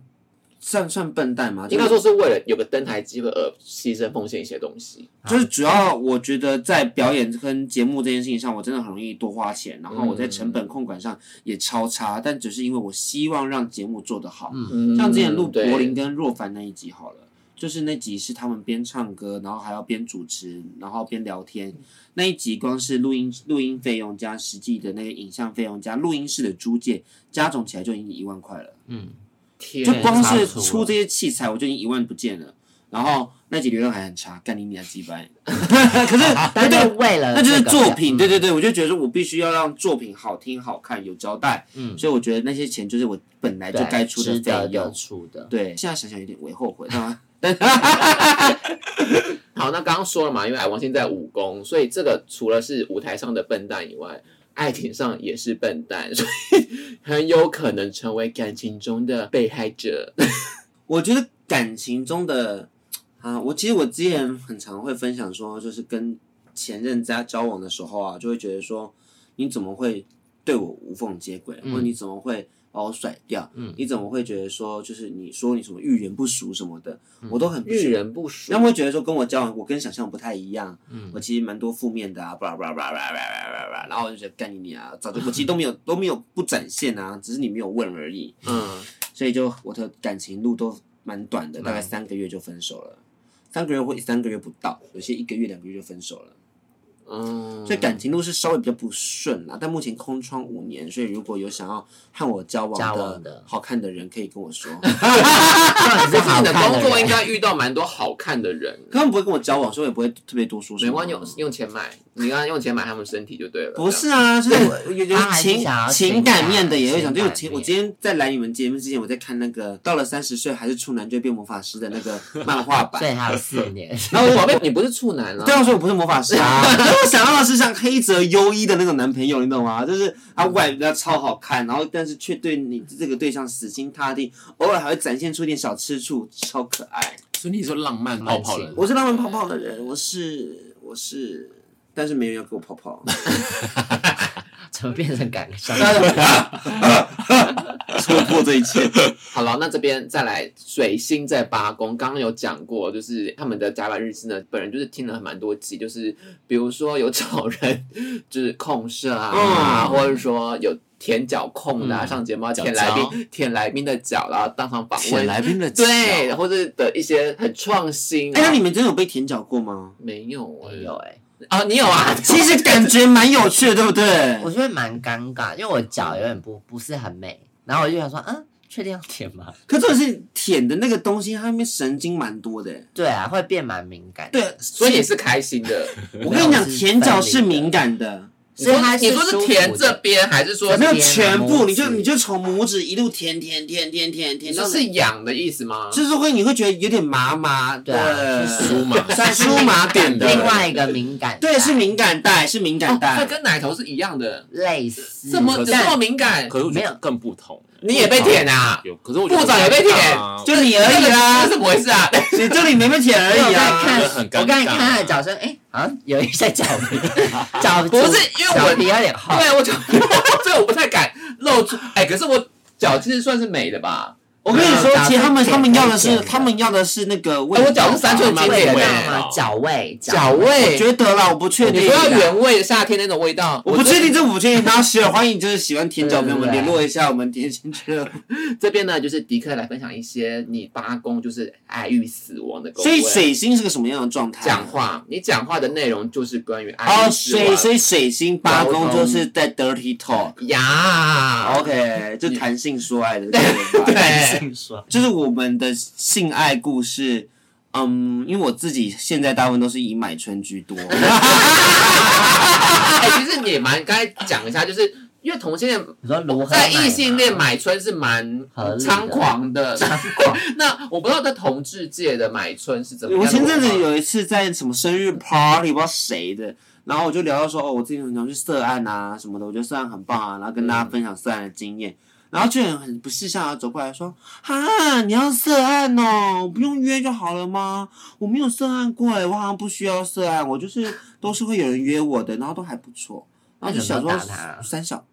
[SPEAKER 4] 算算笨蛋嘛，
[SPEAKER 1] 应
[SPEAKER 4] 就是
[SPEAKER 1] 该说是为了有个登台机会而牺牲奉献一些东西。
[SPEAKER 4] 就是
[SPEAKER 5] 啊
[SPEAKER 4] 主要我觉得在表演跟节目这件事情上，我真的很容易多花钱，然后我在成
[SPEAKER 5] 嗯
[SPEAKER 4] 本控管上也超差，但只是因为我希望让节目做得好，
[SPEAKER 5] 嗯
[SPEAKER 1] 嗯
[SPEAKER 4] 像之前录
[SPEAKER 1] 对
[SPEAKER 4] 柏林跟若凡那一集好了，就是那集是他们边唱歌，然后还要边主持，然后边聊天。那一集光是录音录音费用加实际的那个影像费用加录音室的租借，加总起来就已经一万块了。
[SPEAKER 5] 嗯，
[SPEAKER 1] 天
[SPEAKER 4] 就光
[SPEAKER 5] 差
[SPEAKER 4] 是
[SPEAKER 5] 不多
[SPEAKER 4] 出这些器材，我就已经一万不见了。然后那集流量还很差，干你娘鸡巴！可是那
[SPEAKER 5] 但
[SPEAKER 4] 啊对
[SPEAKER 5] 是为了
[SPEAKER 4] 那呃就是
[SPEAKER 5] 这个
[SPEAKER 4] 作品，
[SPEAKER 5] 嗯
[SPEAKER 4] 对对对，我就觉得说我必须要让作品好听、好看、有交代，
[SPEAKER 5] 嗯，
[SPEAKER 4] 所以我觉得那些钱就是我本来就
[SPEAKER 5] 对
[SPEAKER 4] 该出的
[SPEAKER 5] 值
[SPEAKER 4] 费
[SPEAKER 5] 得
[SPEAKER 4] 用
[SPEAKER 5] 的。出的。
[SPEAKER 4] 对，现在想想有点为后悔，那
[SPEAKER 1] 好，那刚刚说了嘛，因为海王星在武功，所以这个除了是舞台上的笨蛋以外，爱情上也是笨蛋， 所以很有可能成为感情中的被害者。
[SPEAKER 4] 我觉得感情中的啊，我其实我之前很常会分享说，就是跟前任在交往的时候啊，就会觉得说，你怎么会对我无缝接轨，
[SPEAKER 5] 嗯
[SPEAKER 4] 或者你怎么会把我甩掉？
[SPEAKER 5] 嗯
[SPEAKER 4] 你怎么会觉得说，就是你说你什么遇人不淑什么的，
[SPEAKER 5] 嗯
[SPEAKER 4] 我都很不
[SPEAKER 1] 遇
[SPEAKER 4] 喜欢。
[SPEAKER 1] 人不淑
[SPEAKER 4] 那，会觉得说跟我交往，我跟想象不太一样，
[SPEAKER 5] 嗯
[SPEAKER 4] 我其实蛮多负面的啊，巴拉巴拉巴拉巴拉巴拉巴拉巴拉，然后我就觉得干你娘啊，早就我其实都没有都没有不展现啊，只是你没有问而已。
[SPEAKER 1] 嗯，
[SPEAKER 4] 所以就我的感情路都蛮短的，大
[SPEAKER 5] 嗯
[SPEAKER 4] 概三个月就分手了，三个月或三个月不到，有些一个月两个月就分手了。
[SPEAKER 1] 嗯，
[SPEAKER 4] 所以感情路是稍微比较不顺啦，但目前空窗五年，所以如果有想要和我交
[SPEAKER 5] 交
[SPEAKER 4] 往
[SPEAKER 5] 往
[SPEAKER 4] 的
[SPEAKER 5] 的
[SPEAKER 4] 好看的人，可以跟我说。
[SPEAKER 5] 你
[SPEAKER 1] 就是你的
[SPEAKER 5] 看
[SPEAKER 1] 工作
[SPEAKER 5] 人
[SPEAKER 1] 应该遇到蛮多好看的人，
[SPEAKER 4] 他们不会跟我交往，所以我也不会特别多说什么。
[SPEAKER 1] 没关系，用用钱买，你刚刚用钱买他们身体就对了。
[SPEAKER 4] 不是啊，就是我 有有
[SPEAKER 5] 他还是
[SPEAKER 4] 情
[SPEAKER 5] 想要
[SPEAKER 4] 情
[SPEAKER 5] 情
[SPEAKER 4] 感
[SPEAKER 5] 感
[SPEAKER 4] 面的也会
[SPEAKER 5] 情
[SPEAKER 4] 想，就
[SPEAKER 5] 感
[SPEAKER 4] 有情。我
[SPEAKER 5] 面
[SPEAKER 4] 今天在来你们节目之前，我在看那个到了三十岁还是处男就会变魔法师的那 个漫画版，
[SPEAKER 5] 所以还有四年。
[SPEAKER 1] 这样，然后宝贝，你不是处男啊？
[SPEAKER 4] 对啊，所以我不是魔法师啊，可 是我想到的是像黑泽优一的那种男朋友，你懂吗？就是他外表超好看，然后但是却对你这个对象死心塌地，偶尔还会展现出一点小吃醋，超可爱。
[SPEAKER 2] 所以你说浪漫泡泡人，
[SPEAKER 4] 我是浪漫泡泡的人，我是我是，但是没人要给我泡 泡。
[SPEAKER 5] 怎么变成感伤？
[SPEAKER 4] 戳破这一 切，
[SPEAKER 1] 好了，那这边再来水星在八宫，刚刚有讲过，就是他们的甲板日志呢，本人就是听了蛮多集，就是比如说有找人就是控射啊，
[SPEAKER 4] 嗯
[SPEAKER 1] 或者说有舔脚控的、啊，
[SPEAKER 2] 嗯
[SPEAKER 1] 上节目要
[SPEAKER 2] 脚
[SPEAKER 1] 舔来
[SPEAKER 2] 脚
[SPEAKER 1] 宾舔来宾的脚，然后当场访
[SPEAKER 2] 舔
[SPEAKER 1] 问，
[SPEAKER 2] 来宾的脚
[SPEAKER 1] 对，或者的一些很创新、啊。
[SPEAKER 4] 哎哎，那你们真的有被舔脚过吗？
[SPEAKER 1] 没有、欸？
[SPEAKER 5] 没有哎、
[SPEAKER 1] 啊？你有 啊？
[SPEAKER 4] 其实感觉蛮有趣的，对不对？
[SPEAKER 5] 我觉得蛮尴尬，因为我脚有点不不是很美，然后我就想说，嗯，确定要舔 吗？
[SPEAKER 4] 可这是舔的那个东西，它那边神经蛮多的。
[SPEAKER 5] 对啊，会变蛮敏感。
[SPEAKER 4] 对，
[SPEAKER 1] 所以你是开心的。
[SPEAKER 4] 我跟你讲，
[SPEAKER 5] 是
[SPEAKER 4] 舔脚是敏感的，
[SPEAKER 5] 所以它
[SPEAKER 1] 你说
[SPEAKER 5] 舒
[SPEAKER 1] 是
[SPEAKER 5] 服
[SPEAKER 1] 填这
[SPEAKER 5] 的，
[SPEAKER 1] 边，还是说
[SPEAKER 5] 这
[SPEAKER 4] 没
[SPEAKER 5] 边
[SPEAKER 4] 有
[SPEAKER 1] 是
[SPEAKER 4] 全部，
[SPEAKER 5] 拇
[SPEAKER 4] 你就
[SPEAKER 5] 指
[SPEAKER 4] 你就从拇指一路舔舔舔舔舔舔
[SPEAKER 1] 你
[SPEAKER 4] 到
[SPEAKER 1] 说
[SPEAKER 4] 那，
[SPEAKER 1] 是痒的意思吗？
[SPEAKER 4] 就是会你会觉得有点麻麻
[SPEAKER 5] 对啊
[SPEAKER 4] 的，
[SPEAKER 2] 酥嘛，
[SPEAKER 4] 算是酥麻点的，
[SPEAKER 5] 另外一个敏感带，
[SPEAKER 4] 对是敏感带，是敏感
[SPEAKER 1] 哦，
[SPEAKER 4] 带
[SPEAKER 1] 这，跟奶头是一样的，
[SPEAKER 5] 类似，
[SPEAKER 1] 这么
[SPEAKER 2] 可是
[SPEAKER 1] 这么敏感，
[SPEAKER 2] 可是我觉
[SPEAKER 5] 没有
[SPEAKER 2] 得更不同。
[SPEAKER 1] 你也被舔啊？
[SPEAKER 2] 有，可是我觉得
[SPEAKER 1] 部长也被舔
[SPEAKER 2] 啊
[SPEAKER 4] 就你而已啦
[SPEAKER 1] 这，怎么回事啊？
[SPEAKER 4] 你就你没被舔而
[SPEAKER 5] 因为我
[SPEAKER 4] 已
[SPEAKER 5] 刚才
[SPEAKER 4] 啊。
[SPEAKER 5] 看，
[SPEAKER 2] 觉得很尴尬
[SPEAKER 5] 我刚才看他的脚声，哎、好像有一些脚皮，脚
[SPEAKER 1] 不是因为我
[SPEAKER 5] 脚皮有点厚，
[SPEAKER 1] 对，啊我就 所以我不太敢露出。哎，可是我脚其实算是美的吧？
[SPEAKER 4] 我跟你说，其实他们
[SPEAKER 5] 对
[SPEAKER 4] 他们要的
[SPEAKER 5] 对
[SPEAKER 4] 是
[SPEAKER 5] 对
[SPEAKER 4] 他们要的是那个味
[SPEAKER 1] 哎
[SPEAKER 4] 道
[SPEAKER 1] 我脚
[SPEAKER 4] 吧，
[SPEAKER 1] 是三寸
[SPEAKER 5] 脚
[SPEAKER 1] 金
[SPEAKER 5] 味
[SPEAKER 1] 味
[SPEAKER 5] 道吗
[SPEAKER 2] 道？
[SPEAKER 5] 脚味，
[SPEAKER 1] 脚
[SPEAKER 4] 我
[SPEAKER 1] 味，
[SPEAKER 4] 觉得啦，我不确
[SPEAKER 1] 你
[SPEAKER 4] 定，
[SPEAKER 1] 不要原味，夏天那种味道。
[SPEAKER 4] 我不确定，这我不确定。然后喜欢欢迎就是喜欢舔脚
[SPEAKER 5] 对
[SPEAKER 4] 跟
[SPEAKER 5] 对
[SPEAKER 4] 我们
[SPEAKER 5] 对
[SPEAKER 4] 联络一下，我们甜心俱乐部。
[SPEAKER 1] 这边呢，就是迪克来分享一些你八宫就是爱与死亡的宫
[SPEAKER 4] 所
[SPEAKER 1] 位。
[SPEAKER 4] 以水星是个什么样的状态？
[SPEAKER 1] 讲。话，你讲话的内容就是关于爱
[SPEAKER 4] 哦，
[SPEAKER 1] 与死亡。
[SPEAKER 4] 水所以水星八宫
[SPEAKER 1] 沟
[SPEAKER 4] 就
[SPEAKER 1] 通
[SPEAKER 4] 是在 dirty talk。
[SPEAKER 1] 呀
[SPEAKER 4] OK，就谈性说爱的对
[SPEAKER 1] 对
[SPEAKER 5] 性说，
[SPEAKER 4] 就是我们的性爱故事。嗯，因为我自己现在大部分都是以买春居多，
[SPEAKER 1] 哎、其实你也蛮该讲一下，就是因为同性恋
[SPEAKER 5] 你说如何买
[SPEAKER 1] 在异性恋
[SPEAKER 5] 吗
[SPEAKER 1] 买春是蛮
[SPEAKER 5] 合理的
[SPEAKER 1] 猖狂的。
[SPEAKER 5] 猖狂
[SPEAKER 1] 那我不知道在同志界的买春是怎么样
[SPEAKER 4] 我
[SPEAKER 1] 的
[SPEAKER 4] 前阵子
[SPEAKER 1] 文化
[SPEAKER 4] 有一次在什么生日 party，不知道谁的，然后我就聊到说，哦，我自己很想去涉案啊什么的，我觉得涉案很棒啊，然后跟大家分享涉案的经验，然后就有人很不识相的走过来说，哈，你要涉案哦，不用约就好了吗？我没有涉案过哎，我好像不需要涉案，我就是都是会有人约我的，然后都还不错，然后就想说
[SPEAKER 5] 那你有没有打他啊
[SPEAKER 4] 三小，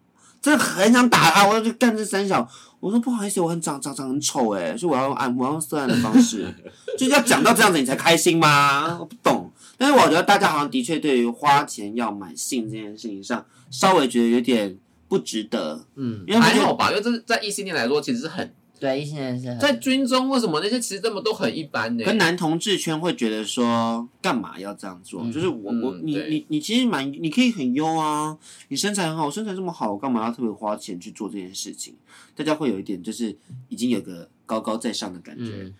[SPEAKER 4] 真的很想打他，我就干这三小。我说不好意思，我很长长长很丑哎、所以我要用按我要用色按的方式， 就是要讲到这样子你才开心吗？我不懂。但是我觉得大家好像的确对于花钱要买性这件事情上，稍微觉得有点不值得，
[SPEAKER 5] 嗯，
[SPEAKER 4] 因为
[SPEAKER 1] 还
[SPEAKER 4] 就
[SPEAKER 1] 好吧，因为这是在异性恋来说其实是很
[SPEAKER 5] 对，异性恋是很
[SPEAKER 1] 在军中为什么那些其实根本都很一般呢、
[SPEAKER 4] 跟男同志圈会觉得说，干嘛要这样做？
[SPEAKER 5] 嗯
[SPEAKER 4] 就是我我
[SPEAKER 1] 嗯
[SPEAKER 4] 你
[SPEAKER 1] 对
[SPEAKER 4] 你你其实蛮，你可以很优啊，你身材很好，我身材这么好，我干嘛要特别花钱去做这件事情？大家会有一点就是已经有个高高在上的感觉，
[SPEAKER 5] 嗯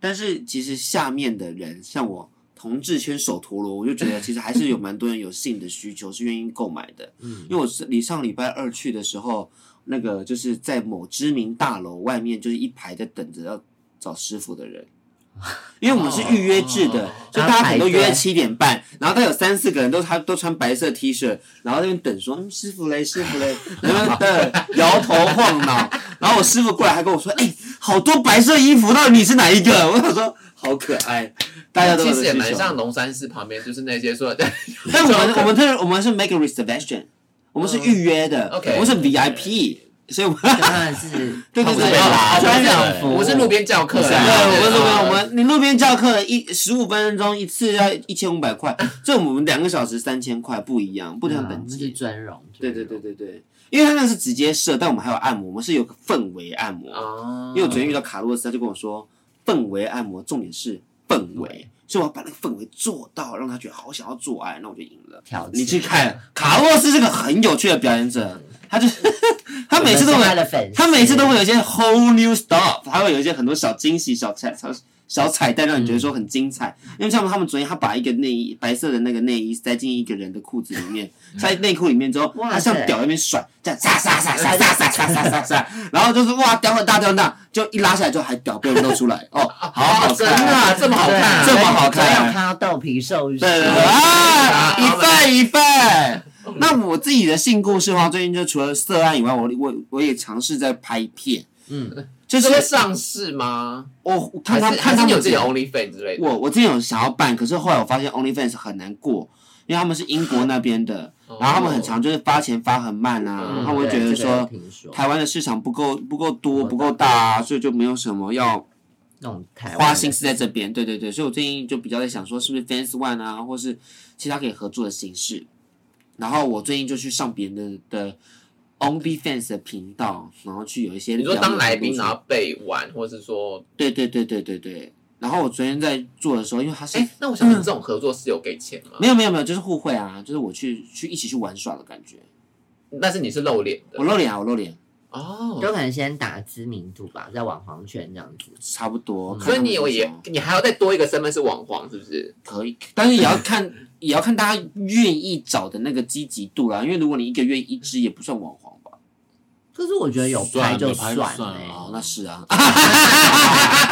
[SPEAKER 4] 但是其实下面的人，像我同志圈手陀螺，我就觉得其实还是有蛮多人有性的需求，是愿意购买的。
[SPEAKER 5] 嗯
[SPEAKER 4] 因为我是你上礼拜二去的时候，那个就是在某知名大楼外面，就是一排在等着要找师傅 的人。因为我们是预约制的
[SPEAKER 1] 哦，
[SPEAKER 4] 所以大家可能都
[SPEAKER 5] 然后排
[SPEAKER 4] 约
[SPEAKER 5] 队
[SPEAKER 4] 七点半，然后他有三四个人都他都穿白色 T 恤，然后在那边等说，嗯，师傅嘞，师傅嘞，然后等呃摇头晃脑，然后我师傅过来还跟我说，哎、好多白色衣服，到底你是哪一个？ 我想说好可爱，大家都有
[SPEAKER 1] 其实也
[SPEAKER 4] 需
[SPEAKER 1] 蛮
[SPEAKER 4] 求
[SPEAKER 1] 像龙山寺旁边就是那些说
[SPEAKER 4] 但我们我们这我们是 make a reservation，我们是预约的
[SPEAKER 1] 嗯 OK
[SPEAKER 4] 我们是 VIP，所 以我们
[SPEAKER 5] 当然是
[SPEAKER 4] 对对
[SPEAKER 5] 同志
[SPEAKER 4] 对，
[SPEAKER 5] 吧
[SPEAKER 4] 专人
[SPEAKER 5] 服务
[SPEAKER 1] 我是路边教课
[SPEAKER 4] 对，
[SPEAKER 1] 啦，
[SPEAKER 4] 我们
[SPEAKER 1] 啊
[SPEAKER 4] 我们我们你路边教课一十五分钟一次要一千五百块，这我们两个小时三千块不一样，不
[SPEAKER 5] 不
[SPEAKER 1] 嗯
[SPEAKER 4] 一样等
[SPEAKER 5] 那是
[SPEAKER 4] 级。
[SPEAKER 5] 尊荣，
[SPEAKER 4] 对对对对对，因为他那是直接射，但我们还有按摩，我们是有个氛围按摩。
[SPEAKER 1] 哦
[SPEAKER 4] 因为我昨天遇到卡洛斯，他就跟我说，氛围按摩重点是氛围，所以我要把那个氛围做到，让他觉得好想要做爱，那我就赢了。
[SPEAKER 5] 挑
[SPEAKER 4] 你去看卡洛斯是个很有趣的表演者，他就是 他
[SPEAKER 5] 他
[SPEAKER 4] 每次都
[SPEAKER 5] 他
[SPEAKER 4] 会，
[SPEAKER 5] 的粉丝，
[SPEAKER 4] 他每次都会有一些 whole new stuff，还会有一些很多小惊喜、小彩、小小彩蛋，让你觉得说很精彩。因为像他们昨天，他把一个内衣白色的那个内衣塞进一个人的裤子里 面，塞内裤里面之后，
[SPEAKER 5] 哇
[SPEAKER 4] 他像
[SPEAKER 5] 塞
[SPEAKER 4] 屌在那边甩，这样撒撒撒撒撒撒撒撒撒撒，然后就是哇屌很大屌很大，就一拉下来就还屌被露出来，哦，好好
[SPEAKER 1] 哦真
[SPEAKER 4] 看
[SPEAKER 1] 的啊这么好
[SPEAKER 5] 对
[SPEAKER 1] 看，
[SPEAKER 4] 这么好看
[SPEAKER 5] 没有看到豆皮瘦
[SPEAKER 4] 对对对
[SPEAKER 5] 身，
[SPEAKER 4] 啊，
[SPEAKER 1] 对
[SPEAKER 4] 一份一份。那我自己的性故事的话，最近就除了涉案以外，我我我也尝试在拍片，
[SPEAKER 5] 嗯，
[SPEAKER 1] 这
[SPEAKER 4] 就是
[SPEAKER 1] 会上市吗？
[SPEAKER 4] 我我看
[SPEAKER 1] 还
[SPEAKER 4] 他
[SPEAKER 1] 是
[SPEAKER 4] 看
[SPEAKER 1] 还是
[SPEAKER 4] 他们
[SPEAKER 1] 你有自己的
[SPEAKER 4] 剪
[SPEAKER 1] OnlyFans 之类的？
[SPEAKER 4] 我我之前有想要办，可是后来我发现 OnlyFans 很难过，因为他们是英国那边的，然后他们很常就是发钱发很慢啊，
[SPEAKER 1] 哦嗯
[SPEAKER 4] 然后我会觉
[SPEAKER 5] 对
[SPEAKER 4] 得
[SPEAKER 5] 这个有
[SPEAKER 4] 说
[SPEAKER 5] 听说
[SPEAKER 4] 台湾的市场不够不够多
[SPEAKER 5] 不
[SPEAKER 4] 不
[SPEAKER 5] 够大
[SPEAKER 4] 够大啊，所以就没有什么要
[SPEAKER 5] 那种台湾
[SPEAKER 4] 花心思在这边，对对对，所以我最近就比较在想说，是不是 Fans One 啊，或是其他可以合作的形式。然后我最近就去上别人的的 Only Fans 的频道，然后去有一些
[SPEAKER 1] 你说当来宾然
[SPEAKER 4] 啊？
[SPEAKER 1] 后被玩，或是说，
[SPEAKER 4] 对对对对对对。然后我昨天在做的时候，因为他是、
[SPEAKER 1] 哎，那我想问这种合作是有给钱吗？
[SPEAKER 4] 嗯没有没有没有，就是互惠啊，就是我去去一起去玩耍的感觉。
[SPEAKER 1] 但是你是露脸的
[SPEAKER 4] 我，露脸啊，我露脸，
[SPEAKER 1] 哦
[SPEAKER 5] 都可能先打知名度吧，再往黄圈这样子。
[SPEAKER 4] 差不多。
[SPEAKER 1] 嗯所以你有
[SPEAKER 4] 有
[SPEAKER 1] 也你还要再多一个身份是网黄，是不是？
[SPEAKER 4] 可以，但是也要看， 也要看大家愿意找的那个积极度啦。因为如果你一个月一支，也不算网黄吧？
[SPEAKER 5] 可是我觉得有拍就
[SPEAKER 2] 算
[SPEAKER 5] 了、
[SPEAKER 2] 了
[SPEAKER 5] 欸，
[SPEAKER 2] 算了
[SPEAKER 4] 哦，那是 啊。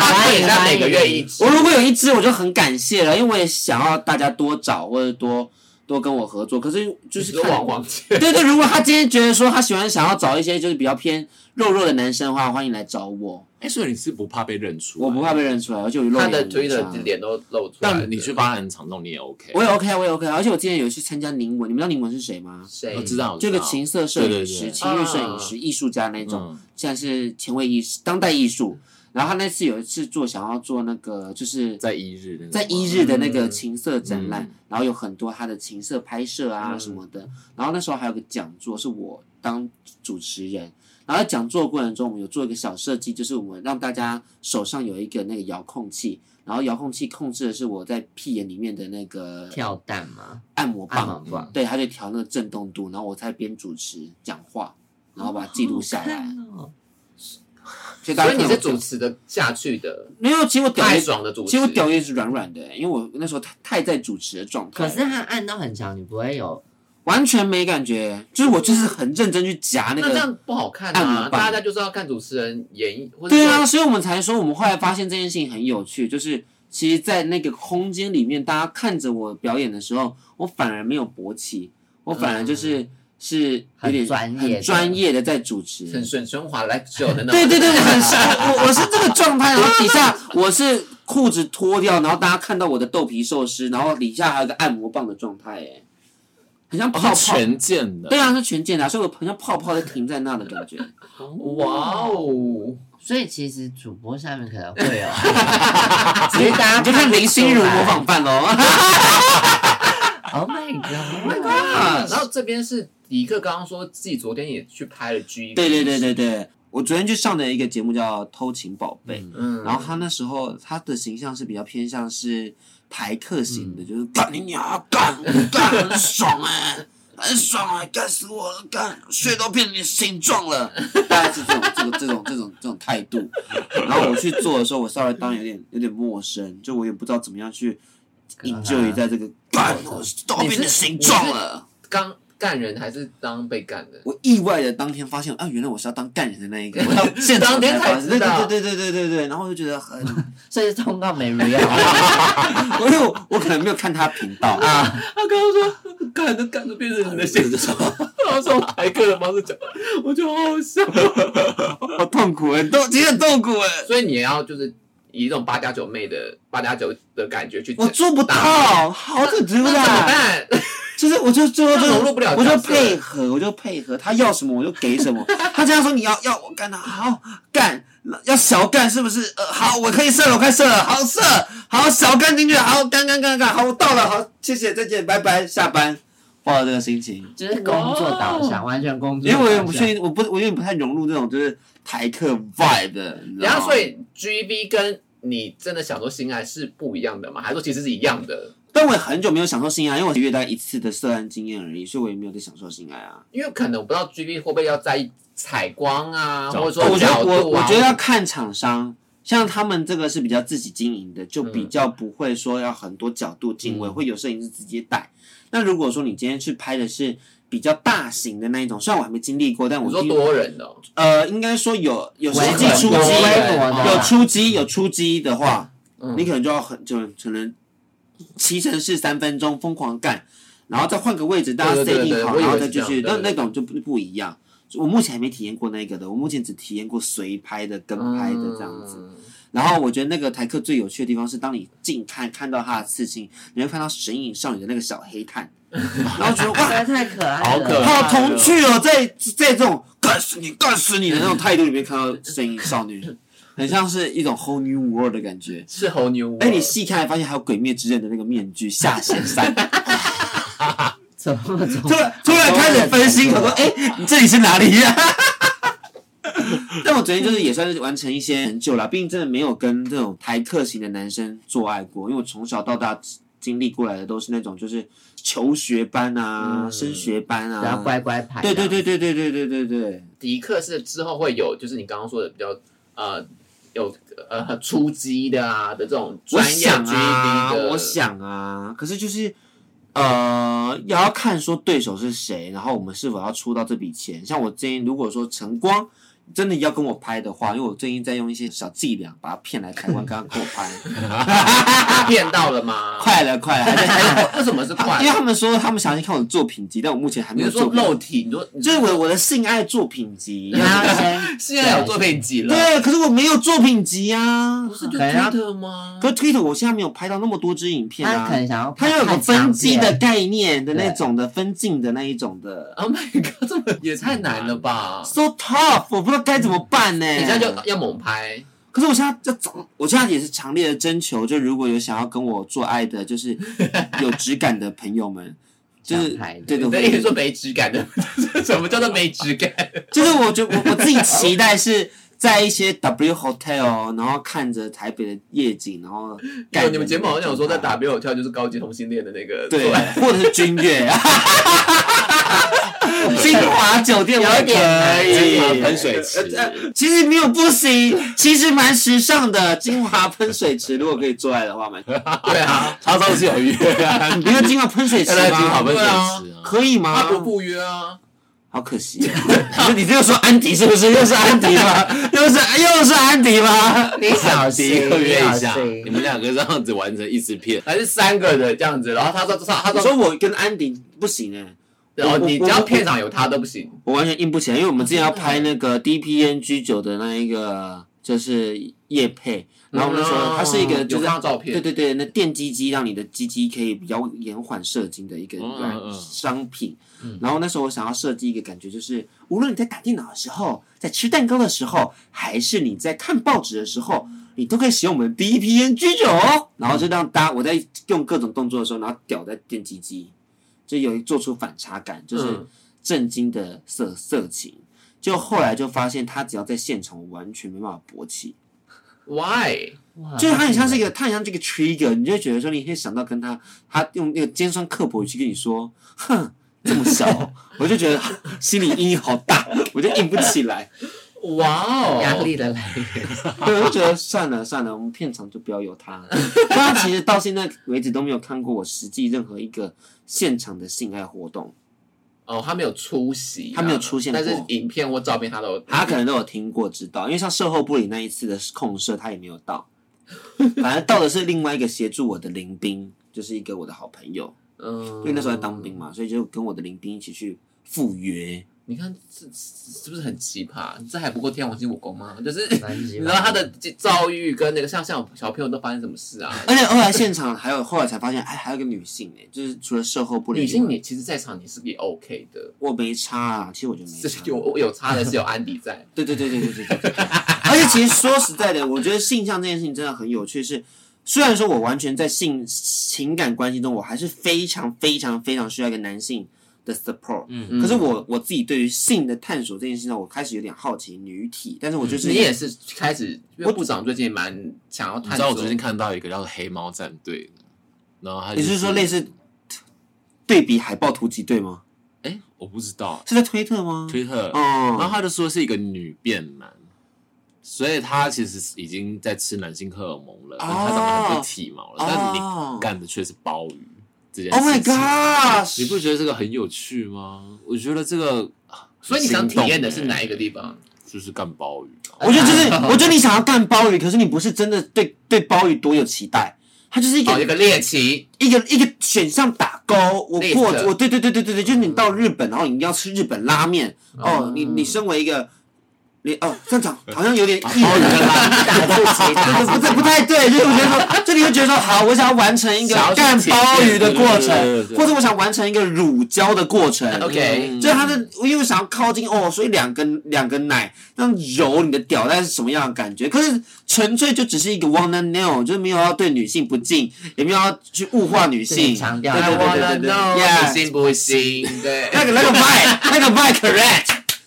[SPEAKER 1] 所以
[SPEAKER 5] 欢迎
[SPEAKER 1] 你在每个月一支
[SPEAKER 4] 我如果有一支，我就很感谢了，因为我也想要大家多找或者多多跟我合作。可是就是
[SPEAKER 1] 有
[SPEAKER 4] 看
[SPEAKER 1] 网黄界，
[SPEAKER 4] 对对，如果他今天觉得说他喜欢想要找一些就是比较偏肉肉的男生的话，欢迎来找我，
[SPEAKER 2] 哎，所以你是不怕被认出？
[SPEAKER 4] 我不怕。被认出来，而且我露
[SPEAKER 1] 他
[SPEAKER 4] 脸
[SPEAKER 1] 的
[SPEAKER 4] 很
[SPEAKER 1] Twitter
[SPEAKER 4] 长
[SPEAKER 1] 脸都露出来了。
[SPEAKER 2] 但你去发很场弄，你也 OK。
[SPEAKER 4] 我也 OK 啊，我也 OK 啊，而且我之前有去参加宁文，你们知道宁文是谁吗？
[SPEAKER 1] 谁
[SPEAKER 2] 我知道，我知
[SPEAKER 4] 就
[SPEAKER 2] 道
[SPEAKER 4] 个情色摄
[SPEAKER 2] 对
[SPEAKER 4] 影
[SPEAKER 2] 对
[SPEAKER 4] 师、
[SPEAKER 2] 对
[SPEAKER 4] 情欲摄影师、艺术家那种，
[SPEAKER 2] 嗯
[SPEAKER 4] 现在是前卫艺术、当代艺术。然后他那次有一次做想要做那个就是
[SPEAKER 2] 在一日那个
[SPEAKER 4] 在
[SPEAKER 2] 吗
[SPEAKER 4] 一日的那个情色展览，
[SPEAKER 2] 嗯
[SPEAKER 4] 然后有很多他的情色拍摄啊
[SPEAKER 1] 嗯
[SPEAKER 4] 什么的。然后那时候还有个讲座，是我当主持人。然后在讲座过程中，我们有做一个小设计，就是我们让大家手上有一个那个遥控器，然后遥控器控制的是我在屁眼里面的那个
[SPEAKER 5] 跳蛋吗？
[SPEAKER 4] 按摩
[SPEAKER 5] 按
[SPEAKER 4] 棒，嗯
[SPEAKER 5] 摩棒，
[SPEAKER 4] 对，他就调那个震动度，然后我在边主持讲话，然后把它记录下来。
[SPEAKER 5] 哦
[SPEAKER 1] 哦
[SPEAKER 4] 所以大
[SPEAKER 1] 所
[SPEAKER 4] 家
[SPEAKER 1] 以
[SPEAKER 4] 看
[SPEAKER 1] 你是
[SPEAKER 4] 我
[SPEAKER 1] 主持的下去的，
[SPEAKER 4] 没有，其实我屌
[SPEAKER 1] 太
[SPEAKER 4] 也，
[SPEAKER 1] 爽的主持。
[SPEAKER 4] 其实我屌也是软软的、因为我那时候太太在主持的状态
[SPEAKER 5] 可
[SPEAKER 4] 了，
[SPEAKER 5] 是它按到很长，你不会有
[SPEAKER 4] 完全没感觉，就是我就是很认真去夹那
[SPEAKER 1] 那这
[SPEAKER 4] 个。
[SPEAKER 1] 样不好看
[SPEAKER 4] 按摩
[SPEAKER 1] 啊！
[SPEAKER 4] 棒
[SPEAKER 1] 大家就是要看主持人演绎，或者
[SPEAKER 4] 对啊，
[SPEAKER 1] 说
[SPEAKER 4] 所以我们才说，我们后来发现这件事情很有趣，就是其实，在那个空间里面，大家看着我表演的时候，我反而没有勃起，我反而就是、是有
[SPEAKER 5] 很
[SPEAKER 4] 点
[SPEAKER 5] 专业的
[SPEAKER 4] 很专业的在主持，
[SPEAKER 1] 很顺顺滑来秀的那种。
[SPEAKER 4] 对对对，对，很是，我我我是这个状态，然后底下我是裤子脱掉，然后大家看到我的豆皮寿司，然后底下还有个按摩棒的状态，哎，很像
[SPEAKER 2] 哦
[SPEAKER 4] 泡
[SPEAKER 2] 是
[SPEAKER 4] 泡。
[SPEAKER 2] 全健的，
[SPEAKER 4] 对 啊，是全健的啊，所以我很像泡泡在停在那的感觉。
[SPEAKER 1] 哇哦！
[SPEAKER 5] 所以其实主播下面可能会
[SPEAKER 4] 啊
[SPEAKER 5] 有，只是大家
[SPEAKER 4] 你就看林心如模仿犯喽。
[SPEAKER 5] ，Oh my God，Oh my
[SPEAKER 1] 啊，然后这边是迪克刚刚说自己昨天也去拍了 G，
[SPEAKER 4] 对对对，对对，我昨天去上的一个节目叫《偷情宝贝》，
[SPEAKER 1] 嗯，
[SPEAKER 4] 然后他那时候他的形象是比较偏向是台客型的，就是干你娘，干干很爽哎、很爽哎、干死我了，干睡都变成你形状 了，大概是这种这个这种这种这种态度。然后我去做的时候，我稍微当然有点有点陌生，就我也不知道怎么样去
[SPEAKER 5] 跟他
[SPEAKER 4] enjoy 在这个干我都变成形状了。
[SPEAKER 1] 刚干人还是当被干的？
[SPEAKER 4] 我意外的当天发现，啊，原来我是要当干人的那一个，我到现 场
[SPEAKER 1] 当天才
[SPEAKER 4] 发现
[SPEAKER 1] 知道
[SPEAKER 4] 对对对对对对对，然后我就觉得很
[SPEAKER 5] 所以通告没 real
[SPEAKER 4] 因为我我可能没有看他频道，
[SPEAKER 5] 啊，
[SPEAKER 1] 他刚刚说干着干着变成你的现状，然后是用台客的方式讲， 我就好好笑。
[SPEAKER 4] 好痛苦哎，都其实很痛苦哎，
[SPEAKER 1] 所以你也要就是以一种八加九妹的八加九的感觉去讲，
[SPEAKER 4] 我做不到，好可啊惜
[SPEAKER 1] 那怎么
[SPEAKER 4] 啦。
[SPEAKER 1] 办？
[SPEAKER 4] 就是我就最后就
[SPEAKER 1] 那融入不了
[SPEAKER 4] 我就
[SPEAKER 1] 角色
[SPEAKER 4] 配合，我就配合，他要什么我就 给什么。他这样说你要要我干他，好干，要小干是不是？呃，好，我可以射了，我可以射了，好射，好小干进去，好干干干干，好我到了，好谢谢，再见，拜拜，下班。抱着这个心情，
[SPEAKER 5] 就是工作导向，完全工作
[SPEAKER 4] 哦因
[SPEAKER 5] 导
[SPEAKER 4] 为
[SPEAKER 5] 向。
[SPEAKER 4] 我也不确定，我不我有点不太融入这种就是台客 vibe 的，你知道
[SPEAKER 1] 然
[SPEAKER 4] 吗
[SPEAKER 1] 后，所以 G V 跟你真的想说性爱是不一样的吗？还是说其实是一样的？
[SPEAKER 4] 但我也很久没有享受性爱，因为我只约大概一次的涉案经验而已，所以我也没有在享受性爱啊。
[SPEAKER 1] 因为可能我不知道 G V 会不会要在意采光啊，
[SPEAKER 2] 角
[SPEAKER 1] 或者说
[SPEAKER 4] 我觉
[SPEAKER 1] 角
[SPEAKER 4] 得
[SPEAKER 1] 度
[SPEAKER 4] 我我
[SPEAKER 1] 啊。
[SPEAKER 4] 觉得要看厂商，像他们这个是比较自己经营的，就
[SPEAKER 1] 嗯
[SPEAKER 4] 比较不会说要很多角度进位，会有摄影师直接带。那如果说你今天去拍的是比较大型的那一种，虽然我还没经历过，但
[SPEAKER 1] 你
[SPEAKER 4] 我
[SPEAKER 1] 说
[SPEAKER 4] 听
[SPEAKER 1] 多人哦，
[SPEAKER 4] 呃，应该说有有实
[SPEAKER 5] 微
[SPEAKER 4] 际出
[SPEAKER 5] 微
[SPEAKER 1] 很多
[SPEAKER 4] 击，
[SPEAKER 5] 微博
[SPEAKER 1] 啊
[SPEAKER 5] 的
[SPEAKER 4] 有出击有出击的话，
[SPEAKER 1] 嗯
[SPEAKER 4] 你可能就要很就可能骑乘式三分钟疯狂干，然后再换个位置，大家
[SPEAKER 1] 对对
[SPEAKER 4] setting
[SPEAKER 1] 对对
[SPEAKER 4] 好，
[SPEAKER 1] 我以为
[SPEAKER 4] 然后
[SPEAKER 1] 是
[SPEAKER 4] 再继续。
[SPEAKER 1] 这
[SPEAKER 4] 那
[SPEAKER 1] 样对
[SPEAKER 4] 那种就不不一样。我目前还没体验过那个的，我目前只体验过随拍的、跟拍的这样子。
[SPEAKER 1] 嗯
[SPEAKER 4] 然后我觉得那个台客最有趣的地方是，当你近看看到他的刺青，你会看到神隐少女的那个小 黑炭，然后觉得
[SPEAKER 5] 实在
[SPEAKER 4] 哇，
[SPEAKER 5] 太可爱了，
[SPEAKER 2] 好可爱
[SPEAKER 4] 好童趣哦，在在这种干死你、干死你的那种态度里面看到神隐少女，很像是一种 whole new world 的感觉。
[SPEAKER 1] 是红牛窝。
[SPEAKER 4] 哎、你细看发现还有《鬼灭之刃》的那个面具下弦三，
[SPEAKER 5] 怎么那么
[SPEAKER 4] 突然突然开始分心，我说：“哎、你这里是哪里呀、 但我昨天就是也算是完成一些成就啦，毕竟真的没有跟这种台客型的男生做爱过，因为我从小到大经历过来的都是那种就是求学班啊、
[SPEAKER 1] 嗯
[SPEAKER 4] 升学班啊，
[SPEAKER 5] 然后乖乖牌，
[SPEAKER 4] 对对对对对对对对对，
[SPEAKER 1] 迪克是之后会有，就是你刚刚说的比较呃有呃出击的啊的这种
[SPEAKER 4] 我
[SPEAKER 1] 专业
[SPEAKER 4] 想啊
[SPEAKER 1] GD 的，，
[SPEAKER 4] 我想啊，可是就是呃，也要看说对手是谁，然后我们是否要出到这笔钱。像我最近如果说晨光。真的要跟我拍的话，因为我最近在用一些小伎俩把他骗来台湾，刚刚跟我拍，
[SPEAKER 1] 骗到了吗？
[SPEAKER 4] 快了快了，还在还在
[SPEAKER 1] 为什么是
[SPEAKER 4] 他
[SPEAKER 1] 快
[SPEAKER 4] 因为？他们说他们想要看我的作品集，但我目前还没
[SPEAKER 1] 你
[SPEAKER 4] 有
[SPEAKER 1] 是说
[SPEAKER 4] 作品集
[SPEAKER 1] 肉体？你说你
[SPEAKER 4] 就是我我的性爱作品 集
[SPEAKER 5] 你。要先
[SPEAKER 1] 现在有作品集了？
[SPEAKER 4] 对，可是我没有作品集啊
[SPEAKER 1] 不。是啊就
[SPEAKER 5] 可能要
[SPEAKER 1] Twitter 吗？
[SPEAKER 4] 可是 Twitter 我现在没有拍到那么多支影片
[SPEAKER 5] 他可
[SPEAKER 4] 啊。
[SPEAKER 5] 能想要
[SPEAKER 4] 它
[SPEAKER 5] 看
[SPEAKER 4] 要有个分级的，概念的
[SPEAKER 5] 对
[SPEAKER 4] 那种的分镜的那一种的
[SPEAKER 1] Oh my god，这么也太难了吧！
[SPEAKER 4] ，so tough，我不知道该怎么办呢。
[SPEAKER 1] 你现在就要猛拍，
[SPEAKER 4] 可是我现在要找，我现在也是强烈的征求，就如果有想要跟我做爱的，就是 有质感的朋友们，就是
[SPEAKER 5] 想拍的
[SPEAKER 4] 对
[SPEAKER 1] 你
[SPEAKER 4] 对
[SPEAKER 1] 的意思说没质感的， 什么叫做没质感？
[SPEAKER 4] 就是我觉我我自己期待是在一些 W Hotel，然后看着台北的夜景，然后感
[SPEAKER 1] 有
[SPEAKER 4] 人
[SPEAKER 1] 你们节目好像有说在
[SPEAKER 4] 的
[SPEAKER 1] W 跳就是高级同性恋的那个，
[SPEAKER 4] 对，或者是君悦，金华酒店我也可以
[SPEAKER 2] 金华啊喷水池
[SPEAKER 4] 呃呃其实没有不行，其实蛮时尚的。金华喷水池如果可以做爱的话，蛮
[SPEAKER 1] 对啊，
[SPEAKER 2] 他上次有约啊，
[SPEAKER 4] 你要金华喷水池
[SPEAKER 2] 要在金华
[SPEAKER 4] 吗？
[SPEAKER 2] 分水
[SPEAKER 1] 对
[SPEAKER 2] 池啊，
[SPEAKER 4] 可以吗
[SPEAKER 1] 他？不赴约啊，
[SPEAKER 4] 好可惜，你这又说安迪是不是？又是安迪吗？又是又是安迪吗？
[SPEAKER 5] 你小心，
[SPEAKER 2] 第一个约一
[SPEAKER 5] 你
[SPEAKER 2] 下
[SPEAKER 5] 小，
[SPEAKER 2] 你
[SPEAKER 5] 心，
[SPEAKER 2] 们两个这样子完成一支片，
[SPEAKER 1] 还是三个人这样子，然后他说他他
[SPEAKER 4] 你
[SPEAKER 1] 说，
[SPEAKER 4] 说我跟安迪不行哎、
[SPEAKER 1] 然后你
[SPEAKER 4] 我
[SPEAKER 1] 只
[SPEAKER 4] 我
[SPEAKER 1] 要片场有他都不行，
[SPEAKER 4] 我完全硬不起来，因为我们之前要拍那个 DPNG 九的那一个就是夜配，然后我们就说它是一个
[SPEAKER 1] 嗯有
[SPEAKER 4] 就是
[SPEAKER 1] 看到照片
[SPEAKER 4] 对对对，那电击机让你的鸡鸡可以比较延缓射精的一个
[SPEAKER 2] 嗯嗯嗯
[SPEAKER 4] 商品。然后那时候我想要设计一个感觉，就是无论你在打电脑的时候，在吃蛋糕的时候，还是你在看报纸的时候，你都可以使用我们 DPNG 九哦。然后就让大家我在用各种动作的时候，然后屌在电击机，就有做出反差感，就是。
[SPEAKER 1] 嗯
[SPEAKER 4] 震惊的色色情。就后来就发现，他只要在现场完全没办法勃起，
[SPEAKER 1] ，Why？
[SPEAKER 5] 哇
[SPEAKER 4] 就是他很像是一个，他很像这个 trigger，你就会觉得说，你可以想到跟他，他用那个尖酸刻薄语去跟你说，哼，这么小哦，我就觉得心理阴影好大，我就硬不起来，
[SPEAKER 1] 哇哦，
[SPEAKER 5] 压力的来源，
[SPEAKER 4] 对，我就觉得算了算了，我们片场就不要有他了。 但他其实到现在为止都没有看过我实际任何一个现场的性爱活动，
[SPEAKER 1] 哦，他没有出席啊，
[SPEAKER 4] 他没有出现过啊
[SPEAKER 1] 但是影片或照片他都有
[SPEAKER 4] 他可能都有听过知道，因为像售后部里那一次的控射，他也没有到，反正到的是另外一个协助我的林兵，就是一个我的好朋友，
[SPEAKER 1] 嗯，
[SPEAKER 4] 因为那时候在当兵嘛，所以就跟我的林兵一起去赴约。
[SPEAKER 1] 你看这这是不是很奇葩？这还不够天王星武功吗？ 就是
[SPEAKER 5] 蛮
[SPEAKER 1] 你
[SPEAKER 5] 奇葩
[SPEAKER 1] 知道他的遭遇跟那个像像小朋友都发生什么事啊？
[SPEAKER 4] 而且后来现场还有后来才发现，哎，还有一个女性哎、就是除了售后部里
[SPEAKER 1] 女性你其实，在场你是也 OK 的，
[SPEAKER 4] 我没差啊，其实我觉得没
[SPEAKER 1] 是
[SPEAKER 4] 差。
[SPEAKER 1] 有有差的是有安迪在，
[SPEAKER 4] 对对对对对对对对。而且其实说实在的，我觉得性向这件事情真的很有趣是。虽然说我完全在性情感关系中，我还是非常非常非常需要一个男性的 support，
[SPEAKER 2] 嗯，
[SPEAKER 1] 嗯
[SPEAKER 4] 可是我我自己对于性的探索这件事情，我开始有点好奇女体，但是我就是
[SPEAKER 1] 嗯你也是开始，因为部长最近蛮想要
[SPEAKER 2] 你
[SPEAKER 1] 探
[SPEAKER 2] 知
[SPEAKER 1] 索，
[SPEAKER 2] 道我最近看到一个叫黑猫战队的，然后他
[SPEAKER 4] 你是说类似对比海豹突击队吗？
[SPEAKER 2] 哎，我不知道
[SPEAKER 4] 是在推特吗？
[SPEAKER 2] 推特，然后
[SPEAKER 4] 嗯哦，
[SPEAKER 2] 他就说是一个女变男，所以他其实已经在吃男性荷尔蒙了，但他长得很不体毛了，但
[SPEAKER 4] 哦
[SPEAKER 2] 你干的却是鲍鱼这件
[SPEAKER 4] Oh
[SPEAKER 2] 事
[SPEAKER 4] my
[SPEAKER 2] 情。
[SPEAKER 4] gosh！
[SPEAKER 2] 你不觉得这个很有趣吗？我觉得这个，啊
[SPEAKER 1] 所以你想体验的是哪
[SPEAKER 2] 很心
[SPEAKER 1] 一？个
[SPEAKER 2] 动
[SPEAKER 1] 地方？
[SPEAKER 2] 欸就是干鲍鱼啊。
[SPEAKER 4] 我觉 得就是，我觉得你想要干鲍鱼，可是你不是真的对对鲍鱼多有期待，它就是一个、
[SPEAKER 1] 哦，有个猎奇，
[SPEAKER 4] 一个一个选项打勾，我
[SPEAKER 1] 内
[SPEAKER 4] 过
[SPEAKER 1] 测
[SPEAKER 4] 我对对对对对对，就是你到日本，然后你要吃日本拉面，
[SPEAKER 2] 嗯
[SPEAKER 4] 哦，你你身为一个。你哦，这样讲好像有点
[SPEAKER 2] 哦
[SPEAKER 4] 艺人
[SPEAKER 5] 打不起，打
[SPEAKER 4] 不对，不太对，就是我觉得说，就你会觉得说，好，我想要完成一个
[SPEAKER 1] 想要去
[SPEAKER 4] 干鲍鱼的过程
[SPEAKER 2] 体验对对对对，对
[SPEAKER 4] 或者我想完成一个乳胶的过程。
[SPEAKER 1] OK
[SPEAKER 2] 嗯
[SPEAKER 4] 就是它的，因为我想要靠近哦，所以两根两根奶让揉你的屌蛋是什么样的感觉？可是纯粹就只是一个 wanna know，就是没有要对女性不敬，也没有要去物化女
[SPEAKER 5] 自己
[SPEAKER 4] 性。
[SPEAKER 5] 强调
[SPEAKER 4] 对
[SPEAKER 1] I
[SPEAKER 4] 对对
[SPEAKER 1] wanna
[SPEAKER 4] 对对
[SPEAKER 1] know，
[SPEAKER 4] Yeah
[SPEAKER 1] 你信不信？对，
[SPEAKER 4] 那个那个 vibe，那个 vibe correct。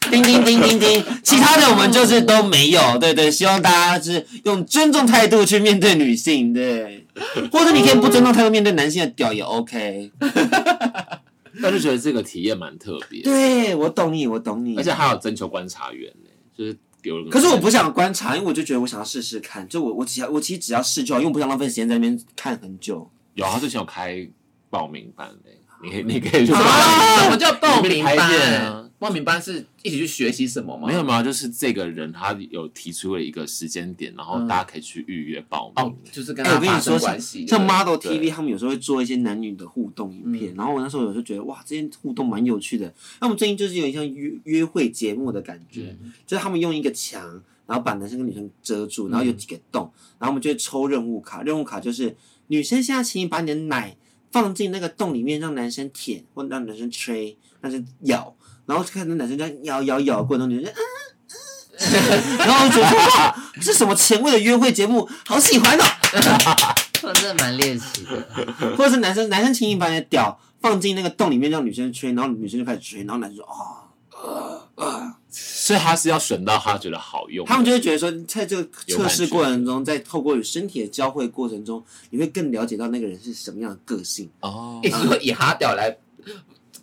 [SPEAKER 4] 叮叮叮叮叮，其他的我们就是都没有。对对，希望大家就是用尊重态度去面对女性，对，或者你可以不尊重态度面对男性的屌也 OK。
[SPEAKER 2] 但是觉得这个体验蛮特别，
[SPEAKER 4] 对，我懂你，我懂你。
[SPEAKER 2] 而且还有征求观察员呢、就是有人。
[SPEAKER 4] 可是我不想观察，因为我就觉得我想要试试看，就我我只要我其实只要试就好，因为我不想浪费时间在那边看很久。
[SPEAKER 2] 有，他之前有开报名班嘞、你可以你可以去报名
[SPEAKER 1] 啊，
[SPEAKER 2] 班。
[SPEAKER 1] 什么叫报
[SPEAKER 2] 你
[SPEAKER 1] 名
[SPEAKER 2] 们开店
[SPEAKER 1] 班
[SPEAKER 2] 啊？
[SPEAKER 1] 报名班是一起去学习什么吗？
[SPEAKER 2] 没有没有，就是这个人他有提出了一个时间点，然后大家可以去预约报名。
[SPEAKER 1] 哦，就是跟
[SPEAKER 4] 哎、
[SPEAKER 1] 他
[SPEAKER 4] 我跟你
[SPEAKER 1] 发
[SPEAKER 4] 说，
[SPEAKER 1] 生
[SPEAKER 4] 像
[SPEAKER 1] 关系，
[SPEAKER 4] 像 Model
[SPEAKER 1] 对
[SPEAKER 4] TV 他们有时候会做一些男女的互动影片，然后我那时候有时候觉得哇，这些互动蛮有趣的。那我们最近就是有点像约约会节目的感觉，就是他们用一个墙，然后把男生跟女生遮住，然后有几个洞，然后我们就会抽任务卡，任务卡就是女生现在请你把你的奶放进那个洞里面，让男生舔或让男生吹，让男生咬，然后看那男生在咬咬咬的过程中，女生。啊啊啊然后我就觉得哇，这什么前卫的约会节目，好喜欢哦！
[SPEAKER 5] 我真的蛮猎奇的。
[SPEAKER 4] 或者是男生男生轻易把你的屌放进那个洞里面让女生吹，然后女生就开始吹，然后男生说哦，
[SPEAKER 2] 所以他是要选到他觉得好用的，
[SPEAKER 4] 他们就会觉得说，在这个测试过程中，在透过与身体的交汇过程中，你会更了解到那个人是什么样的个性，
[SPEAKER 2] 哦
[SPEAKER 1] 你，说以哈屌来，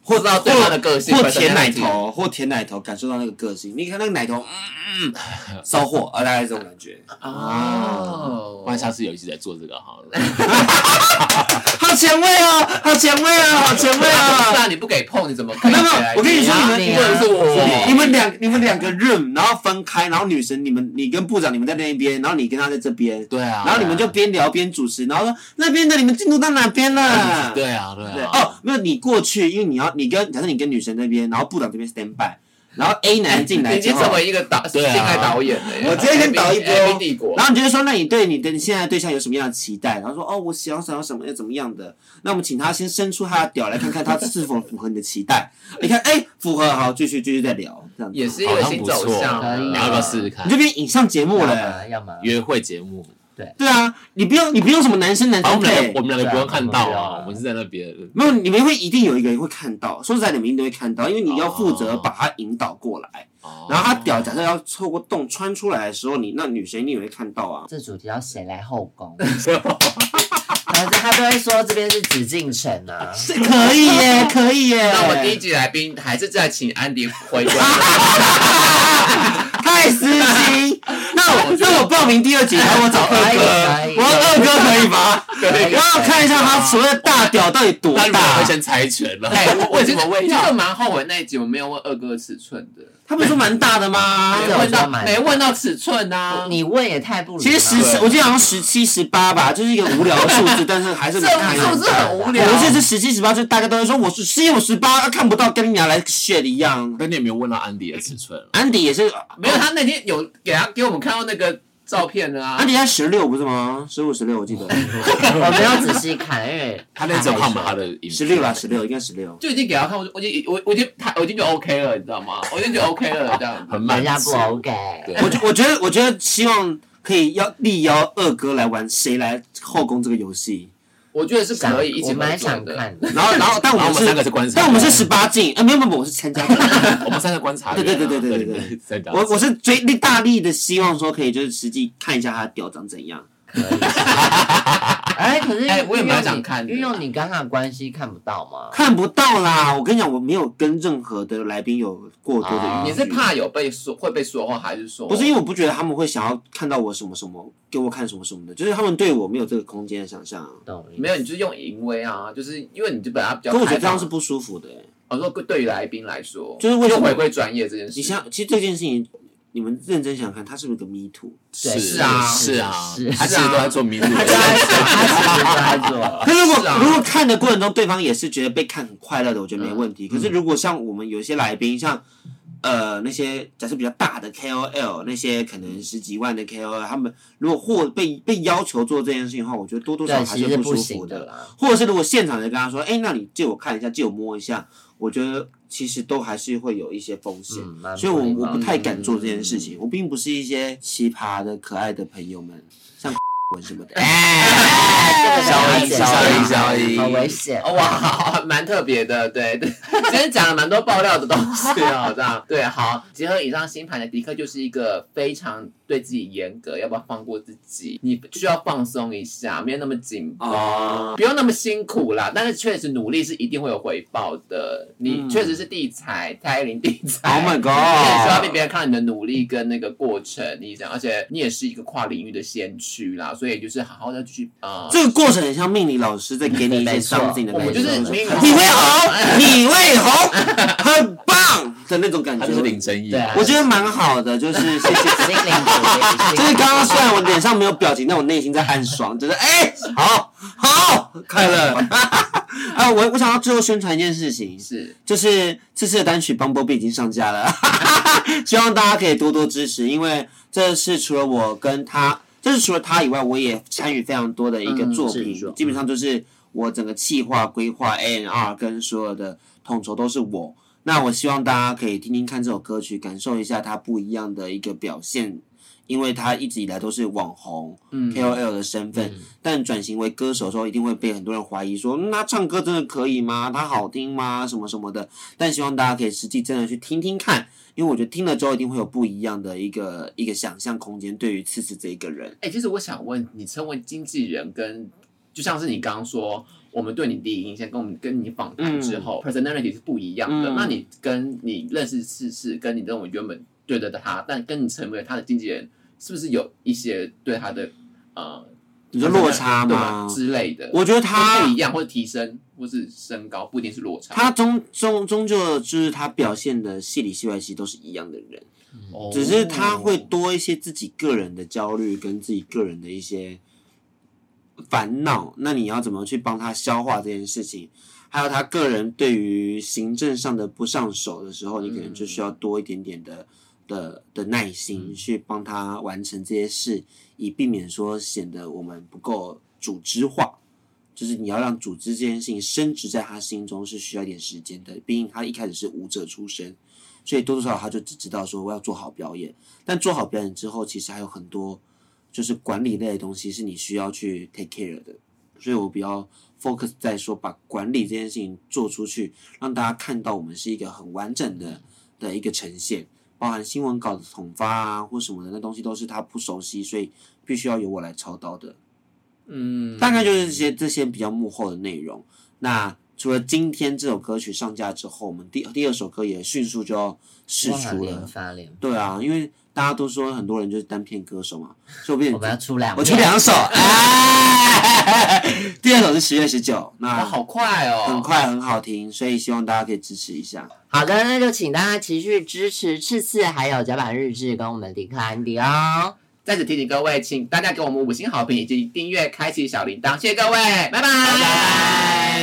[SPEAKER 1] 或知道对方的个性，
[SPEAKER 4] 或
[SPEAKER 1] 或者
[SPEAKER 4] 舔奶
[SPEAKER 1] 怎样子，
[SPEAKER 4] 头，或舔奶头，感受到那个个性。你看那个奶头，嗯嗯，骚货啊，大概这种感觉。
[SPEAKER 1] 哦，
[SPEAKER 2] 不然下次有一期再做这个好了。
[SPEAKER 4] 好前卫哦，好前卫哦，好前卫
[SPEAKER 1] 不
[SPEAKER 4] 哦！
[SPEAKER 1] 然啊你不给碰，你怎么可以
[SPEAKER 4] 没有没有
[SPEAKER 1] 回来
[SPEAKER 4] 我跟你说
[SPEAKER 1] 啊
[SPEAKER 4] 你
[SPEAKER 1] 哎你
[SPEAKER 4] 们
[SPEAKER 1] 不能是
[SPEAKER 4] 你
[SPEAKER 1] 我，
[SPEAKER 4] 们两你们两个 room，然后分开，然后女神你们你跟部长你们在那一边，然后你跟他在这边，
[SPEAKER 2] 对啊，
[SPEAKER 4] 然后你们就边聊边主持，然后说那边的你们进度到哪边了？
[SPEAKER 2] 对啊对
[SPEAKER 4] 对
[SPEAKER 2] 啊，
[SPEAKER 4] 嗯哦，没有你过去，因为你要你跟假设你跟女生那边，然后部长这边 stand by，然后 A 男进来
[SPEAKER 1] 已
[SPEAKER 4] 之
[SPEAKER 1] 经
[SPEAKER 4] 后，
[SPEAKER 1] 成为一个导性
[SPEAKER 2] 对啊
[SPEAKER 1] 爱导演了耶。
[SPEAKER 4] 我直接先导一波
[SPEAKER 1] A B 帝国
[SPEAKER 4] 然，后你就会说，那你对你的你现在的对象有什么样的期待？然后说哦，我想要想要什么要怎么样的？那我们请他先伸出他的屌来看看他是否符合你的期待。你看，哎，符合，好，继续继续再聊，这样子
[SPEAKER 1] 也是一
[SPEAKER 2] 好
[SPEAKER 1] 个
[SPEAKER 2] 像
[SPEAKER 1] 新
[SPEAKER 2] 不
[SPEAKER 1] 走
[SPEAKER 2] 错，
[SPEAKER 1] 向
[SPEAKER 5] 可以
[SPEAKER 1] 了，
[SPEAKER 5] 啊
[SPEAKER 2] 你要不要试试看
[SPEAKER 4] 你？就变影像节目
[SPEAKER 5] 要
[SPEAKER 4] 了。
[SPEAKER 5] 么要么
[SPEAKER 2] 约会节目，
[SPEAKER 4] 对啊，你不用你不用什么男生男
[SPEAKER 2] 啊我
[SPEAKER 4] 生
[SPEAKER 2] 们两
[SPEAKER 4] 配
[SPEAKER 2] 个我，们两个不用看到
[SPEAKER 5] 对
[SPEAKER 2] 啊，
[SPEAKER 5] 啊
[SPEAKER 2] 我们是在那边。
[SPEAKER 4] 没有你们会一定有一个人会看到。说实在，你们一定会看到，因为你要负责
[SPEAKER 2] 哦
[SPEAKER 4] 把他引导过来。
[SPEAKER 2] 哦
[SPEAKER 4] 然后他屌假设要透过洞穿出来的时候，你那女神一定会看到啊。
[SPEAKER 5] 这主题要谁来后宫？然后他都会说这边是紫禁城啊，
[SPEAKER 4] 这可以 耶，可以耶。
[SPEAKER 1] 那我第一集来宾还是再请安迪回 归。
[SPEAKER 4] 太私心。那我那我报名第二集，然后我
[SPEAKER 5] 哦
[SPEAKER 4] 找二
[SPEAKER 5] 哎可以可
[SPEAKER 1] 哎
[SPEAKER 5] 以
[SPEAKER 4] 哥，我要二哥可以吗？
[SPEAKER 1] 对
[SPEAKER 4] 我
[SPEAKER 5] 哎
[SPEAKER 4] 要看一下他所谓的大屌到底多
[SPEAKER 2] 那你们
[SPEAKER 4] 大
[SPEAKER 2] 会。先猜拳了，
[SPEAKER 1] 哎，我
[SPEAKER 2] 为
[SPEAKER 1] 觉
[SPEAKER 2] 什
[SPEAKER 1] 得
[SPEAKER 2] 么会
[SPEAKER 1] 这
[SPEAKER 2] 要
[SPEAKER 1] 个？蛮后悔那一集我没有问二哥的尺寸的，
[SPEAKER 4] 他不是说蛮大的吗？
[SPEAKER 1] 没
[SPEAKER 5] 这
[SPEAKER 1] 问
[SPEAKER 5] 我
[SPEAKER 1] 到
[SPEAKER 5] 就买
[SPEAKER 1] 没问到尺寸啊。
[SPEAKER 5] 哎你问也太不礼貌
[SPEAKER 4] 其
[SPEAKER 5] 了。
[SPEAKER 4] 实十
[SPEAKER 1] 对
[SPEAKER 4] 我记得好像十七十八吧，就是一个无聊的数字，但是还是
[SPEAKER 1] 这
[SPEAKER 4] 蛮大的
[SPEAKER 1] 数字很无聊
[SPEAKER 4] 我记得是十七十八，就大家都会说我是十七我十八，看不到跟你拿来 shit 一样。
[SPEAKER 2] 那你有没有问到安迪的尺寸啊了？
[SPEAKER 4] 安迪也是，
[SPEAKER 1] 没有，他那天有给他给我们看到那个照片了啊
[SPEAKER 4] 安。迪才十六不是吗？十五十六我记 得。
[SPEAKER 5] 我没有仔细看，因为
[SPEAKER 2] 他那次有看我们他的影片
[SPEAKER 4] 十六啦，十六应该十六。
[SPEAKER 1] 就已经给他看，我就我已经我我已经他我已经就害羞 OK 了，你知道 吗？我已经就 OK 了，这样子
[SPEAKER 2] 很
[SPEAKER 5] 人
[SPEAKER 2] 满
[SPEAKER 5] 家
[SPEAKER 2] 足
[SPEAKER 5] 不 OK。
[SPEAKER 2] 对
[SPEAKER 4] 我觉我觉得我觉得希望可以要力邀二哥来玩谁来后宫这个游戏，
[SPEAKER 1] 我觉得是可以一起
[SPEAKER 5] 我蛮
[SPEAKER 1] 合作
[SPEAKER 5] 想
[SPEAKER 1] 的。
[SPEAKER 5] 看的。
[SPEAKER 4] 然后然后但我
[SPEAKER 2] 然后我们
[SPEAKER 4] 们是
[SPEAKER 2] 三个是观察，
[SPEAKER 4] 但我们是十八禁，呃没有没有我是参 加的，
[SPEAKER 2] 我们三个观察员啊，
[SPEAKER 4] 对对对对对对对
[SPEAKER 2] 对，三个
[SPEAKER 4] 我我是最力大力的希望说可以就是实际看一下他的屌长怎样，
[SPEAKER 5] 哎，可是
[SPEAKER 1] 哎我也
[SPEAKER 5] 运用
[SPEAKER 1] 蛮想
[SPEAKER 5] 你
[SPEAKER 1] 看的
[SPEAKER 5] 运用你跟他的关系看不到吗？
[SPEAKER 4] 看不到啦，我跟你讲我没有跟任何的来宾有过多的
[SPEAKER 5] 啊
[SPEAKER 4] 语
[SPEAKER 1] 你
[SPEAKER 4] 言，
[SPEAKER 1] 是怕有被说会被说话，还是说
[SPEAKER 4] 不是因为我不觉得他们会想要看到我什么什么，给我看什么什么的，就是他们对我没有这个空间的想象，
[SPEAKER 5] 懂
[SPEAKER 1] 没有？你就是用淫威啊，就是因为你就本来比较
[SPEAKER 4] 可我觉得
[SPEAKER 1] 开
[SPEAKER 4] 这
[SPEAKER 1] 放
[SPEAKER 4] 样是不舒服的、欸。
[SPEAKER 1] 我说对于来宾来说，
[SPEAKER 4] 就是为什
[SPEAKER 1] 就
[SPEAKER 4] 么
[SPEAKER 1] 回归专业这件事。
[SPEAKER 4] 你想，其实这件事情，你们认真想看，它是不是个 me too？
[SPEAKER 5] 对
[SPEAKER 2] 是
[SPEAKER 1] 是啊
[SPEAKER 2] 是啊
[SPEAKER 5] 是，
[SPEAKER 2] 他其实都在做迷路
[SPEAKER 5] 他他只是在做，
[SPEAKER 4] 可是如果、
[SPEAKER 1] 是啊
[SPEAKER 4] 如果看的过程中，对方也是觉得被看很快乐的，我觉得没
[SPEAKER 5] 嗯
[SPEAKER 4] 问题。可是如果像我们有一些来宾，像呃那些假设比较大的 KOL，那些可能十几万的 KOL，他们如果或被被要求做这件事情的话，我觉得多多 少
[SPEAKER 5] 对，
[SPEAKER 4] 少还
[SPEAKER 5] 其实是
[SPEAKER 4] 不
[SPEAKER 5] 不
[SPEAKER 4] 舒服
[SPEAKER 5] 行的
[SPEAKER 4] 的。
[SPEAKER 5] 啦。
[SPEAKER 4] 或者是如果现场就跟他说，哎、那你借我看一下，借我摸一下，我觉得其实都还是会有一些风险。
[SPEAKER 5] 嗯，蛮
[SPEAKER 4] 所以我
[SPEAKER 5] 不礼
[SPEAKER 4] 我
[SPEAKER 5] 貌
[SPEAKER 4] 不
[SPEAKER 5] 的哦
[SPEAKER 4] 太敢做这件事情。我并不是一些奇葩的、可爱的朋友们，像文什么的。
[SPEAKER 5] 哎，这个
[SPEAKER 1] 消
[SPEAKER 5] 了
[SPEAKER 1] 音
[SPEAKER 5] 解
[SPEAKER 1] 消音
[SPEAKER 5] 了
[SPEAKER 2] 消音
[SPEAKER 5] 好危险。
[SPEAKER 4] 哦
[SPEAKER 1] 哇，蛮特别的，对对，今天讲了蛮多爆料的东西哦，这样对，好，结合以上星盘的迪克就是一个非常对自己严格，要不要放过自己？你需要放松一下，没有那么紧绷，
[SPEAKER 4] 哦
[SPEAKER 1] 不用那么辛苦啦。但是确实努力是一定会有回报的，你
[SPEAKER 4] 嗯
[SPEAKER 1] 确实是地才，蔡依林地才
[SPEAKER 4] Oh my
[SPEAKER 1] 对，需要被
[SPEAKER 4] god！
[SPEAKER 1] 别人看到你的努力跟那个过程，你想，而且你也是一个跨领域的先驱啦，所以就是好好的去呃，
[SPEAKER 4] 这个过程很像命理老师在 给你一些
[SPEAKER 5] 没错
[SPEAKER 4] something 的
[SPEAKER 1] 我
[SPEAKER 4] 那
[SPEAKER 1] 们
[SPEAKER 4] 种，
[SPEAKER 1] 就是
[SPEAKER 4] 你
[SPEAKER 1] 命
[SPEAKER 4] 会红，你会红，很棒的那种感
[SPEAKER 2] 他
[SPEAKER 4] 觉。
[SPEAKER 2] 就是林正义，
[SPEAKER 5] 对啊
[SPEAKER 4] 我觉得蛮好的，就是谢谢。
[SPEAKER 5] 心灵鼓励，
[SPEAKER 4] 就是刚刚虽然我脸上没有表情，但我内心在暗爽，就是哎、好好快乐。 啊，我我想要最后宣传一件事情，
[SPEAKER 1] 是。
[SPEAKER 4] 就是这次的单曲《Bumblebee》已经上架了， 希望大家可以多多支持，因为这是除了我跟他，就是除了他以外，我也参与非常多的一个
[SPEAKER 1] 嗯
[SPEAKER 4] 作
[SPEAKER 5] 制
[SPEAKER 4] 品，
[SPEAKER 5] 作
[SPEAKER 4] 基本上就是我整个企划、规划、A N R 跟所有的统筹都是我。那我希望大家可以听听看这首歌曲，感受一下它不一样的一个表现，因为他一直以来都是网红、
[SPEAKER 1] 嗯
[SPEAKER 4] KOL 的身份，但转型为歌手的时候，一定会被很多人怀疑说，嗯，他唱歌真的可以吗？他好听吗？什么什么的。但希望大家可以实际真的去听听看，因为我觉得听了之后一定会有不一样的一个一个想象空间，对于次次这一个人。
[SPEAKER 1] 哎、其实我想问，你成为经纪人跟，就像是你刚刚说，我们对你第一印象跟我们跟你访谈之后、p e r s o n a l i t y 是不一样的。
[SPEAKER 4] 嗯
[SPEAKER 1] 那你跟你认识世事，跟你认为原本对的他，但跟你成为他的经纪人，是不是有一些对他的呃，
[SPEAKER 4] 你说落差
[SPEAKER 1] 对吧
[SPEAKER 4] 吗？
[SPEAKER 1] 之类的？
[SPEAKER 4] 我觉得
[SPEAKER 1] 会不
[SPEAKER 4] 他
[SPEAKER 1] 一样，或者提升，或是升高，不一定是落差。
[SPEAKER 4] 他终终终究就是他表现的戏里戏外戏都是一样的人，
[SPEAKER 5] 嗯
[SPEAKER 1] 哦
[SPEAKER 4] 只是他会多一些自己个人的焦虑跟自己个人的一些烦恼。那你要怎么去帮他消化这件事情？还有他个人对于行政上的不上手的时候，你可能就需要多一点点的的的耐心去帮他完成这些事，以避免说呃显得我们不够组织化。就是你要让组织这件事情升值在他心中是需要一点时间的，毕竟他一开始是舞者出身，所以多多少少他就只知道说我要做好表演，但做好表演之后，其实还有很多就是管理类的东西是你需要去 take care 的，所以我比较 focus 在说把管理这件事情做出去，让大家看到我们是一个很完整的的一个呈现，包含新闻稿的统发啊或什么的，那东西都是他不熟悉，所以必须要由我来操刀的。
[SPEAKER 1] 嗯，
[SPEAKER 4] 大概就是这些这些比较幕后的内容。那除了今天这首歌曲上架之后，我们第第二首歌也迅速就要试
[SPEAKER 5] 哇
[SPEAKER 4] 出
[SPEAKER 5] 连
[SPEAKER 4] 了。
[SPEAKER 5] 发连发，
[SPEAKER 4] 对啊，因为大家都说很多人就是单片歌手嘛，所以我变
[SPEAKER 5] 我们要出两面，
[SPEAKER 4] 我出两首，哎， 第二首是十月十九，
[SPEAKER 1] 哇，
[SPEAKER 4] 那
[SPEAKER 1] 好快哦，
[SPEAKER 4] 很快很好听，所以希望大家可以支持一下。
[SPEAKER 5] 好的，那就请大家持续支持赤次还有甲板日志跟我们迪克安迪哦，
[SPEAKER 1] 在此提醒各位，请大家给我们五星好评以及订阅、开启小铃铛，谢谢各位，拜拜。
[SPEAKER 5] 拜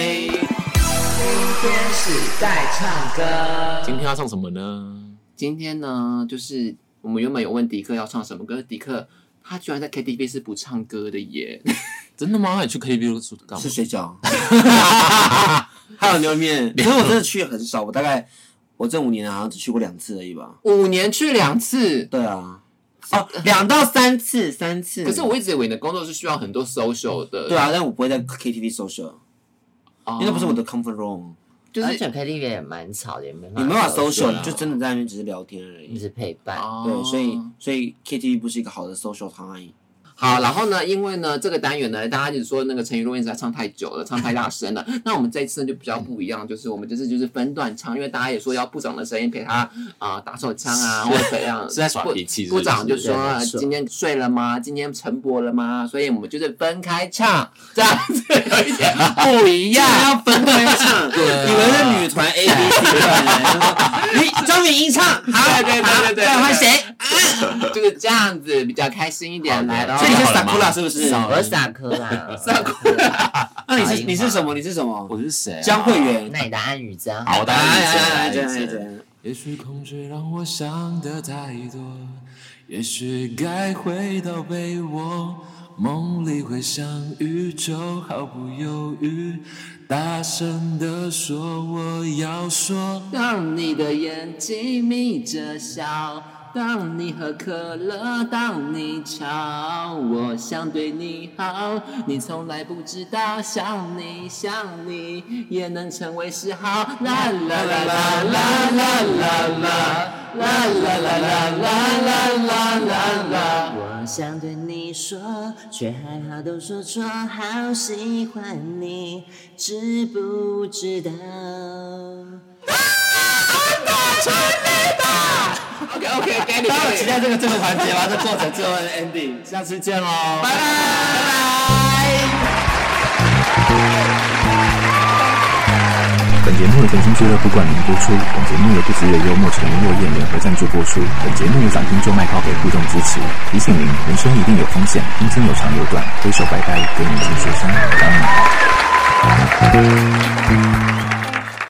[SPEAKER 1] 天使在唱歌。
[SPEAKER 2] 今天要唱什么呢？
[SPEAKER 1] 今天呢，就是我们原本有问迪克要唱什么歌，迪克他居然在 KTV 是不唱歌的耶。
[SPEAKER 2] 真的吗？你去 KTV 住干嘛
[SPEAKER 4] 吃？水饺， 还有牛肉面。可是我真的去很少，我大概我这五年好像只去过两次而已吧。
[SPEAKER 1] 五年去两次，
[SPEAKER 4] 对啊，哦，两到三次，三次。
[SPEAKER 1] 可是我一直以为你的工作是需要很多 social 的，
[SPEAKER 4] 对啊，但我不会在 KTV social，
[SPEAKER 1] 哦，
[SPEAKER 4] 因为那不是我的 comfort room，
[SPEAKER 1] 就是
[SPEAKER 5] 而且 KTV 也蛮吵的，也没
[SPEAKER 4] 你
[SPEAKER 5] 办
[SPEAKER 4] 没
[SPEAKER 5] 法
[SPEAKER 4] 办法
[SPEAKER 5] 收拾，
[SPEAKER 4] social，
[SPEAKER 2] social
[SPEAKER 4] 你就真的在那边只是聊天而
[SPEAKER 5] 一
[SPEAKER 4] 已。
[SPEAKER 5] 直陪伴。
[SPEAKER 1] 哦
[SPEAKER 4] 对，所以所以 KTV 不是一个好的 social time。
[SPEAKER 1] 好，然后呢，因为呢这个单元呢，大家一直说那个陈宇洛一直在唱太久了，唱太大声了。 那我们这一次就比较不一样，就是我们这次就是分段唱，因为大家也说要部长的声音陪他啊、打手枪啊，或者怎样，
[SPEAKER 2] 是在耍脾气是不是
[SPEAKER 1] 部部长就说
[SPEAKER 5] 对没
[SPEAKER 1] 呃
[SPEAKER 5] 错
[SPEAKER 1] 今天睡了吗？今天晨勃了吗？所以我们就是分开唱， 这样子有一点不一 样。啊
[SPEAKER 4] 要分开 唱，以为是女团 A B C 团，你张敏一唱，好，
[SPEAKER 1] 对对对对对，
[SPEAKER 4] 再换谁？
[SPEAKER 1] 啊？就是这样子比较开心一点来咯。
[SPEAKER 4] 所以你是
[SPEAKER 2] 好了
[SPEAKER 4] 萨
[SPEAKER 2] 吗
[SPEAKER 4] 库拉是不是？
[SPEAKER 5] 我是萨克啦， 萨克，
[SPEAKER 4] 那你是你是什么？你是什么？
[SPEAKER 2] 我是谁啊？
[SPEAKER 4] 江慧媛。
[SPEAKER 5] 那你的安宇真
[SPEAKER 2] 好，我答
[SPEAKER 4] 哎
[SPEAKER 2] 案
[SPEAKER 4] 哎
[SPEAKER 2] 一
[SPEAKER 4] 哎
[SPEAKER 2] 见，
[SPEAKER 4] 哎
[SPEAKER 2] 答案一见。
[SPEAKER 4] 哎
[SPEAKER 2] 也许恐惧让我想的太多，也许该回到被窝，梦里会像宇宙，毫不犹豫，大声地说我要说。
[SPEAKER 1] 让你的眼睛眯着笑，当你喝可乐，当你吵，我想对你好。你从来不知道，想你想你也能成为嗜好。啦啦啦啦啦啦啦啦，啦啦啦啦啦啦啦啦啦。
[SPEAKER 6] 我想对你说，却还好都说错，好喜欢你，知不知道？
[SPEAKER 7] OK OK，给你。
[SPEAKER 4] 大家有期待这个最后环节吗？这做成最后的 ending，下次见喽，拜拜。
[SPEAKER 8] 本节目由甜心俱乐部冠名播出。本节目由不只有幽默陈若燕联合赞助播出。本节目由掌听就卖靠给互动支持。提醒您，人生一定有风险，人生有长有短，挥手拜拜，给你一些伤，当你好。